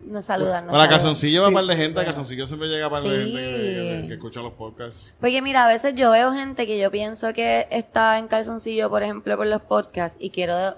Speaker 4: Nos saludan, nos
Speaker 3: Para
Speaker 4: saludan.
Speaker 3: Calzoncillo va para par de gente, a Calzoncillo siempre llega para par de
Speaker 4: Sí.
Speaker 3: gente que, que- que escucha los podcasts.
Speaker 4: Porque mira, a veces yo veo gente que yo pienso que está en calzoncillo, por ejemplo, por los podcasts y quiero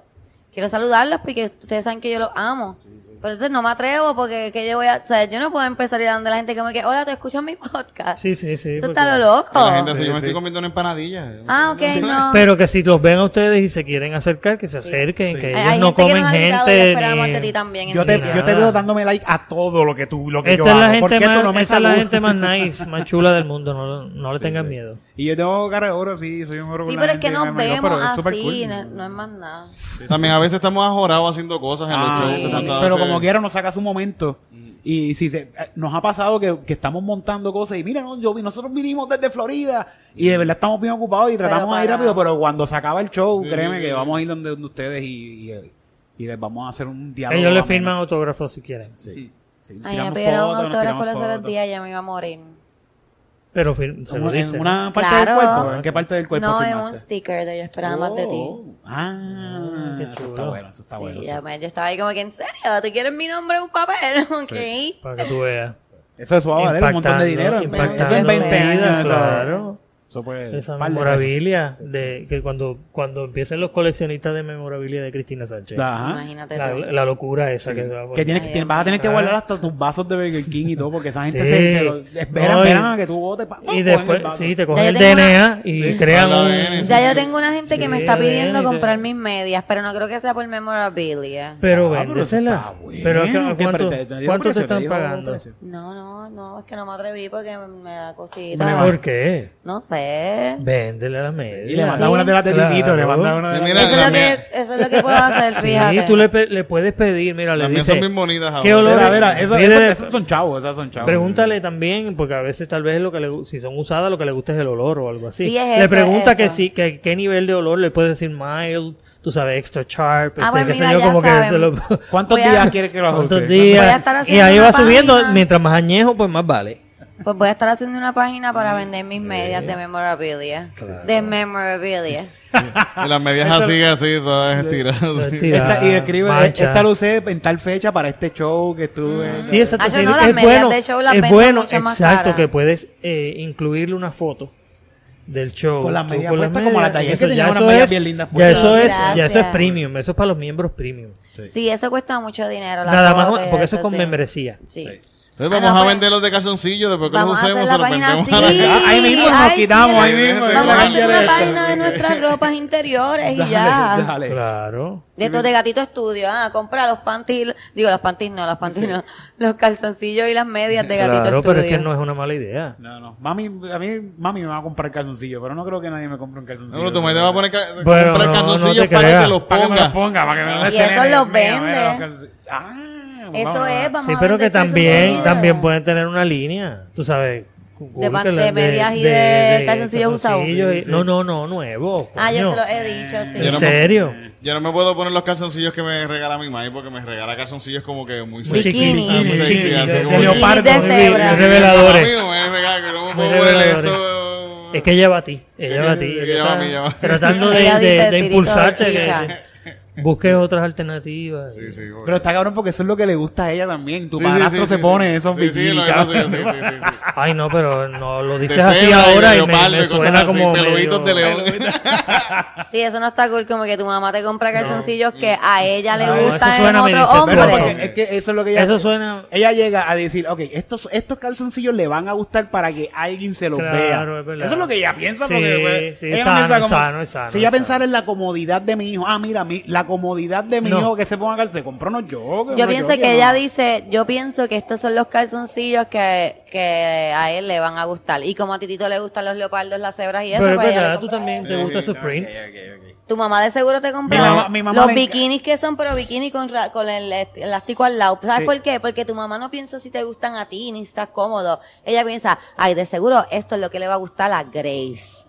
Speaker 4: quiero saludarlos porque ustedes saben que yo los amo. Pero entonces no me atrevo porque que yo voy a, o sea, yo no puedo empezar ir donde la gente como que, "Hola, ¿te escuchas mi podcast?"
Speaker 5: Sí, sí, sí.
Speaker 4: Eso
Speaker 5: porque-
Speaker 4: está lo loco.
Speaker 3: Y la gente así, yo me estoy comiendo una empanadilla.
Speaker 4: Oh. Ah, ok, no.
Speaker 5: Pero que si los ven a ustedes y se quieren acercar, que se acerquen, que
Speaker 4: Hay-
Speaker 5: ellos
Speaker 4: hay
Speaker 5: no
Speaker 4: gente que
Speaker 5: comen
Speaker 4: nos ha gritado,
Speaker 5: gente.
Speaker 4: "Yo esperaba
Speaker 5: ni-
Speaker 4: de ti también", en
Speaker 6: Yo te,
Speaker 4: serio.
Speaker 6: yo te veo dándome like a todo lo que tú, lo que
Speaker 5: Esta
Speaker 6: yo
Speaker 5: es la
Speaker 6: hago. ¿Por
Speaker 5: gente
Speaker 6: qué tú
Speaker 5: más,
Speaker 6: no me
Speaker 5: esta es la
Speaker 6: saludas?
Speaker 5: gente más nice, más chula del mundo. No, no le tengan miedo.
Speaker 6: Y yo tengo cara de oro, sí, soy un oro.
Speaker 4: Sí,
Speaker 6: con la
Speaker 4: pero es que
Speaker 6: gente,
Speaker 4: nos
Speaker 6: me imagino,
Speaker 4: vemos
Speaker 6: pero es súper
Speaker 4: así,
Speaker 6: cool.
Speaker 4: no, no es más nada.
Speaker 3: También a veces estamos ajorados haciendo cosas en
Speaker 6: Ah,
Speaker 3: los
Speaker 6: eso
Speaker 3: shows.
Speaker 6: también.
Speaker 3: montadas
Speaker 6: Pero
Speaker 3: en-
Speaker 6: como quiera nos saca su momento.
Speaker 3: Mm.
Speaker 6: Y si se, eh, nos ha pasado que, que estamos montando cosas y mira, no, yo, vi- nosotros vinimos desde Florida y
Speaker 3: Mm.
Speaker 6: de verdad estamos bien ocupados y tratamos de ir
Speaker 4: para-
Speaker 6: rápido, pero cuando se acaba el show,
Speaker 3: Sí,
Speaker 6: créeme
Speaker 3: sí,
Speaker 6: que
Speaker 3: sí.
Speaker 6: vamos a ir donde, donde ustedes y, y- y les vamos a hacer un diálogo.
Speaker 5: Ellos le
Speaker 6: ameno.
Speaker 5: firman autógrafos si quieren.
Speaker 6: Sí. Sí,
Speaker 4: Ay, me
Speaker 6: tiramos
Speaker 4: pidieron un
Speaker 6: fotos, nos
Speaker 4: autógrafo
Speaker 6: tiramos
Speaker 4: los otros
Speaker 6: fotos.
Speaker 4: días y ya me iba a morir.
Speaker 5: Pero fir- se lo
Speaker 6: ¿En-
Speaker 5: diste.
Speaker 6: ¿En
Speaker 5: ¿no?
Speaker 6: una parte
Speaker 4: Claro.
Speaker 6: del cuerpo? ¿En qué parte del cuerpo
Speaker 4: no, en
Speaker 6: firmaste?
Speaker 4: un sticker de Yo Esperaba Más de Ti.
Speaker 6: Oh, Ah,
Speaker 5: Ah, qué
Speaker 6: eso está
Speaker 5: chulo.
Speaker 6: bueno, eso está
Speaker 4: sí,
Speaker 6: bueno.
Speaker 4: ya
Speaker 6: eso.
Speaker 4: me- yo estaba ahí como que, ¿en serio? ¿Te quieren mi nombre en un papel? Ok.
Speaker 5: Para que tú veas.
Speaker 6: Eso es suave, valer un montón de dinero.
Speaker 4: impactando
Speaker 6: Eso en 20 años.
Speaker 5: vidas,
Speaker 6: eso-
Speaker 5: claro.
Speaker 6: Eso puede.
Speaker 5: Esa
Speaker 6: Pues, par de
Speaker 5: memorabilia de que cuando, cuando empiecen los coleccionistas de memorabilia de Cristina Sánchez.
Speaker 6: pesos. Ajá.
Speaker 4: Imagínate
Speaker 5: Ah, La,
Speaker 4: tú.
Speaker 5: la locura esa que se va a
Speaker 6: Que
Speaker 5: poner.
Speaker 6: tienes,
Speaker 4: Ay,
Speaker 6: que-
Speaker 4: Dios
Speaker 6: vas a tener que
Speaker 5: mío.
Speaker 6: guardar hasta tus vasos de Burger King y todo, porque esa gente
Speaker 5: Sí.
Speaker 6: se te lo, esperan,
Speaker 5: No, y-
Speaker 6: esperan a que tú votes. pa-
Speaker 5: Y
Speaker 6: cogen
Speaker 5: después,
Speaker 6: el vaso.
Speaker 5: sí, te cogen
Speaker 4: yo
Speaker 5: el
Speaker 4: tengo una-
Speaker 5: DNA y crean
Speaker 3: Hola,
Speaker 5: un...
Speaker 3: DNA, sí.
Speaker 4: Ya yo tengo una gente que me
Speaker 5: Sí,
Speaker 4: está
Speaker 5: de-
Speaker 4: pidiendo
Speaker 5: de-
Speaker 4: comprar mis medias, pero no creo que sea por memorabilia.
Speaker 5: Pero
Speaker 6: Ah, pero eso
Speaker 5: véndesela.
Speaker 6: está bueno.
Speaker 5: Pero, acá-
Speaker 6: ¿Qué
Speaker 5: ¿cuánto,
Speaker 6: pre- te- te dio
Speaker 5: cuánto se
Speaker 6: precio? ¿Te
Speaker 5: están
Speaker 6: dio un
Speaker 5: pagando?
Speaker 6: precio?
Speaker 4: No, no, no, es que no me atreví porque me da cosita.
Speaker 5: ¿Por qué?
Speaker 4: No sé.
Speaker 5: Véndele la media.
Speaker 6: Y le mandas una de las de
Speaker 5: Claro.
Speaker 6: Titito, le mandas una de
Speaker 3: Sí,
Speaker 6: las-
Speaker 3: mira,
Speaker 4: Eso es,
Speaker 3: la
Speaker 4: lo que,
Speaker 3: mía-
Speaker 4: eso es lo que puedo hacer, fíjate.
Speaker 5: Sí, tú le, pe- le puedes pedir, mira, le
Speaker 3: Las mías son
Speaker 5: dices...
Speaker 3: bien bonitas ahora.
Speaker 5: ¿Qué olor?
Speaker 6: Mira, mira, eso- eso-
Speaker 5: Pídele-
Speaker 6: esos son chavos, esas son chavos.
Speaker 5: Pregúntale también, porque a veces tal vez lo que le, si son usadas lo que le gusta es el olor o algo así.
Speaker 4: Sí, es
Speaker 5: le
Speaker 4: eso,
Speaker 5: pregunta
Speaker 4: es
Speaker 5: que
Speaker 4: eso.
Speaker 5: sí, que qué nivel de olor le puedes decir mild, tú sabes, extra sharp,
Speaker 4: Ah,
Speaker 5: este,
Speaker 4: pues
Speaker 5: qué
Speaker 4: mira,
Speaker 5: sé yo,
Speaker 4: ya
Speaker 5: como
Speaker 4: saben.
Speaker 5: que se lo-
Speaker 6: ¿Cuántos
Speaker 4: Voy a-
Speaker 6: días quieres que lo
Speaker 5: ¿Cuántos
Speaker 6: use?
Speaker 5: días?
Speaker 4: Voy a estar
Speaker 5: y
Speaker 4: haciendo
Speaker 5: ahí
Speaker 4: una
Speaker 5: va subiendo,
Speaker 4: página.
Speaker 5: mientras más añejo, pues más vale.
Speaker 4: Pues voy a estar haciendo una página
Speaker 5: Mm,
Speaker 4: para vender mis medias
Speaker 5: eh.
Speaker 4: de memorabilia. De memorabilia.
Speaker 3: Y las medias así, así, todas estiradas.
Speaker 5: Tira,
Speaker 6: Esta- y escribe,
Speaker 5: mancha.
Speaker 6: esta lo usé en tal fecha para este show que estuve.
Speaker 5: Sí, exacto.
Speaker 4: Ah, yo
Speaker 5: sí,
Speaker 4: no, las
Speaker 5: es
Speaker 4: medias
Speaker 5: bueno,
Speaker 4: de show las
Speaker 5: es
Speaker 4: vendo
Speaker 5: bueno,
Speaker 4: mucho más
Speaker 5: exacto,
Speaker 4: caras.
Speaker 5: que puedes eh, incluirle una foto del show.
Speaker 6: Con las
Speaker 5: Tú
Speaker 6: medias puestas, como la de ayer,
Speaker 5: eso-
Speaker 6: que
Speaker 5: ya
Speaker 6: tenía unas
Speaker 5: eso
Speaker 6: medias
Speaker 5: es-
Speaker 6: bien lindas
Speaker 5: Ya
Speaker 6: puestas.
Speaker 5: eso,
Speaker 4: Sí,
Speaker 5: es, ya eso es
Speaker 4: gracias.
Speaker 5: premium, eso es para los miembros premium.
Speaker 4: Sí, eso cuesta mucho dinero. la
Speaker 5: Nada
Speaker 4: foto
Speaker 5: más,
Speaker 4: y
Speaker 5: porque eso es con
Speaker 4: sí.
Speaker 5: membresía.
Speaker 4: Sí.
Speaker 3: Entonces
Speaker 4: Ah,
Speaker 3: vamos
Speaker 4: no,
Speaker 3: a
Speaker 4: pues-
Speaker 3: vender los de calzoncillos, después que los
Speaker 4: Vamos a hacer
Speaker 3: usemos
Speaker 4: la
Speaker 3: se los
Speaker 4: página
Speaker 3: vendemos a
Speaker 4: así.
Speaker 3: la
Speaker 4: Sí,
Speaker 3: calle.
Speaker 6: Ahí mismo nos
Speaker 4: ay,
Speaker 6: quitamos,
Speaker 4: sí,
Speaker 6: ahí
Speaker 3: ahí
Speaker 6: mismo.
Speaker 3: vete,
Speaker 4: Vamos a
Speaker 3: Dale,
Speaker 4: hacer una
Speaker 3: dale,
Speaker 4: página de nuestras ropas interiores y ya.
Speaker 6: Dale, dale.
Speaker 5: Claro.
Speaker 4: De estos de gatito estudio, ah, compra los pantis, digo los pantis no, los pantis no, los calzoncillos y las medias de gatito
Speaker 5: Claro,
Speaker 4: estudio.
Speaker 5: pero es que no es una mala idea.
Speaker 6: No, no. Mami, a mí, mami me va a comprar calzoncillo, pero no creo que nadie me compre un calzoncillo.
Speaker 3: No, pero tu madre te va a poner ca-
Speaker 5: Bueno,
Speaker 3: comprar
Speaker 5: no, no te
Speaker 3: calzoncillos para
Speaker 5: creas.
Speaker 3: que los
Speaker 6: Para que me los
Speaker 3: ponga.
Speaker 6: ponga, para que me los
Speaker 4: Y eso
Speaker 6: SNL,
Speaker 4: los
Speaker 6: mío,
Speaker 4: vende.
Speaker 6: mira, los calzoncillos. Ah,
Speaker 4: Eso
Speaker 6: vamos a-
Speaker 4: es, vamos
Speaker 5: Sí,
Speaker 4: a
Speaker 5: pero que
Speaker 4: vender
Speaker 5: también,
Speaker 4: calzoncillos.
Speaker 5: también pueden tener una línea, tú sabes. con-
Speaker 4: De pan-
Speaker 5: que la-
Speaker 4: de medias y de calzoncillos usados.
Speaker 5: calzoncillos y-
Speaker 4: Sí, sí.
Speaker 5: No, no, no, nuevo.
Speaker 4: Ah, yo
Speaker 5: coño.
Speaker 4: se los he dicho, sí.
Speaker 3: Yo
Speaker 5: ¿En
Speaker 3: no-
Speaker 5: serio?
Speaker 3: Yo no me puedo poner los calzoncillos que me regala mi madre porque me regala calzoncillos como que
Speaker 4: Muy
Speaker 3: muy sexy.
Speaker 4: Bikini.
Speaker 3: Ah, muy
Speaker 5: Bikini,
Speaker 3: sexy,
Speaker 5: bikini,
Speaker 3: así
Speaker 5: de-
Speaker 3: como
Speaker 5: de
Speaker 3: que-
Speaker 4: leopardo.
Speaker 5: leopardo.
Speaker 4: de cebra.
Speaker 5: Muy
Speaker 3: Yo
Speaker 5: Reveladores.
Speaker 3: no me regala, que no
Speaker 5: Muy
Speaker 3: me puedo poner
Speaker 5: reveladores.
Speaker 3: esto.
Speaker 5: Es que ella va a ti, ella va a ti.
Speaker 3: Sí,
Speaker 5: ella
Speaker 3: ella va a mí,
Speaker 5: está
Speaker 3: ella va a mí.
Speaker 5: Tratando de, de-
Speaker 4: Ella dice
Speaker 5: de
Speaker 4: tirito de
Speaker 5: impulsarte, que-
Speaker 4: chicha.
Speaker 5: que busques otras alternativas.
Speaker 3: Sí, sí, porque-
Speaker 6: Pero está cabrón porque eso es lo que le gusta a ella también. Tu
Speaker 3: Sí, sí,
Speaker 6: padrastro
Speaker 3: sí,
Speaker 6: se
Speaker 3: sí,
Speaker 6: pone
Speaker 3: sí.
Speaker 6: esos
Speaker 3: Sí, sí,
Speaker 6: bikinis,
Speaker 3: lo-
Speaker 6: cabrón.
Speaker 3: sí, sí, sí, sí, sí.
Speaker 5: Ay, no, pero no lo dices
Speaker 3: De
Speaker 5: así
Speaker 3: cebra, de
Speaker 5: ahora y me-
Speaker 3: leopardo
Speaker 5: me,
Speaker 3: y cosas
Speaker 5: suena
Speaker 3: así,
Speaker 5: como
Speaker 3: peluditos de
Speaker 5: medio-
Speaker 3: león.
Speaker 4: Sí, eso no está cool, como que tu mamá te compra calzoncillos que a ella le
Speaker 5: No, eso
Speaker 4: gustan en
Speaker 5: suena medio
Speaker 4: otro
Speaker 5: sexual.
Speaker 6: Pero
Speaker 4: hombre.
Speaker 6: porque es que eso es lo que ella...
Speaker 5: Eso suena
Speaker 6: Ella llega a decir, ok, estos, estos calzoncillos le van a gustar para que alguien se los
Speaker 5: Claro,
Speaker 6: vea.
Speaker 5: es verdad.
Speaker 6: Eso es lo que ella piensa.
Speaker 5: Sí,
Speaker 6: porque, pues,
Speaker 5: sí,
Speaker 6: ella no
Speaker 5: sano,
Speaker 6: piensa como-
Speaker 5: sano, es sano,
Speaker 6: Si ella
Speaker 5: es sano.
Speaker 6: pensara en la comodidad de mi hijo, ah, mira, mi- la comodidad de mi
Speaker 5: No.
Speaker 6: hijo que se ponga calzoncillos, se compró unos yo.
Speaker 4: Yo pienso que ella dice, yo pienso que estos son los calzoncillos que, que a él le van a gustar. Y como a Titito le gustan los leopardos, las cebras y eso,
Speaker 5: Pero es
Speaker 4: pues ella le
Speaker 5: verdad, tú
Speaker 4: compra
Speaker 5: también te
Speaker 3: Sí,
Speaker 5: gusta
Speaker 3: sí,
Speaker 5: esos prints.
Speaker 4: Tu mamá de seguro te compró
Speaker 6: Mi mamá- mi mamá le
Speaker 4: los
Speaker 6: enca-
Speaker 4: bikinis que son, pero bikinis con, ra- con el est- elástico al lado. ¿Sabes
Speaker 6: Sí.
Speaker 4: por qué? Porque tu mamá no piensa si te gustan a ti, ni si estás cómodo. Ella piensa, ay, de seguro esto es lo que le va a gustar a Grace.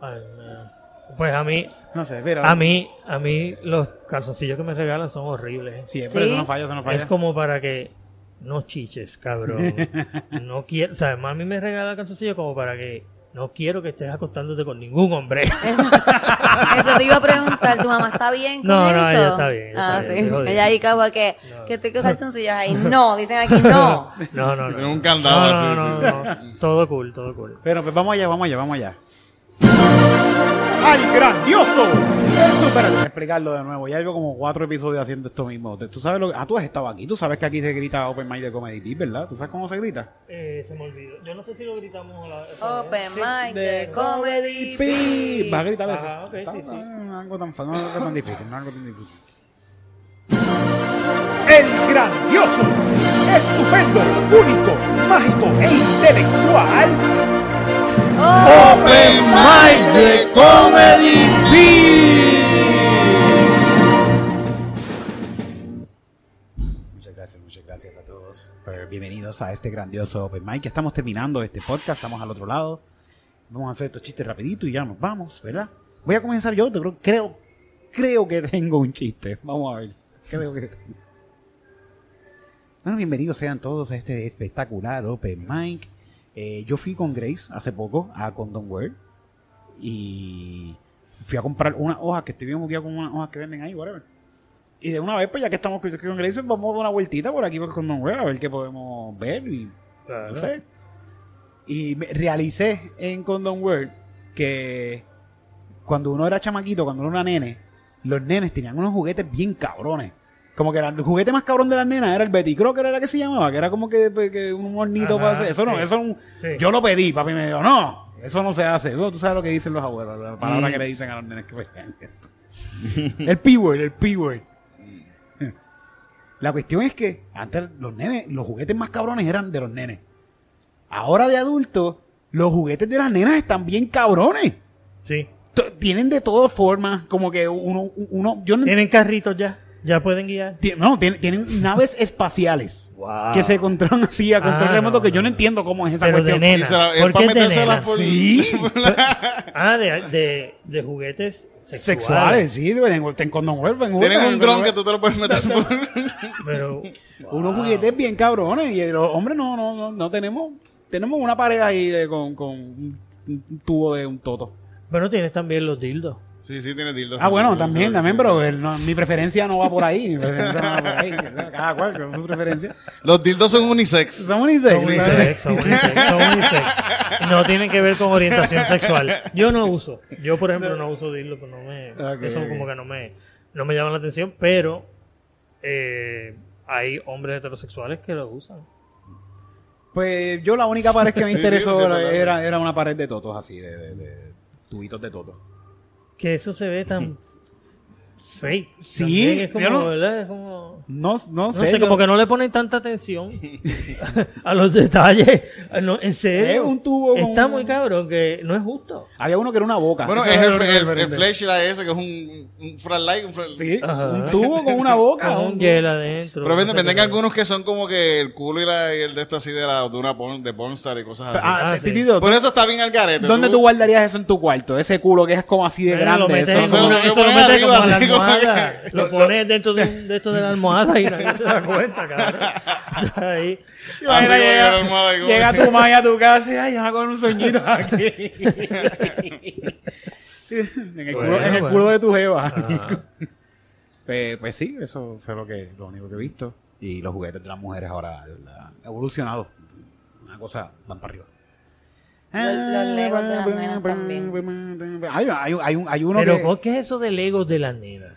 Speaker 5: Ay, no. Pues a mí,
Speaker 6: No sé, pero...
Speaker 5: a mí, a mí los calzoncillos que me regalan son horribles.
Speaker 6: Siempre,
Speaker 4: Sí.
Speaker 6: eso no falla, eso no falla.
Speaker 5: Es como para que no chiches, cabrón. No quiero, o sea, además a mí me regala calzoncillos como para que no quiero que estés acostándote con ningún hombre.
Speaker 4: Eso, eso te iba a preguntar, ¿tu mamá está bien con
Speaker 5: No,
Speaker 4: eso?
Speaker 5: no, ella está bien, ella
Speaker 4: Ah,
Speaker 5: está
Speaker 4: sí.
Speaker 5: bien, te jodí.
Speaker 4: Ella ahí como que, que te cojas calzoncillos ahí. No, dicen aquí no.
Speaker 5: No, no, no.
Speaker 3: Tiene un candado
Speaker 5: No, no,
Speaker 3: así,
Speaker 5: no, no. Todo cool, todo cool.
Speaker 6: Pero pues vamos allá, vamos allá, vamos allá. ¡Al grandioso! Esto, espérate, explicarlo de nuevo. Ya llevo como cuatro episodios haciendo esto mismo. Tú sabes lo que... Ah, tú has estado aquí. Tú sabes que aquí se grita Open Mind de Comedy Beat, ¿verdad? ¿Tú sabes cómo se grita?
Speaker 5: Eh, se me olvidó. Yo no sé si lo gritamos o la.
Speaker 4: Open mic de comedy.
Speaker 6: Beat. ¿Vas a gritar eso?
Speaker 5: Ajá, ok,
Speaker 6: Está-
Speaker 5: sí, sí.
Speaker 6: No, algo tan, fa- no, algo tan difícil, no algo tan difícil. El grandioso, estupendo, único, mágico e intelectual...
Speaker 4: Oh,
Speaker 3: Open Mind de Comedy Beat.
Speaker 6: gracias, muchas gracias a todos. Pero bienvenidos a este grandioso Open Mic. Ya estamos terminando este podcast, estamos al otro lado. Vamos a hacer estos chistes rapidito y ya nos vamos, ¿verdad? Voy a comenzar yo, te creo, creo, creo que tengo un chiste. Vamos a ver. Creo que tengo. Bueno, bienvenidos sean todos a este espectacular Open Mic. Eh, yo fui con Grace hace poco a Condom World y fui a comprar una hoja que estoy bien guiado con una hoja que venden ahí, whatever. Y de una vez, pues ya que estamos con con Grace, vamos a dar una vueltita por aquí pues, por Condom World a ver qué podemos ver y
Speaker 5: Claro.
Speaker 6: no sé. Y me- realicé en Condom World que cuando uno era chamaquito, cuando uno era nene, los nenes tenían unos juguetes bien cabrones. Como que era- el juguete más cabrón de las nenas era el Betty Crocker, era que se llamaba, que era como que, pues, que un hornito
Speaker 5: Ajá,
Speaker 6: para hacer. Eso no,
Speaker 5: sí.
Speaker 6: eso no-
Speaker 5: Sí.
Speaker 6: Yo lo pedí, papi me dijo, no, eso no se hace. Bueno, tú sabes lo que dicen los abuelos, la palabra
Speaker 3: Mm.
Speaker 6: que le dicen a los nenes que juegan esto. el P-word, el P-word. La cuestión es que antes los nenes, los juguetes más cabrones eran de los nenes. Ahora de adultos, los juguetes de las nenas están bien cabrones.
Speaker 5: Sí.
Speaker 6: T- Tienen de todas formas, como que uno, uno, yo no,
Speaker 5: ¿Tienen carritos ya? ¿Ya pueden guiar?
Speaker 6: ti- no, tienen, tienen naves espaciales
Speaker 5: Wow.
Speaker 6: que se controlan así a control
Speaker 5: Ah,
Speaker 6: remoto
Speaker 5: no,
Speaker 6: que yo no
Speaker 5: no.
Speaker 6: entiendo cómo es esa
Speaker 5: Pero de
Speaker 6: cuestión.
Speaker 5: nena.
Speaker 3: Y se la- es
Speaker 5: ¿Por
Speaker 3: pa'
Speaker 5: qué es de
Speaker 3: metérselas
Speaker 5: nena?
Speaker 3: por-
Speaker 6: Sí,
Speaker 5: Ah, de, de, de juguetes
Speaker 6: sexuales,
Speaker 5: sexuales.
Speaker 6: sí, en, en Condom World, en
Speaker 3: Tienen
Speaker 6: otra, en
Speaker 3: un dron que Ah.
Speaker 6: Condom
Speaker 3: tú te lo puedes meter por...
Speaker 5: Pero,
Speaker 6: Unos juguetes bien cabrones y los hombres no, no, no, no tenemos, tenemos una pared ahí de- con, con un un tubo de un toto.
Speaker 5: bueno, tienes también los dildos.
Speaker 3: Sí, sí, tiene dildos.
Speaker 6: Ah, bueno,
Speaker 3: Sí,
Speaker 6: también,
Speaker 3: sí,
Speaker 6: también,
Speaker 3: sí.
Speaker 6: pero el- no, mi preferencia no va por ahí. Mi preferencia no va por ahí. ¿verdad? Cada cual con su preferencia.
Speaker 3: Los dildos son unisex.
Speaker 6: Son unisex.
Speaker 5: Son
Speaker 6: sí.
Speaker 5: unisex, son unisex, son unisex. No tienen que ver con orientación sexual. Yo no uso. Yo, por ejemplo, no uso dildos, pues no me.
Speaker 6: Ok,
Speaker 5: eso
Speaker 6: ok.
Speaker 5: como que no me, no me llama la atención, pero eh, hay hombres heterosexuales que lo usan.
Speaker 6: Pues yo la única pared que me
Speaker 3: Sí, sí,
Speaker 6: interesó
Speaker 3: sí,
Speaker 6: era-
Speaker 3: verdad.
Speaker 6: era, era una pared de totos así, de, de- de tubitos de totos.
Speaker 5: Que eso se ve tan. fake.
Speaker 6: Sí,
Speaker 5: También es como,
Speaker 6: yo no-
Speaker 5: ¿verdad? Es como.
Speaker 6: No, no,
Speaker 5: No
Speaker 6: sé.
Speaker 5: sé,
Speaker 6: yo-
Speaker 5: como que no le ponen tanta atención a los detalles. No, en
Speaker 6: Es
Speaker 5: serio.
Speaker 6: un tubo con
Speaker 5: Está
Speaker 6: un-
Speaker 5: muy cabrón, que no es justo.
Speaker 6: Había uno que era una boca.
Speaker 3: Bueno,
Speaker 6: Eso
Speaker 3: es
Speaker 6: era
Speaker 3: el,
Speaker 6: lo único
Speaker 3: el, el
Speaker 6: diferente.
Speaker 3: flashlight ese que es un, un frat light. Un frat-
Speaker 6: Sí,
Speaker 5: Ajá. Ah,
Speaker 6: un tubo con una boca.
Speaker 5: Con un gel adentro.
Speaker 3: Pero venden,
Speaker 5: no sé
Speaker 3: venden
Speaker 5: qué.
Speaker 3: algunos que son como que el culo y, la, y el de esto así de la de una porn, de pornstar y cosas así.
Speaker 6: Ah,
Speaker 5: Ah, sí.
Speaker 6: Titito,
Speaker 3: Por eso está bien al garete.
Speaker 6: ¿dónde tú guardarías eso en tu cuarto? Ese culo que es como así de
Speaker 5: Bueno, Lo
Speaker 6: grande.
Speaker 5: metes,
Speaker 6: eso-
Speaker 5: en
Speaker 3: eso
Speaker 5: una-
Speaker 3: lo
Speaker 5: eso
Speaker 3: pones
Speaker 5: lo metes
Speaker 3: arriba,
Speaker 5: como en
Speaker 3: así
Speaker 5: la
Speaker 3: como
Speaker 5: almohada.
Speaker 3: que-
Speaker 5: Lo pones dentro de, un- de esto de la almohada y nadie se da cuenta, cabrón. Está ahí.
Speaker 3: Así
Speaker 6: Imagina,
Speaker 3: como que
Speaker 6: llega,
Speaker 3: la almohada y como-
Speaker 6: llega tu madre a tu casa y ay, ya con un sueñito aquí. en, el culo, en el
Speaker 5: Bueno,
Speaker 6: culo de tu jeva.
Speaker 5: Ah,
Speaker 6: Pues, pues sí, eso fue lo que lo único que he visto. Y los juguetes de las mujeres ahora la- evolucionado. Una cosa van para arriba.
Speaker 4: Los- los Legos de las nenas
Speaker 6: también. Hay, hay, hay, un- hay uno
Speaker 5: Pero,
Speaker 6: que-
Speaker 5: ¿por ¿qué es eso de Legos de la nena?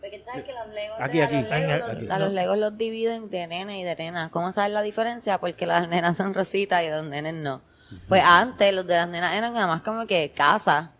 Speaker 4: Porque tú sabes que los legos,
Speaker 6: Aquí,
Speaker 4: de-
Speaker 6: aquí.
Speaker 4: a, los legos,
Speaker 5: Aquí, aquí.
Speaker 4: los- a los legos los dividen de nene y de nena. ¿Cómo sabes la diferencia? Porque las nenas son rositas y los nenes no. Pues antes los de las nenas eran nada más como que casa.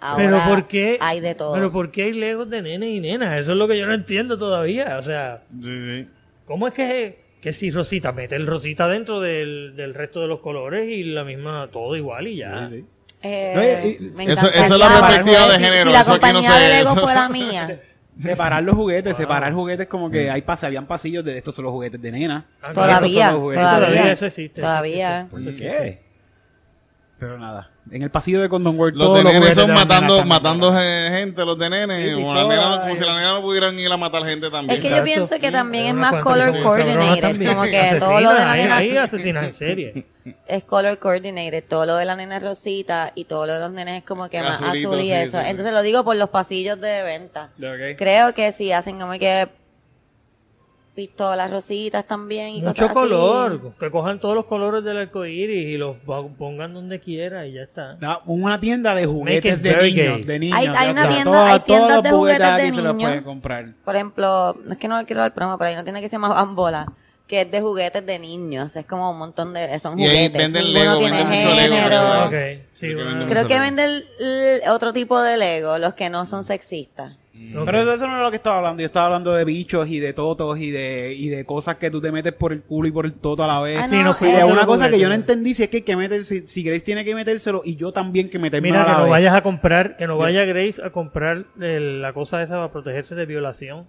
Speaker 4: Ahora
Speaker 5: pero ¿por qué?
Speaker 4: hay de todo.
Speaker 5: Pero ¿por qué hay Legos de nene y nena? Eso es lo que yo no entiendo todavía. O sea,
Speaker 3: Sí, sí.
Speaker 5: ¿cómo es que, que si Rosita mete el Rosita dentro del, del resto de los colores y la misma, todo igual y ya?
Speaker 6: Sí, sí.
Speaker 4: Eh,
Speaker 6: No, y- y-
Speaker 4: me
Speaker 3: eso-
Speaker 4: encantaría-
Speaker 3: eso es la
Speaker 4: Ah,
Speaker 3: perspectiva
Speaker 4: bueno,
Speaker 3: de
Speaker 4: si-
Speaker 3: género,
Speaker 4: Si la
Speaker 3: eso aquí no
Speaker 4: compañía
Speaker 3: sé,
Speaker 4: de legos
Speaker 3: eso-
Speaker 4: fuera mía,
Speaker 6: Separar los juguetes, separar juguetes como que hay pas, habían pasillos de estos son los juguetes de nena.
Speaker 5: Mm. Ah, no,
Speaker 4: todavía,
Speaker 6: Estos son los juguetes.
Speaker 5: Todavía
Speaker 4: todavía,
Speaker 5: eso existe,
Speaker 4: Todavía.
Speaker 5: eso existe.
Speaker 6: Pero nada, en el pasillo de Condom World
Speaker 3: Los
Speaker 6: todos
Speaker 3: de nene
Speaker 6: juguetes
Speaker 3: son
Speaker 6: de las nenas
Speaker 3: matando,
Speaker 6: están
Speaker 3: matando
Speaker 6: bien.
Speaker 3: gen- gente, los de nene.
Speaker 6: Sí,
Speaker 3: como,
Speaker 6: pistola,
Speaker 3: la nena- como
Speaker 6: eh.
Speaker 3: si la nena no pudieran ir a matar gente también.
Speaker 4: Es que yo
Speaker 5: Exacto.
Speaker 4: pienso que también
Speaker 5: Hay
Speaker 4: es
Speaker 5: unas
Speaker 4: más
Speaker 5: cuantas
Speaker 4: color
Speaker 5: que son cabronas
Speaker 4: coordinated,
Speaker 5: también.
Speaker 4: como que todo lo de la
Speaker 5: Asesinas,
Speaker 4: nena
Speaker 5: Hay, hay asesinas en serie.
Speaker 4: es color coordinated, todo lo de la nena es rosita y todo lo de los nenes es como que más
Speaker 3: Azulito,
Speaker 4: azul y
Speaker 3: sí,
Speaker 4: eso.
Speaker 3: sí, sí.
Speaker 4: Entonces lo digo por los pasillos de venta.
Speaker 6: Ok.
Speaker 4: Creo que sí, hacen como que pistolas rositas también y
Speaker 5: Mucho
Speaker 4: cosas así.
Speaker 5: color. Que cojan todos los colores del arco iris y los pa- pongan donde quiera y ya está.
Speaker 6: No, una tienda de juguetes
Speaker 5: it
Speaker 6: de
Speaker 5: very
Speaker 6: niños,
Speaker 5: gay.
Speaker 6: de niños.
Speaker 4: Hay-
Speaker 6: ya
Speaker 4: hay una
Speaker 6: está.
Speaker 4: tienda-
Speaker 6: Todos-
Speaker 4: hay tiendas
Speaker 6: todos los
Speaker 4: de juguetes de
Speaker 6: aquí se los
Speaker 4: niños.
Speaker 6: pueden comprar.
Speaker 4: Por ejemplo, no es que no le quiero dar promo, pero hay una tienda que se llama Bambola, que es de juguetes de niños. Es como un montón de... Son
Speaker 3: Y ahí
Speaker 4: juguetes.
Speaker 3: venden
Speaker 4: Ninguno
Speaker 3: Lego,
Speaker 4: tiene
Speaker 3: venden mucho Lego,
Speaker 4: género.
Speaker 3: ¿verdad?
Speaker 5: Ok, sí,
Speaker 3: Porque
Speaker 5: bueno.
Speaker 3: venden
Speaker 4: Creo que
Speaker 3: Lego.
Speaker 4: venden l- otro tipo de Lego, los que no son sexistas.
Speaker 5: Ok.
Speaker 6: Pero eso no es lo que estaba hablando. Yo estaba hablando de bichos y de totos y de, y de cosas que tú te metes por el culo y por el toto a la vez.
Speaker 4: Ah,
Speaker 5: Sí,
Speaker 4: no,
Speaker 5: no fui
Speaker 6: Y
Speaker 4: eh,
Speaker 6: de
Speaker 5: Eso
Speaker 6: una
Speaker 5: lo
Speaker 6: cosa
Speaker 5: jugué,
Speaker 6: que yo no
Speaker 5: sí.
Speaker 6: entendí si es que hay que meter, si, si Grace tiene que metérselo y yo también que meterme
Speaker 5: Mira,
Speaker 6: a
Speaker 5: que
Speaker 6: la
Speaker 5: no
Speaker 6: vez.
Speaker 5: vayas a comprar, que no vaya Grace a comprar eh, la cosa esa para protegerse de violación.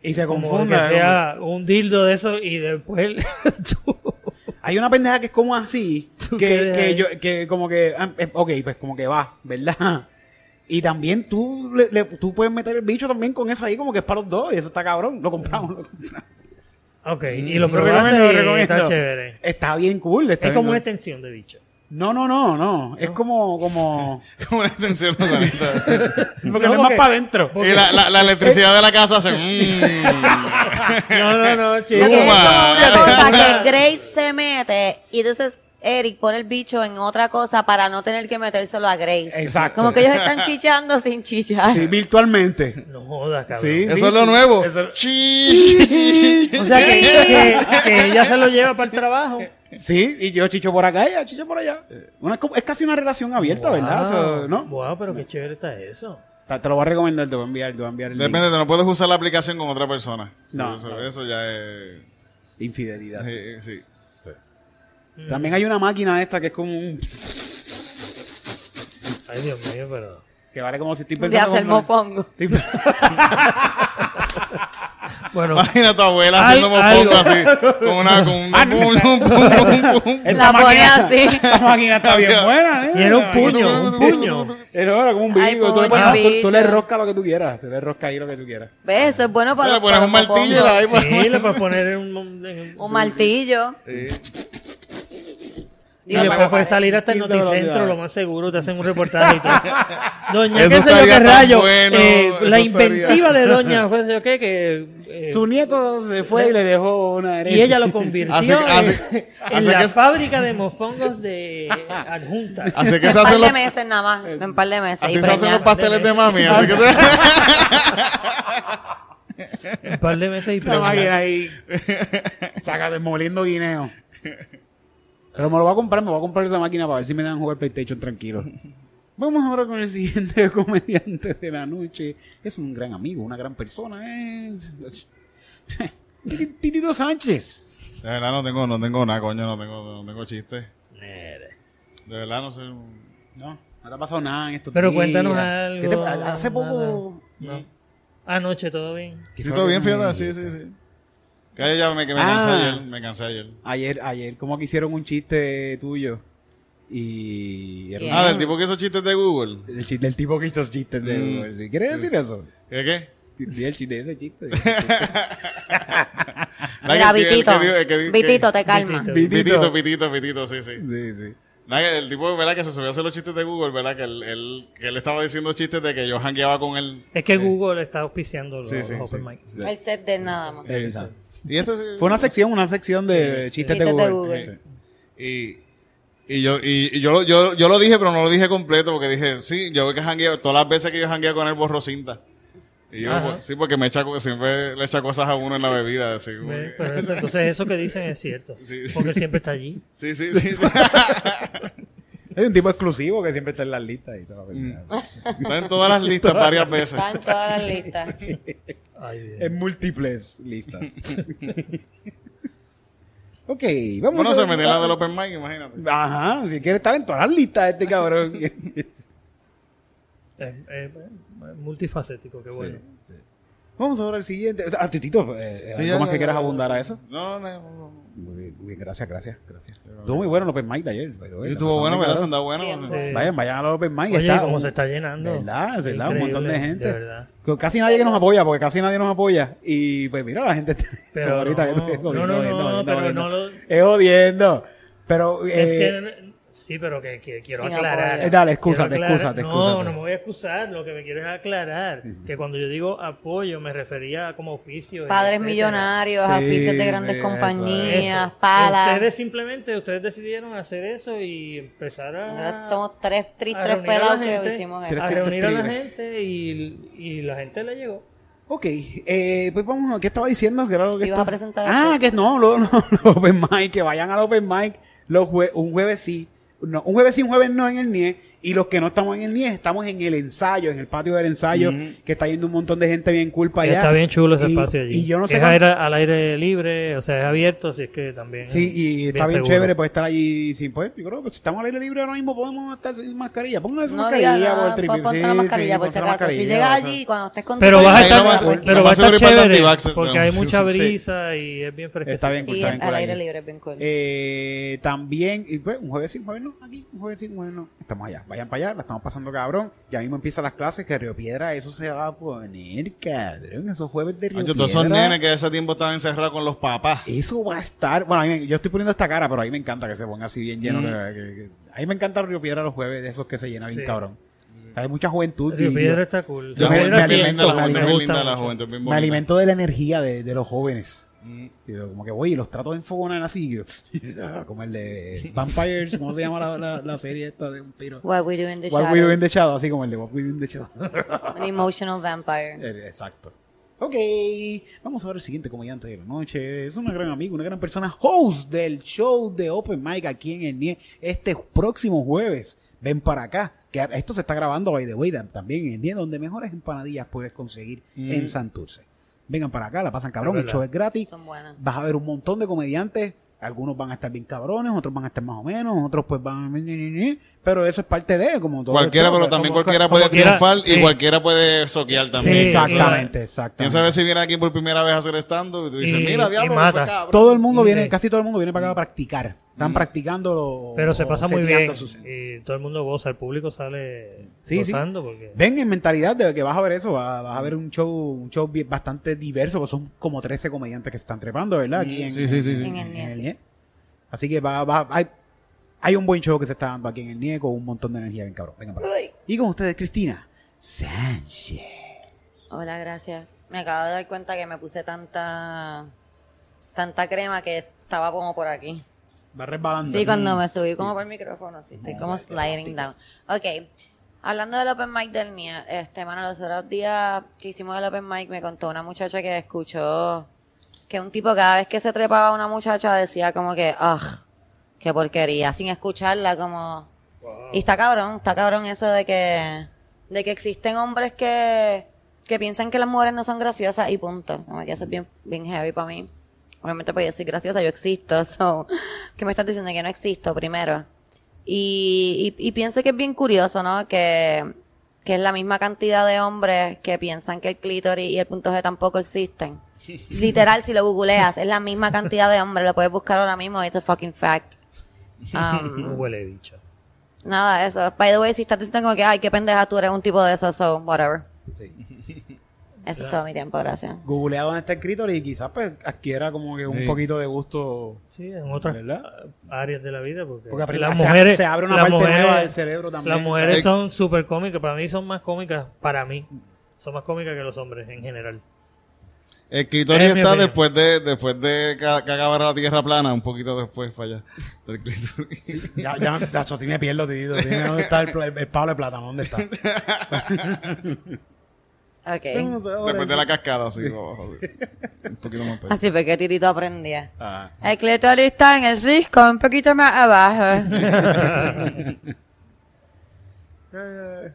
Speaker 6: Y se
Speaker 5: Como
Speaker 6: confunde.
Speaker 5: que sea un dildo de eso y después tú-
Speaker 6: Hay una pendeja que es como así,
Speaker 5: ¿Tú
Speaker 6: que,
Speaker 5: qué
Speaker 6: que
Speaker 5: hay?
Speaker 6: yo, que como que, ah, eh, ok, pues como que va, ¿verdad? Y también tú, le- le- tú puedes meter el bicho también con eso ahí, como que es para los dos, y eso está cabrón, lo compramos. Lo compramos.
Speaker 5: Ok, y lo
Speaker 6: Lo recomiendo,
Speaker 5: probaste
Speaker 6: lo
Speaker 5: y
Speaker 6: recomiendo.
Speaker 5: está chévere.
Speaker 6: Está bien cool. Está
Speaker 5: Es como
Speaker 6: bien
Speaker 5: este-
Speaker 6: cool.
Speaker 5: una extensión de bicho.
Speaker 6: No, no, no, no, es como, como,
Speaker 3: Como una extensión de la neta.
Speaker 6: porque
Speaker 5: No,
Speaker 6: no, es más
Speaker 5: porque-
Speaker 6: para adentro.
Speaker 3: Y la, la- la electricidad de la casa hace. mm.
Speaker 5: No, no, no,
Speaker 4: Lo que es
Speaker 5: chico.
Speaker 3: Tuma.
Speaker 4: como una
Speaker 3: Dale.
Speaker 4: cosa que Grace se mete y entonces Eric pone el bicho en otra cosa para no tener que metérselo a Grace.
Speaker 6: Exacto.
Speaker 4: Como que ellos están chichando sin chichar.
Speaker 6: Sí, virtualmente.
Speaker 5: No jodas, cabrón.
Speaker 6: Sí,
Speaker 3: Eso
Speaker 6: sí,
Speaker 3: es lo
Speaker 6: sí.
Speaker 3: nuevo.
Speaker 6: Eso-
Speaker 3: Chi-
Speaker 5: O sea, que, que- que ella se lo lleva para el trabajo.
Speaker 6: Sí, y yo chicho por acá y ella chicho por allá. Eh, Una- es como- es casi una relación abierta, ¿verdad? Eso, ¿no?
Speaker 5: Wow, pero qué chévere está eso.
Speaker 6: Te, te lo voy a recomendar, te voy a enviar, te voy a enviar el link.
Speaker 3: Depende, no puedes usar la aplicación con otra persona. Sí,
Speaker 6: No.
Speaker 3: Eso, eso ya es.
Speaker 6: Infidelidad.
Speaker 3: Sí, sí.
Speaker 6: También hay una máquina esta que es como un...
Speaker 5: Ay, Dios mío, pero.
Speaker 6: Que vale como si estoy
Speaker 3: pues
Speaker 4: De
Speaker 6: pensando...
Speaker 4: hacer
Speaker 6: como-
Speaker 4: mofongo.
Speaker 6: Estoy-
Speaker 5: Bueno,
Speaker 3: Imagina a tu abuela
Speaker 5: Al- Ah,
Speaker 3: haciendo mofongo así. Con una. Con un, pum, pum, pum, pum, pum.
Speaker 6: Esta
Speaker 4: La pone
Speaker 6: máquina-
Speaker 4: así.
Speaker 6: Esta máquina está bien buena, ¿eh?
Speaker 5: y era un puño, un puño.
Speaker 6: Era ahora como un
Speaker 4: Ay,
Speaker 6: bicho. Tú, le
Speaker 4: puño,
Speaker 6: pones- tú- tú le
Speaker 4: bicho.
Speaker 6: roscas lo que tú quieras. Tú le roscas ahí lo que tú quieras.
Speaker 4: ¿Ves? Eso es bueno para
Speaker 3: Le
Speaker 4: los
Speaker 3: pones
Speaker 4: para
Speaker 3: un
Speaker 4: los
Speaker 3: martillo y la
Speaker 4: mofongos.
Speaker 3: ahí para-
Speaker 5: Sí, le puedes poner en un. en-
Speaker 4: Un martillo.
Speaker 5: Y
Speaker 4: Digo,
Speaker 5: después
Speaker 4: para-
Speaker 5: puedes salir hasta el
Speaker 6: 15
Speaker 5: noticentro,
Speaker 6: velocidades.
Speaker 5: lo más seguro, te hacen un reportaje y todo. Doña,
Speaker 3: Eso
Speaker 5: qué sé yo
Speaker 3: estaría
Speaker 5: qué
Speaker 3: tan
Speaker 5: rayo.
Speaker 3: bueno,
Speaker 5: eh,
Speaker 3: eso
Speaker 5: la
Speaker 3: estaría-
Speaker 5: inventiva de Doña, qué sé yo qué, que. eh,
Speaker 6: Su nieto se fue y le dejó una herencia.
Speaker 5: y ella lo convirtió
Speaker 3: Hace-
Speaker 5: en-
Speaker 3: hace-
Speaker 5: en,
Speaker 3: hace
Speaker 5: la
Speaker 3: que es-
Speaker 5: fábrica de mofongos de adjunta.
Speaker 3: Así que
Speaker 4: En
Speaker 3: se
Speaker 4: un par
Speaker 3: hacen los.
Speaker 4: de
Speaker 3: eh,
Speaker 4: meses nada más. En un par de meses.
Speaker 3: Así
Speaker 4: Y pues
Speaker 5: pues
Speaker 3: se hacen los
Speaker 4: preñar.
Speaker 3: pasteles de mami. Así que se.
Speaker 5: Un par de meses y
Speaker 6: La máquina
Speaker 5: preñada.
Speaker 6: ahí. Sácate, moliendo guineo. Pero me lo voy a comprar, me voy a comprar esa máquina para ver si me dan jugar PlayStation tranquilo. Vamos ahora con el siguiente comediante de la noche. Es un gran amigo, una gran persona. Es... Titito Sánchez.
Speaker 3: De verdad no tengo, no tengo nada, coño, no tengo, no tengo chiste. De verdad no soy un-
Speaker 6: No, no te ha pasado nada en estos
Speaker 5: Pero
Speaker 6: días.
Speaker 5: cuéntanos
Speaker 6: ¿Qué te-
Speaker 5: algo.
Speaker 6: hace poco...
Speaker 5: Nada. No. Anoche todo bien.
Speaker 6: ¿Qué
Speaker 3: Sí,
Speaker 6: fue
Speaker 3: todo
Speaker 6: lo
Speaker 3: bien,
Speaker 6: que me
Speaker 3: fíjate, sí,
Speaker 6: dijiste?
Speaker 3: sí, sí. Que ya me, que me
Speaker 6: Ah.
Speaker 3: cansé ayer, me cansé ayer.
Speaker 6: Ayer, ayer, como que hicieron un chiste tuyo. Y... era
Speaker 4: ¿Qué?
Speaker 3: Ah, del tipo que hizo chistes de Google.
Speaker 6: El chiste del tipo que hizo los chistes de
Speaker 3: Mm.
Speaker 6: Uber, ¿sí? ¿Quieres
Speaker 3: Sí,
Speaker 6: decir
Speaker 3: sí.
Speaker 6: eso?
Speaker 3: ¿Qué qué?
Speaker 6: Di el chiste de ese chiste.
Speaker 4: Mira,
Speaker 3: La que- el que
Speaker 4: Vitito.
Speaker 3: dio- el que di-
Speaker 4: Vitito, te calma.
Speaker 5: Vitito.
Speaker 3: Pitito, pitito, pitito, sí, sí.
Speaker 6: Sí, sí.
Speaker 3: Nada, que El tipo, ¿verdad? Que se subió a hacer los chistes de Google, ¿verdad? Que él, él, que él estaba diciendo chistes de que yo jangueaba con él.
Speaker 5: Es que Google está auspiciando los,
Speaker 3: Sí, sí,
Speaker 5: los
Speaker 3: sí.
Speaker 5: open mic.
Speaker 3: Sí.
Speaker 4: El set de nada más.
Speaker 3: Eh,
Speaker 6: Exacto.
Speaker 3: Y este sí-
Speaker 6: Fue una sección, una sección de
Speaker 3: Este
Speaker 6: chistes de
Speaker 4: Chistes
Speaker 6: Google.
Speaker 4: de Google.
Speaker 6: Sí.
Speaker 3: Y, y yo, y, y yo, lo- yo, yo lo dije, pero no lo dije completo, porque dije, sí, yo veo que jangueo, todas las veces que yo jangueo con él borro cinta. Y yo,
Speaker 5: Ajá.
Speaker 3: pues, sí, porque me echa, co- siempre le echa cosas a uno en la bebida. así como
Speaker 5: Ve,
Speaker 3: que-
Speaker 6: pues.
Speaker 5: pero eso- entonces eso que dicen es cierto.
Speaker 3: Sí.
Speaker 5: Porque él siempre está allí.
Speaker 3: sí, sí, sí. sí.
Speaker 6: Hay un tipo exclusivo que siempre está en las listas y toda la
Speaker 3: Mm.
Speaker 6: pendeja.
Speaker 3: Está en todas las listas varias veces.
Speaker 4: Están todas las listas.
Speaker 5: Ay, Dios.
Speaker 6: En múltiples listas. ok, vamos
Speaker 3: Bueno,
Speaker 6: a-
Speaker 3: se metió en la del Open Mic, imagínate.
Speaker 6: Ajá, si quiere estar en todas las listas este cabrón.
Speaker 5: Es, es- es multifacético, qué bueno.
Speaker 6: Vamos ahora al siguiente. Ah, Titito, eh,
Speaker 3: Sí,
Speaker 6: ¿algo
Speaker 3: ya,
Speaker 6: más
Speaker 3: ya,
Speaker 6: que
Speaker 3: ya,
Speaker 6: quieras
Speaker 3: ya,
Speaker 6: abundar
Speaker 3: sí.
Speaker 6: a eso?
Speaker 3: No, no, no.
Speaker 6: Muy bien, muy bien, gracias, gracias, gracias. Estuvo muy bueno el Open Mic de ayer. pero,
Speaker 3: Y
Speaker 6: eh, la
Speaker 3: estuvo bueno,
Speaker 6: pasamos
Speaker 3: ¿verdad? Se
Speaker 6: bien,
Speaker 3: andaba bueno.
Speaker 4: Bien,
Speaker 3: Sí.
Speaker 5: bueno.
Speaker 6: Vayan, vayan al Open Mic.
Speaker 5: Oye,
Speaker 6: está
Speaker 5: cómo
Speaker 6: un-
Speaker 5: se está llenando.
Speaker 6: ¿Verdad? Es verdad, un montón de
Speaker 5: Increíble,
Speaker 6: gente.
Speaker 5: De verdad.
Speaker 6: con Casi nadie que nos apoya, porque casi nadie nos apoya. Y pues mira, la gente está
Speaker 5: Pero
Speaker 6: como ahorita
Speaker 5: no,
Speaker 6: que es
Speaker 5: no, no, no, pero no lo-
Speaker 6: Es jodiendo. Pero
Speaker 5: Es
Speaker 6: eh,
Speaker 5: que, sí, pero que, que quiero
Speaker 4: Sin
Speaker 5: aclarar.
Speaker 4: apoyo.
Speaker 6: eh, dale,
Speaker 5: Quiero
Speaker 6: excúsate,
Speaker 5: aclarar-
Speaker 6: excúsate,
Speaker 5: No,
Speaker 6: excúsate.
Speaker 5: no me voy a excusar. Lo que me quiero es aclarar que cuando yo digo apoyo me refería a como auspicio.
Speaker 4: Padres
Speaker 5: etcétera.
Speaker 4: millonarios,
Speaker 6: Sí,
Speaker 4: auspicios de grandes
Speaker 6: sí, eso
Speaker 4: compañías,
Speaker 5: Eso.
Speaker 4: palas.
Speaker 5: Ustedes simplemente, ustedes decidieron hacer eso y empezar
Speaker 4: Nosotros
Speaker 5: a.
Speaker 4: somos tres, tres,
Speaker 5: a
Speaker 4: tres
Speaker 5: reunir Ah. a la
Speaker 4: pelados que
Speaker 5: gente,
Speaker 4: hicimos
Speaker 6: Tres
Speaker 4: eso.
Speaker 5: A
Speaker 6: tontos
Speaker 5: reunir a la
Speaker 6: tigres.
Speaker 5: gente y, y la gente le llegó.
Speaker 6: Ok, eh, pues vamos a... ¿Qué estaba diciendo? ¿Qué era lo que
Speaker 4: Ibas a
Speaker 6: estaba-
Speaker 4: presentar
Speaker 6: Ah,
Speaker 4: el-
Speaker 6: que no, lo, no, lo Open Mic, que vayan al Open Mic los jue- un jueves sí. No, un jueves sí, un jueves no en el NIE. Y los que no estamos en el NIES, estamos en el ensayo, en el patio del ensayo, que está yendo un montón de gente bien culpa allá.
Speaker 5: Está bien chulo ese
Speaker 6: Y-
Speaker 5: espacio allí.
Speaker 6: Y yo no sé
Speaker 5: es
Speaker 6: cuán-
Speaker 5: al aire, al aire libre, o sea, es abierto, así es que también.
Speaker 6: Sí, y
Speaker 5: es
Speaker 6: está bien,
Speaker 5: seguro.
Speaker 6: chévere pues estar allí sin pues. Yo creo que si estamos al aire libre ahora mismo podemos estar sin mascarilla. Pónganse
Speaker 4: No
Speaker 6: mascarilla
Speaker 4: digas nada,
Speaker 6: por tripi-
Speaker 4: pon- ponte
Speaker 6: sí,
Speaker 4: la mascarilla
Speaker 6: sí,
Speaker 4: por
Speaker 6: ponte
Speaker 4: si
Speaker 6: la
Speaker 4: acaso. Si
Speaker 6: mascarilla, pues,
Speaker 4: llegas
Speaker 6: o sea.
Speaker 4: allí, cuando estés con
Speaker 5: Pero
Speaker 4: tu-
Speaker 5: va a
Speaker 3: Ahí
Speaker 5: estar,
Speaker 3: no va-
Speaker 4: pues,
Speaker 5: pero
Speaker 3: no
Speaker 5: va
Speaker 3: va
Speaker 5: a
Speaker 3: a
Speaker 5: estar
Speaker 3: sobrepasar
Speaker 5: chévere
Speaker 3: antivaxxer,
Speaker 5: porque
Speaker 3: no.
Speaker 5: hay mucha
Speaker 6: Sí.
Speaker 5: brisa y es bien fresquecito.
Speaker 6: Está bien cool,
Speaker 4: Sí,
Speaker 6: está bien cool
Speaker 4: al aire
Speaker 6: allí.
Speaker 4: libre es bien cool.
Speaker 6: Eh, también, y pues, un jueves sí, un jueves no, aquí, un jueves sí, un jueves no. Estamos allá, vayan para allá, la estamos pasando cabrón. Ya mismo empiezan las clases, que Río Piedra, eso se va a poner, cabrón, esos jueves de Río
Speaker 3: Ancho,
Speaker 6: Piedra.
Speaker 3: todos esos nenes que ese tiempo estaban encerrados con los papás.
Speaker 6: Eso va a estar, bueno, a mí me- yo estoy poniendo esta cara, pero a mí me encanta que se ponga así bien lleno.
Speaker 3: Mm.
Speaker 6: que- que- que- a mí me encanta Río Piedra los jueves, de esos que se llena bien
Speaker 5: Sí.
Speaker 6: cabrón. Hay mucha juventud.
Speaker 5: Río
Speaker 6: y-
Speaker 5: Piedra está cool.
Speaker 6: Yo
Speaker 5: Río
Speaker 3: La
Speaker 6: me-
Speaker 5: Piedra
Speaker 6: me
Speaker 5: sí,
Speaker 6: alimento,
Speaker 5: me
Speaker 6: me
Speaker 5: gusta
Speaker 6: alimento.
Speaker 3: muy linda la
Speaker 5: mucho.
Speaker 3: juventud, bien
Speaker 6: me
Speaker 3: bonita.
Speaker 6: alimento de la energía de, de los jóvenes.
Speaker 3: Mm.
Speaker 6: Y yo como que voy y los trato de enfogonar así. Yo, ah, como el de Vampires, ¿cómo se llama la, la- la serie esta de un tiro?
Speaker 4: What we do in the
Speaker 6: What We Do in
Speaker 4: shadows.
Speaker 6: the Shadow, así como el de What We Do in the Shadow.
Speaker 4: An emotional vampire.
Speaker 6: Eh, Exacto. Ok, vamos a ver el siguiente comediante de la noche. Es un gran amigo, una gran persona, host del show de Open Mic aquí en el NIE este próximo jueves. Ven para acá, que esto se está grabando by the way tam- también en el NIE, donde mejores empanadillas puedes conseguir en Santurce. Vengan para acá, la pasan Mm. cabrón,
Speaker 5: Es
Speaker 6: el show
Speaker 5: verdad.
Speaker 6: es gratis.
Speaker 4: Son buenas.
Speaker 6: vas a ver un montón de comediantes. Algunos van a estar bien cabrones, otros van a estar más o menos, otros pues van a... Pero eso es parte de, como todo. el
Speaker 3: Cualquiera,
Speaker 6: show,
Speaker 3: pero
Speaker 6: como-
Speaker 3: también
Speaker 5: como-
Speaker 3: cualquiera
Speaker 5: como
Speaker 3: puede
Speaker 5: quiera,
Speaker 3: triunfar
Speaker 5: sí.
Speaker 3: y cualquiera puede soquear también.
Speaker 5: Sí,
Speaker 6: Exactamente, exactamente.
Speaker 3: ¿Quién sabe si viene aquí por primera vez a hacer stand-up? Y tú dices,
Speaker 5: Y-
Speaker 3: mira,
Speaker 5: y
Speaker 3: diablo,
Speaker 5: mata.
Speaker 3: fue cabrón.
Speaker 6: Todo el mundo
Speaker 5: Sí.
Speaker 6: viene, casi todo el mundo viene para acá a practicar. Están practicando lo-
Speaker 5: Pero se
Speaker 6: o
Speaker 5: pasa muy
Speaker 6: seteando
Speaker 5: bien.
Speaker 6: sus-
Speaker 5: Y todo el mundo goza, el público sale
Speaker 6: Sí, sí.
Speaker 5: gozando porque.
Speaker 6: Ven en mentalidad de que vas a ver eso, va- vas, a ver un show, un show bien- bastante diverso, porque son como 13 comediantes que se están trepando, ¿verdad? Aquí en,
Speaker 3: Mm, Sí, sí, sí, sí.
Speaker 4: En el NIE, sí.
Speaker 6: NIE. Así que va, va- hay, hay un buen show que se está dando aquí en el NIE con un montón de energía bien cabrón. Vengan para acá.
Speaker 4: Uy.
Speaker 6: Y con ustedes, Cristina Sánchez.
Speaker 4: Hola, gracias. Me acabo de dar cuenta que me puse tanta tanta crema que estaba como por aquí.
Speaker 6: Va resbalando.
Speaker 4: Sí, cuando me subí como por el micrófono, sí, estoy como sliding down. Ok, hablando del open mic del mío, este, mano, los otros días que hicimos el open mic me contó una muchacha que escuchó que un tipo cada vez que se trepaba a una muchacha decía como que, ¡ah! ¡Qué porquería! Sin escucharla como... Y está cabrón, está cabrón eso de que, de que existen hombres que, que piensan que las mujeres no son graciosas y punto. Como que eso es bien, bien heavy para mí. Obviamente pues yo soy graciosa, yo existo, so, ¿qué me estás diciendo que no existo primero? Y, y, y pienso que es bien curioso, ¿no? Que, que es la misma cantidad de hombres que piensan que el clítoris y el punto G tampoco existen. Literal, si lo googleas, es la misma cantidad de hombres, lo puedes buscar ahora mismo, it's a fucking fact. Um,
Speaker 5: Huele bicho.
Speaker 4: Nada, eso. By the way, si estás diciendo como que, ay, qué pendeja, tú eres un tipo de eso, so, whatever. Eso es todo mi tiempo, gracias.
Speaker 6: Googlea donde está escrito y quizás pues adquiera como que un
Speaker 3: Sí.
Speaker 6: poquito de gusto
Speaker 5: Sí, en otras
Speaker 6: ¿Verdad?
Speaker 5: áreas de la vida. Porque,
Speaker 6: Porque aprende-
Speaker 5: las
Speaker 6: se-
Speaker 5: mujeres.
Speaker 6: se abre una
Speaker 5: las
Speaker 6: parte
Speaker 5: mujeres-
Speaker 6: nueva del cerebro también,
Speaker 5: Las mujeres
Speaker 3: ¿sabes?
Speaker 5: son súper cómicas. Para mí son más cómicas. Para mí. Son más cómicas que los hombres en general.
Speaker 3: El clítoris
Speaker 5: Es mi
Speaker 3: está
Speaker 5: opinión.
Speaker 3: después de, después de que, que acabara la tierra plana, un poquito después para allá. del clítoris.
Speaker 6: Ya, ya, tacho, así me pierdo, tío. Dime dónde está el, pla- el palo de plátano, ¿dónde está?
Speaker 5: Pues
Speaker 4: Ok.
Speaker 3: Después de la cascada, así. como- un poquito más para allá.
Speaker 4: Así fue que Titito aprendía.
Speaker 6: Ajá.
Speaker 4: El clítoris está en el risco, un poquito más abajo.
Speaker 6: Eh,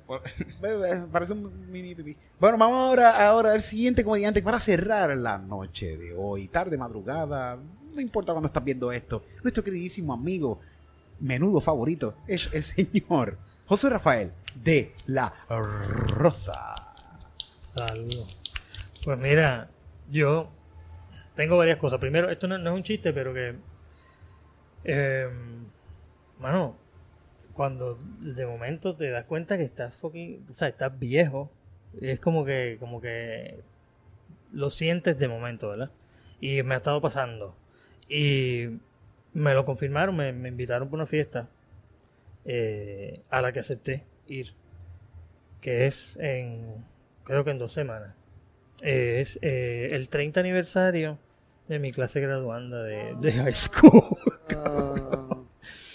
Speaker 6: Parece un mini pipí. Bueno, vamos ahora, ahora al siguiente comediante para cerrar la noche de hoy. Tarde, madrugada, no importa cuando estás viendo esto. Nuestro queridísimo amigo, menudo favorito, es el señor José Rafael de La Rosa.
Speaker 5: Saludos. Pues mira, yo tengo varias cosas. Primero, esto no, no es un chiste, pero que. Eh, mano, cuando de momento te das cuenta que estás fucking. O sea, estás viejo. Es como que. Como que. Lo sientes de momento, ¿verdad? Y me ha estado pasando. Y me lo confirmaron, me, me invitaron para una fiesta eh, a la que acepté ir que es en, creo que en dos semanas, Eh, es eh, el 30 aniversario de mi clase graduanda de, de high school.
Speaker 4: Oh,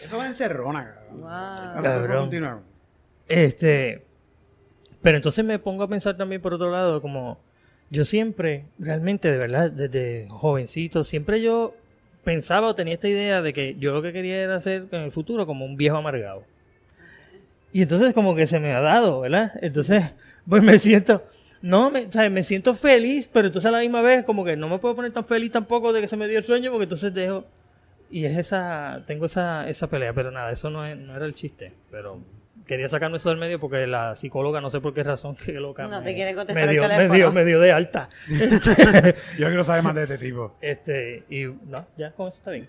Speaker 6: Eso es encerrona, cabrón.
Speaker 4: wow.
Speaker 5: Cabrón. Este, pero entonces me pongo a pensar también por otro lado, como yo siempre, realmente, de verdad, desde jovencito, siempre yo pensaba o tenía esta idea de que yo lo que quería era hacer en el futuro como un viejo amargado. Y entonces como que se me ha dado, ¿verdad? Entonces, pues me siento, no, me, o sea, me siento feliz, pero entonces a la misma vez como que no me puedo poner tan feliz tampoco de que se me dio el sueño, porque entonces dejo... Y es esa, tengo esa, esa pelea, pero nada, eso no, es- no era el chiste, pero quería sacarme eso del medio porque la psicóloga, no sé por qué razón, que loca.
Speaker 4: No
Speaker 5: me-
Speaker 4: te quiere contestar
Speaker 5: me
Speaker 4: el
Speaker 5: dio,
Speaker 4: teléfono.
Speaker 5: Me dio, me dio de alta.
Speaker 8: Yo quiero saber más de este tipo.
Speaker 5: este, y no, ya con eso está bien.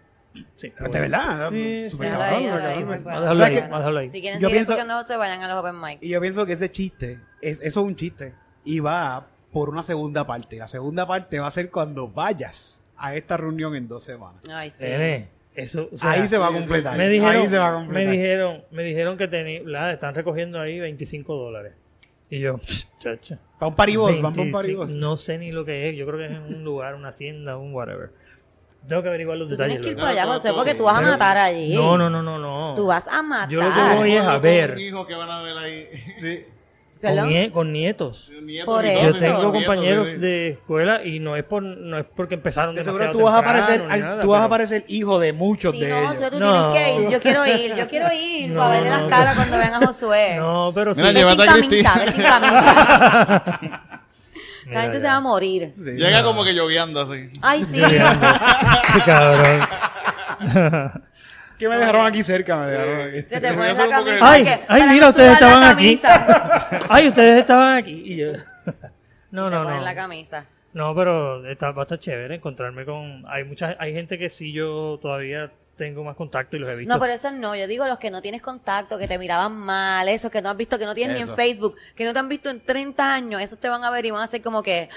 Speaker 5: Sí,
Speaker 8: Pues, de verdad,
Speaker 5: Sí,
Speaker 8: súper
Speaker 4: Déjalo
Speaker 8: cabrón, súper
Speaker 4: ahí, déjalo ahí,
Speaker 8: cabrón.
Speaker 4: muy bueno.
Speaker 5: Más déjalo ahí, más déjalo ahí. Eh,
Speaker 4: Si quieren
Speaker 6: Yo
Speaker 4: seguir
Speaker 6: pienso-
Speaker 4: escuchando José, vayan a los open mic.
Speaker 6: Y yo pienso que ese chiste, es, eso es un chiste, y va por una segunda parte. La segunda parte va a ser cuando vayas a esta reunión en dos semanas.
Speaker 4: Ay, sí.
Speaker 5: Nene, eso, o sea,
Speaker 6: ahí se va a
Speaker 8: sí, sí,
Speaker 6: completar.
Speaker 5: me dijeron,
Speaker 6: ahí se va a
Speaker 5: me
Speaker 6: completar.
Speaker 5: dijeron, me dijeron que teni- la, están recogiendo ahí 25 dólares. Y yo, chacha.
Speaker 6: Para un paribos, van para un
Speaker 5: 25,
Speaker 6: paribos.
Speaker 5: No sé ni lo que es, yo creo que es en un lugar, una hacienda, un whatever. Tengo que averiguar los
Speaker 4: Tú
Speaker 5: detalles.
Speaker 4: tienes que ir
Speaker 5: luego.
Speaker 4: para allá,
Speaker 3: Todo,
Speaker 4: José,
Speaker 3: todo,
Speaker 4: porque
Speaker 3: sí.
Speaker 4: tú vas a
Speaker 5: Pero-
Speaker 4: matar allí.
Speaker 5: No, no, no, no, no.
Speaker 4: Tú vas a matar.
Speaker 5: Yo lo que voy es a ver
Speaker 3: Un hijo que van a ver ahí. Sí.
Speaker 5: con,
Speaker 4: Perdón.
Speaker 5: nie- con nietos.
Speaker 3: un nieto,
Speaker 4: Por
Speaker 3: un nieto,
Speaker 5: Yo
Speaker 4: Eso,
Speaker 3: sí, un
Speaker 5: tengo
Speaker 3: nieto,
Speaker 5: compañeros
Speaker 3: sí, sí.
Speaker 5: de escuela y no es por no es porque empezaron
Speaker 6: De
Speaker 5: demasiado
Speaker 6: seguro tú vas a
Speaker 5: temprano
Speaker 6: parecer,
Speaker 5: ni
Speaker 6: al-
Speaker 5: nada,
Speaker 6: tú vas a
Speaker 5: pero-
Speaker 6: parecer hijo de muchos
Speaker 4: Sí,
Speaker 6: de
Speaker 4: no,
Speaker 6: ellos.
Speaker 4: Josué, tú
Speaker 5: No.
Speaker 4: tienes que ir. Yo quiero ir, yo quiero ir
Speaker 5: No,
Speaker 4: para verle las
Speaker 5: no.
Speaker 4: caras cuando vean a Josué.
Speaker 5: No, pero sí.
Speaker 3: Mira,
Speaker 4: Ve
Speaker 3: lleva-
Speaker 4: sin
Speaker 3: Llévate a
Speaker 4: camisa,
Speaker 3: Cristina.
Speaker 4: ve sin camisa.
Speaker 5: Mira
Speaker 4: La gente se
Speaker 5: ya.
Speaker 4: va a morir.
Speaker 6: Sí.
Speaker 3: Llega como que lloviando así.
Speaker 4: Ay, sí.
Speaker 5: Qué cabrón.
Speaker 6: Que me dejaron aquí cerca, me dejaron aquí.
Speaker 4: Ah, Se te pone la
Speaker 3: Eso como que-
Speaker 4: camisa.
Speaker 5: Ay,
Speaker 4: que-
Speaker 5: ay,
Speaker 4: para
Speaker 5: mira,
Speaker 4: no
Speaker 5: ustedes
Speaker 4: sudar la
Speaker 5: estaban aquí.
Speaker 4: camisa.
Speaker 5: Ay, ustedes estaban aquí. Y yo- No,
Speaker 4: Te
Speaker 5: no,
Speaker 4: ponen la
Speaker 5: no.
Speaker 4: camisa.
Speaker 5: No, pero está, va a estar chévere encontrarme con. Hay mucha, hay gente que sí yo todavía tengo más contacto y los he visto.
Speaker 4: No, pero esos no. Yo digo los que no tienes contacto, que te miraban mal, esos que no has visto, que no tienes ni en
Speaker 6: Eso.
Speaker 4: Facebook, que no te han visto en 30 años. Esos te van a ver y van a hacer como que...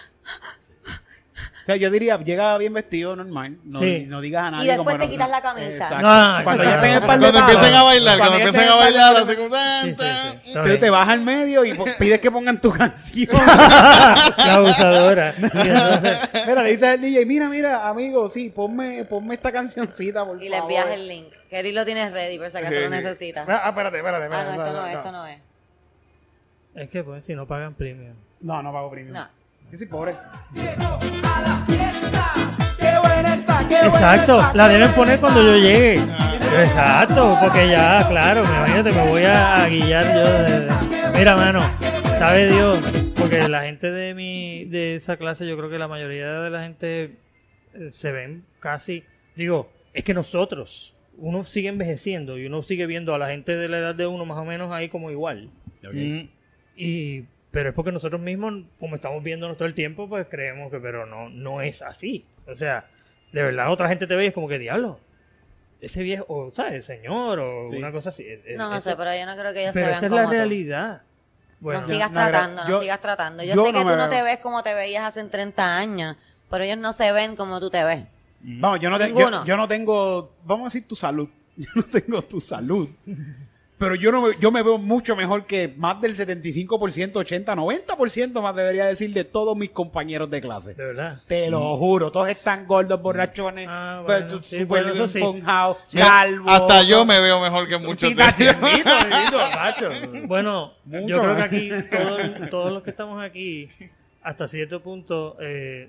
Speaker 6: O sea, yo diría, llega bien vestido, normal. No,
Speaker 5: Sí.
Speaker 6: no digas a nadie.
Speaker 4: Y después
Speaker 6: como,
Speaker 4: te
Speaker 6: no-
Speaker 4: quitas la camisa.
Speaker 6: Exacto.
Speaker 5: Ah,
Speaker 6: cuando
Speaker 5: claro.
Speaker 6: ya peguen el par de
Speaker 3: Cuando
Speaker 6: palos,
Speaker 3: empiecen a bailar, cuando
Speaker 6: ya
Speaker 3: empiecen
Speaker 6: peguen
Speaker 3: a
Speaker 6: el par de
Speaker 3: bailar, la
Speaker 6: palos,
Speaker 3: segunda.
Speaker 5: Sí, sí, sí. Está
Speaker 6: Tú te
Speaker 5: bien.
Speaker 6: vas al medio y po- pides que pongan tu canción.
Speaker 5: La abusadora. Y entonces,
Speaker 6: mira, le dices al DJ, mira, mira, amigo, sí, ponme, ponme esta cancioncita, por
Speaker 4: Y les
Speaker 6: favor.
Speaker 4: envías el link. Kerry lo tienes ready, por si acaso lo necesitas.
Speaker 8: Ah, espérate, espérate,
Speaker 4: Ah,
Speaker 8: espérate.
Speaker 4: no, esto no
Speaker 8: espérate,
Speaker 4: es, esto no es.
Speaker 5: es que pues, si no pagan premium.
Speaker 6: No, no pago premium.
Speaker 4: No.
Speaker 6: Yo soy pobre.
Speaker 7: Llegó a la fiesta. Qué buena está, qué buena
Speaker 5: Exacto,
Speaker 7: está,
Speaker 5: la
Speaker 7: qué
Speaker 5: deben
Speaker 7: buena
Speaker 5: poner
Speaker 7: está.
Speaker 5: cuando yo llegue. Exacto, porque ya, claro, me- imagínate, me voy a, a guiar yo. de- de- Mira, mano, sabe Dios, porque la gente de mi, de esa clase, yo creo que la mayoría de la gente eh, se ven casi, digo, es que nosotros, uno sigue envejeciendo y uno sigue viendo a la gente de la edad de uno más o menos ahí como igual.
Speaker 6: Mm.
Speaker 5: Y, pero es porque nosotros mismos, como estamos viéndonos todo el tiempo, pues creemos que, pero no, no es así. O sea, de verdad otra gente te ve y es como que diablo. Ese viejo, o sabes, señor, o
Speaker 6: Sí.
Speaker 5: una cosa así. Eh, eh,
Speaker 4: No, no
Speaker 5: eso-
Speaker 4: sé, pero yo no creo que ellos
Speaker 5: pero
Speaker 4: se vean
Speaker 5: esa es
Speaker 4: como
Speaker 5: la
Speaker 4: tú.
Speaker 5: realidad. Bueno,
Speaker 4: no sigas
Speaker 6: no, mira,
Speaker 4: tratando, no
Speaker 6: yo-
Speaker 4: sigas tratando. Yo,
Speaker 6: yo
Speaker 4: sé que
Speaker 6: no me
Speaker 4: tú no
Speaker 6: veo.
Speaker 4: te ves como te veías hace 30 años, pero ellos no se ven como tú te ves.
Speaker 6: mm. Vamos, yo no, te-
Speaker 4: Ninguno.
Speaker 6: yo- yo no tengo, vamos a decir tu salud. Yo no tengo tu salud. Pero yo, no me, yo me veo mucho mejor que más del 75%, 80, 90% más debería decir de todos mis compañeros de clase.
Speaker 5: de verdad.
Speaker 6: Te lo juro, todos están gordos, borrachones,
Speaker 5: Ah,
Speaker 6: pues,
Speaker 5: bueno,
Speaker 6: tú-
Speaker 5: sí,
Speaker 6: súper
Speaker 5: bueno, eso sí.
Speaker 6: esponjados,
Speaker 3: Mira,
Speaker 6: calvos.
Speaker 3: Hasta yo me veo mejor que muchos de
Speaker 6: Tita,
Speaker 3: ellos.
Speaker 6: chimbito, chimbito, macho.
Speaker 5: Bueno,
Speaker 6: Mucho,
Speaker 5: yo creo que
Speaker 6: ¿verdad?
Speaker 5: aquí, todo- todos los que estamos aquí, hasta cierto punto, eh,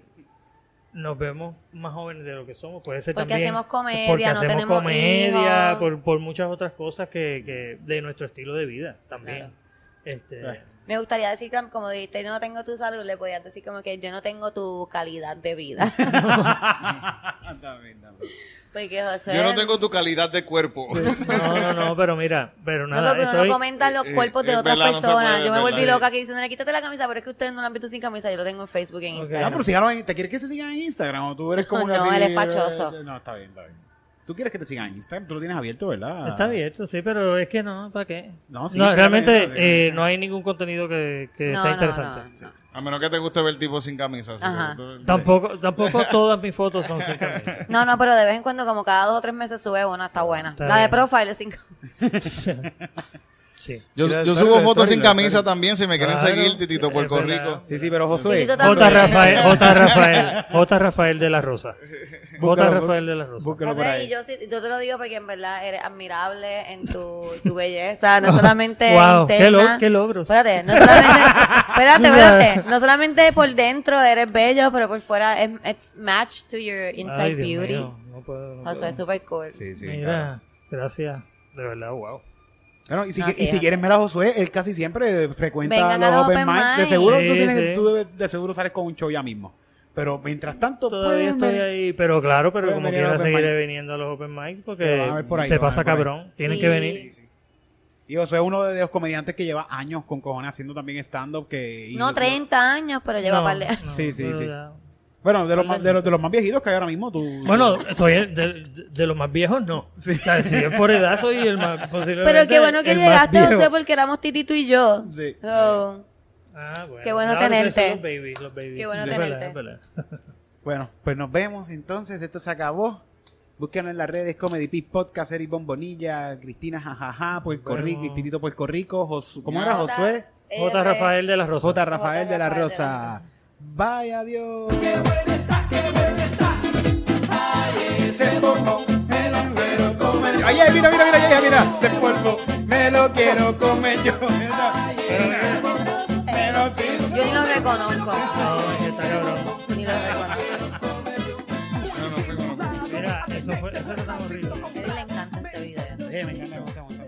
Speaker 5: nos vemos más jóvenes de lo que somos. Puede ser
Speaker 4: Porque
Speaker 5: también.
Speaker 4: hacemos comedia,
Speaker 5: porque
Speaker 4: no
Speaker 5: hacemos
Speaker 4: tenemos
Speaker 5: comedia,
Speaker 4: hijos.
Speaker 5: por, por muchas otras cosas que, que de nuestro estilo de vida también.
Speaker 4: Claro.
Speaker 5: Este,
Speaker 4: Me gustaría decir, que, como dijiste, no tengo tu salud, le podías decir como que yo no tengo tu calidad de vida. Porque José...
Speaker 3: Yo no tengo tu calidad de cuerpo.
Speaker 5: No, no, no, pero mira, pero
Speaker 4: No,
Speaker 5: nada,
Speaker 4: porque uno
Speaker 5: estoy-
Speaker 4: no comenta los
Speaker 3: eh,
Speaker 4: cuerpos de
Speaker 3: es
Speaker 4: otras
Speaker 3: verdad, no se
Speaker 4: personas.
Speaker 3: puede,
Speaker 4: yo me
Speaker 3: es
Speaker 4: volví
Speaker 3: verdad.
Speaker 4: loca aquí diciéndole, quítate la camisa, pero es que ustedes no la han visto sin camisa. Yo lo tengo en Facebook y en
Speaker 5: Ok.
Speaker 6: Ah,
Speaker 4: Instagram.
Speaker 6: pero si ya no hay- ¿te quieres que se sigan en Instagram o tú eres como que
Speaker 4: No,
Speaker 6: así,
Speaker 4: él es pachoso.
Speaker 6: eh, No, está bien, está bien. Tú quieres que te sigan en Instagram, tú lo tienes abierto, ¿verdad?
Speaker 5: Está abierto, sí, pero es que no, ¿para qué?
Speaker 6: No,
Speaker 5: No,
Speaker 6: sí, sí,
Speaker 5: realmente
Speaker 6: sí, sí,
Speaker 5: eh,
Speaker 6: sí.
Speaker 5: no hay ningún contenido que, que
Speaker 4: No,
Speaker 5: sea
Speaker 4: no,
Speaker 5: interesante.
Speaker 4: no, no.
Speaker 3: A menos que te guste ver tipo sin camisa. así
Speaker 4: Ajá.
Speaker 3: que tú-
Speaker 5: Tampoco, tampoco todas mis fotos son sin camisa.
Speaker 4: No, no, pero de vez en cuando, como cada dos o tres meses sube una, está buena.
Speaker 5: Está
Speaker 4: la de
Speaker 5: bien.
Speaker 4: profile es cinco.
Speaker 5: Sí.
Speaker 3: Yo,
Speaker 8: Mira,
Speaker 3: yo
Speaker 8: story,
Speaker 3: subo
Speaker 8: la
Speaker 3: fotos
Speaker 8: story,
Speaker 3: sin
Speaker 8: la
Speaker 3: camisa
Speaker 8: story.
Speaker 3: también, si me quieren
Speaker 5: Claro,
Speaker 3: seguir, Titito
Speaker 5: es
Speaker 3: Puerto
Speaker 5: verdad.
Speaker 3: Rico.
Speaker 6: Sí, sí, pero
Speaker 4: Sí,
Speaker 6: Josué,
Speaker 4: tú
Speaker 5: J.
Speaker 4: También.
Speaker 5: Rafael, J. Rafael, J. Rafael de la Rosa. J.
Speaker 6: Búscalo, bú-
Speaker 5: Rafael de la Rosa.
Speaker 6: búscalo
Speaker 4: No sé,
Speaker 6: por ahí.
Speaker 4: y yo, sí- yo te lo digo porque en verdad eres admirable en tu, tu belleza, no solamente
Speaker 5: Wow, qué lo-
Speaker 4: interna.
Speaker 5: qué logros.
Speaker 4: Espérate, no solamente, espérate, espérate, no solamente por dentro eres bello, pero por fuera es it's match to your inside
Speaker 5: Ay, Dios
Speaker 4: beauty.
Speaker 5: mío, no puedo, no
Speaker 4: O sea,
Speaker 5: puedo.
Speaker 4: es super cool.
Speaker 8: Sí, sí.
Speaker 5: Mira, gracias. De verdad, wow.
Speaker 6: Bueno, Ah, y si,
Speaker 4: No,
Speaker 6: que-
Speaker 4: sí,
Speaker 6: y si
Speaker 4: es
Speaker 6: quieren ver a Josué, él casi siempre frecuenta
Speaker 4: Vengan a
Speaker 6: los
Speaker 4: los
Speaker 6: open
Speaker 4: open
Speaker 6: mics. De
Speaker 4: mic.
Speaker 6: seguro, tú
Speaker 5: Sí,
Speaker 6: tienes-
Speaker 5: sí.
Speaker 6: tú debes- de seguro sales con un show ya mismo. Pero mientras tanto,
Speaker 5: Todavía
Speaker 6: pueden
Speaker 5: estoy
Speaker 6: venir.
Speaker 5: ahí, pero claro, pero
Speaker 6: Pueden
Speaker 5: como
Speaker 6: venir a los
Speaker 5: quiera
Speaker 6: open
Speaker 5: seguiré
Speaker 6: mic.
Speaker 5: viniendo a los open mic
Speaker 6: Te
Speaker 5: porque
Speaker 6: van a ver por ahí,
Speaker 5: se
Speaker 6: te van a
Speaker 5: pasa
Speaker 6: ver por ahí.
Speaker 5: cabrón. Tienen
Speaker 4: Sí.
Speaker 5: que venir.
Speaker 6: Y Josué es uno de los comediantes que lleva años con cojones haciendo también stand-up. que- y-
Speaker 4: No 30 años, pero lleva
Speaker 5: No,
Speaker 4: par de años.
Speaker 5: no,
Speaker 6: Sí, sí,
Speaker 5: pero
Speaker 6: sí.
Speaker 5: ya-
Speaker 6: Bueno, de los, más, de, los, de los más viejitos que hay ahora mismo, tú.
Speaker 5: Bueno, soy el- de, de- de los más viejos, no. O sea, si es por edad, soy el más posiblemente
Speaker 4: Pero qué bueno que
Speaker 5: el este más
Speaker 4: llegaste,
Speaker 5: viejo.
Speaker 4: José, porque éramos Titi tú y yo.
Speaker 6: Sí.
Speaker 4: So,
Speaker 5: Ah, bueno.
Speaker 4: Qué bueno
Speaker 5: Ahora ustedes
Speaker 4: tenerte.
Speaker 5: son Los babies, los babies.
Speaker 4: Qué bueno
Speaker 5: Es verdad,
Speaker 4: tenerte.
Speaker 5: es verdad.
Speaker 6: Bueno, pues nos vemos entonces. Esto se acabó. Búsquenos en las redes Comedy Pit Podcast, Eric Bombonilla, Cristina Jajaja, Puerto
Speaker 5: Nos vemos.
Speaker 6: Rico, Titito Puerto Rico, Josu- ¿cómo
Speaker 4: J-
Speaker 6: era Josué?
Speaker 5: J.
Speaker 4: R-
Speaker 5: Rafael de la Rosa.
Speaker 6: J. Rafael de la
Speaker 4: Rafael de
Speaker 6: Rosa.
Speaker 4: la
Speaker 6: Bye, adiós.
Speaker 7: Qué buena está, qué buena está. Ay, ese poco me lo quiero comer.
Speaker 6: Ay, ay, mira, mira, mira, mira, mira, ese polvo me lo quiero comer yo. Pero sí.
Speaker 4: Yo ni lo reconozco.
Speaker 5: No, es que está cabrón.
Speaker 4: Ni lo reconozco.
Speaker 5: Mira, eso fue, eso no está horrible.
Speaker 4: A él le encanta este video.
Speaker 6: Sí, me encanta, me gusta, me gusta.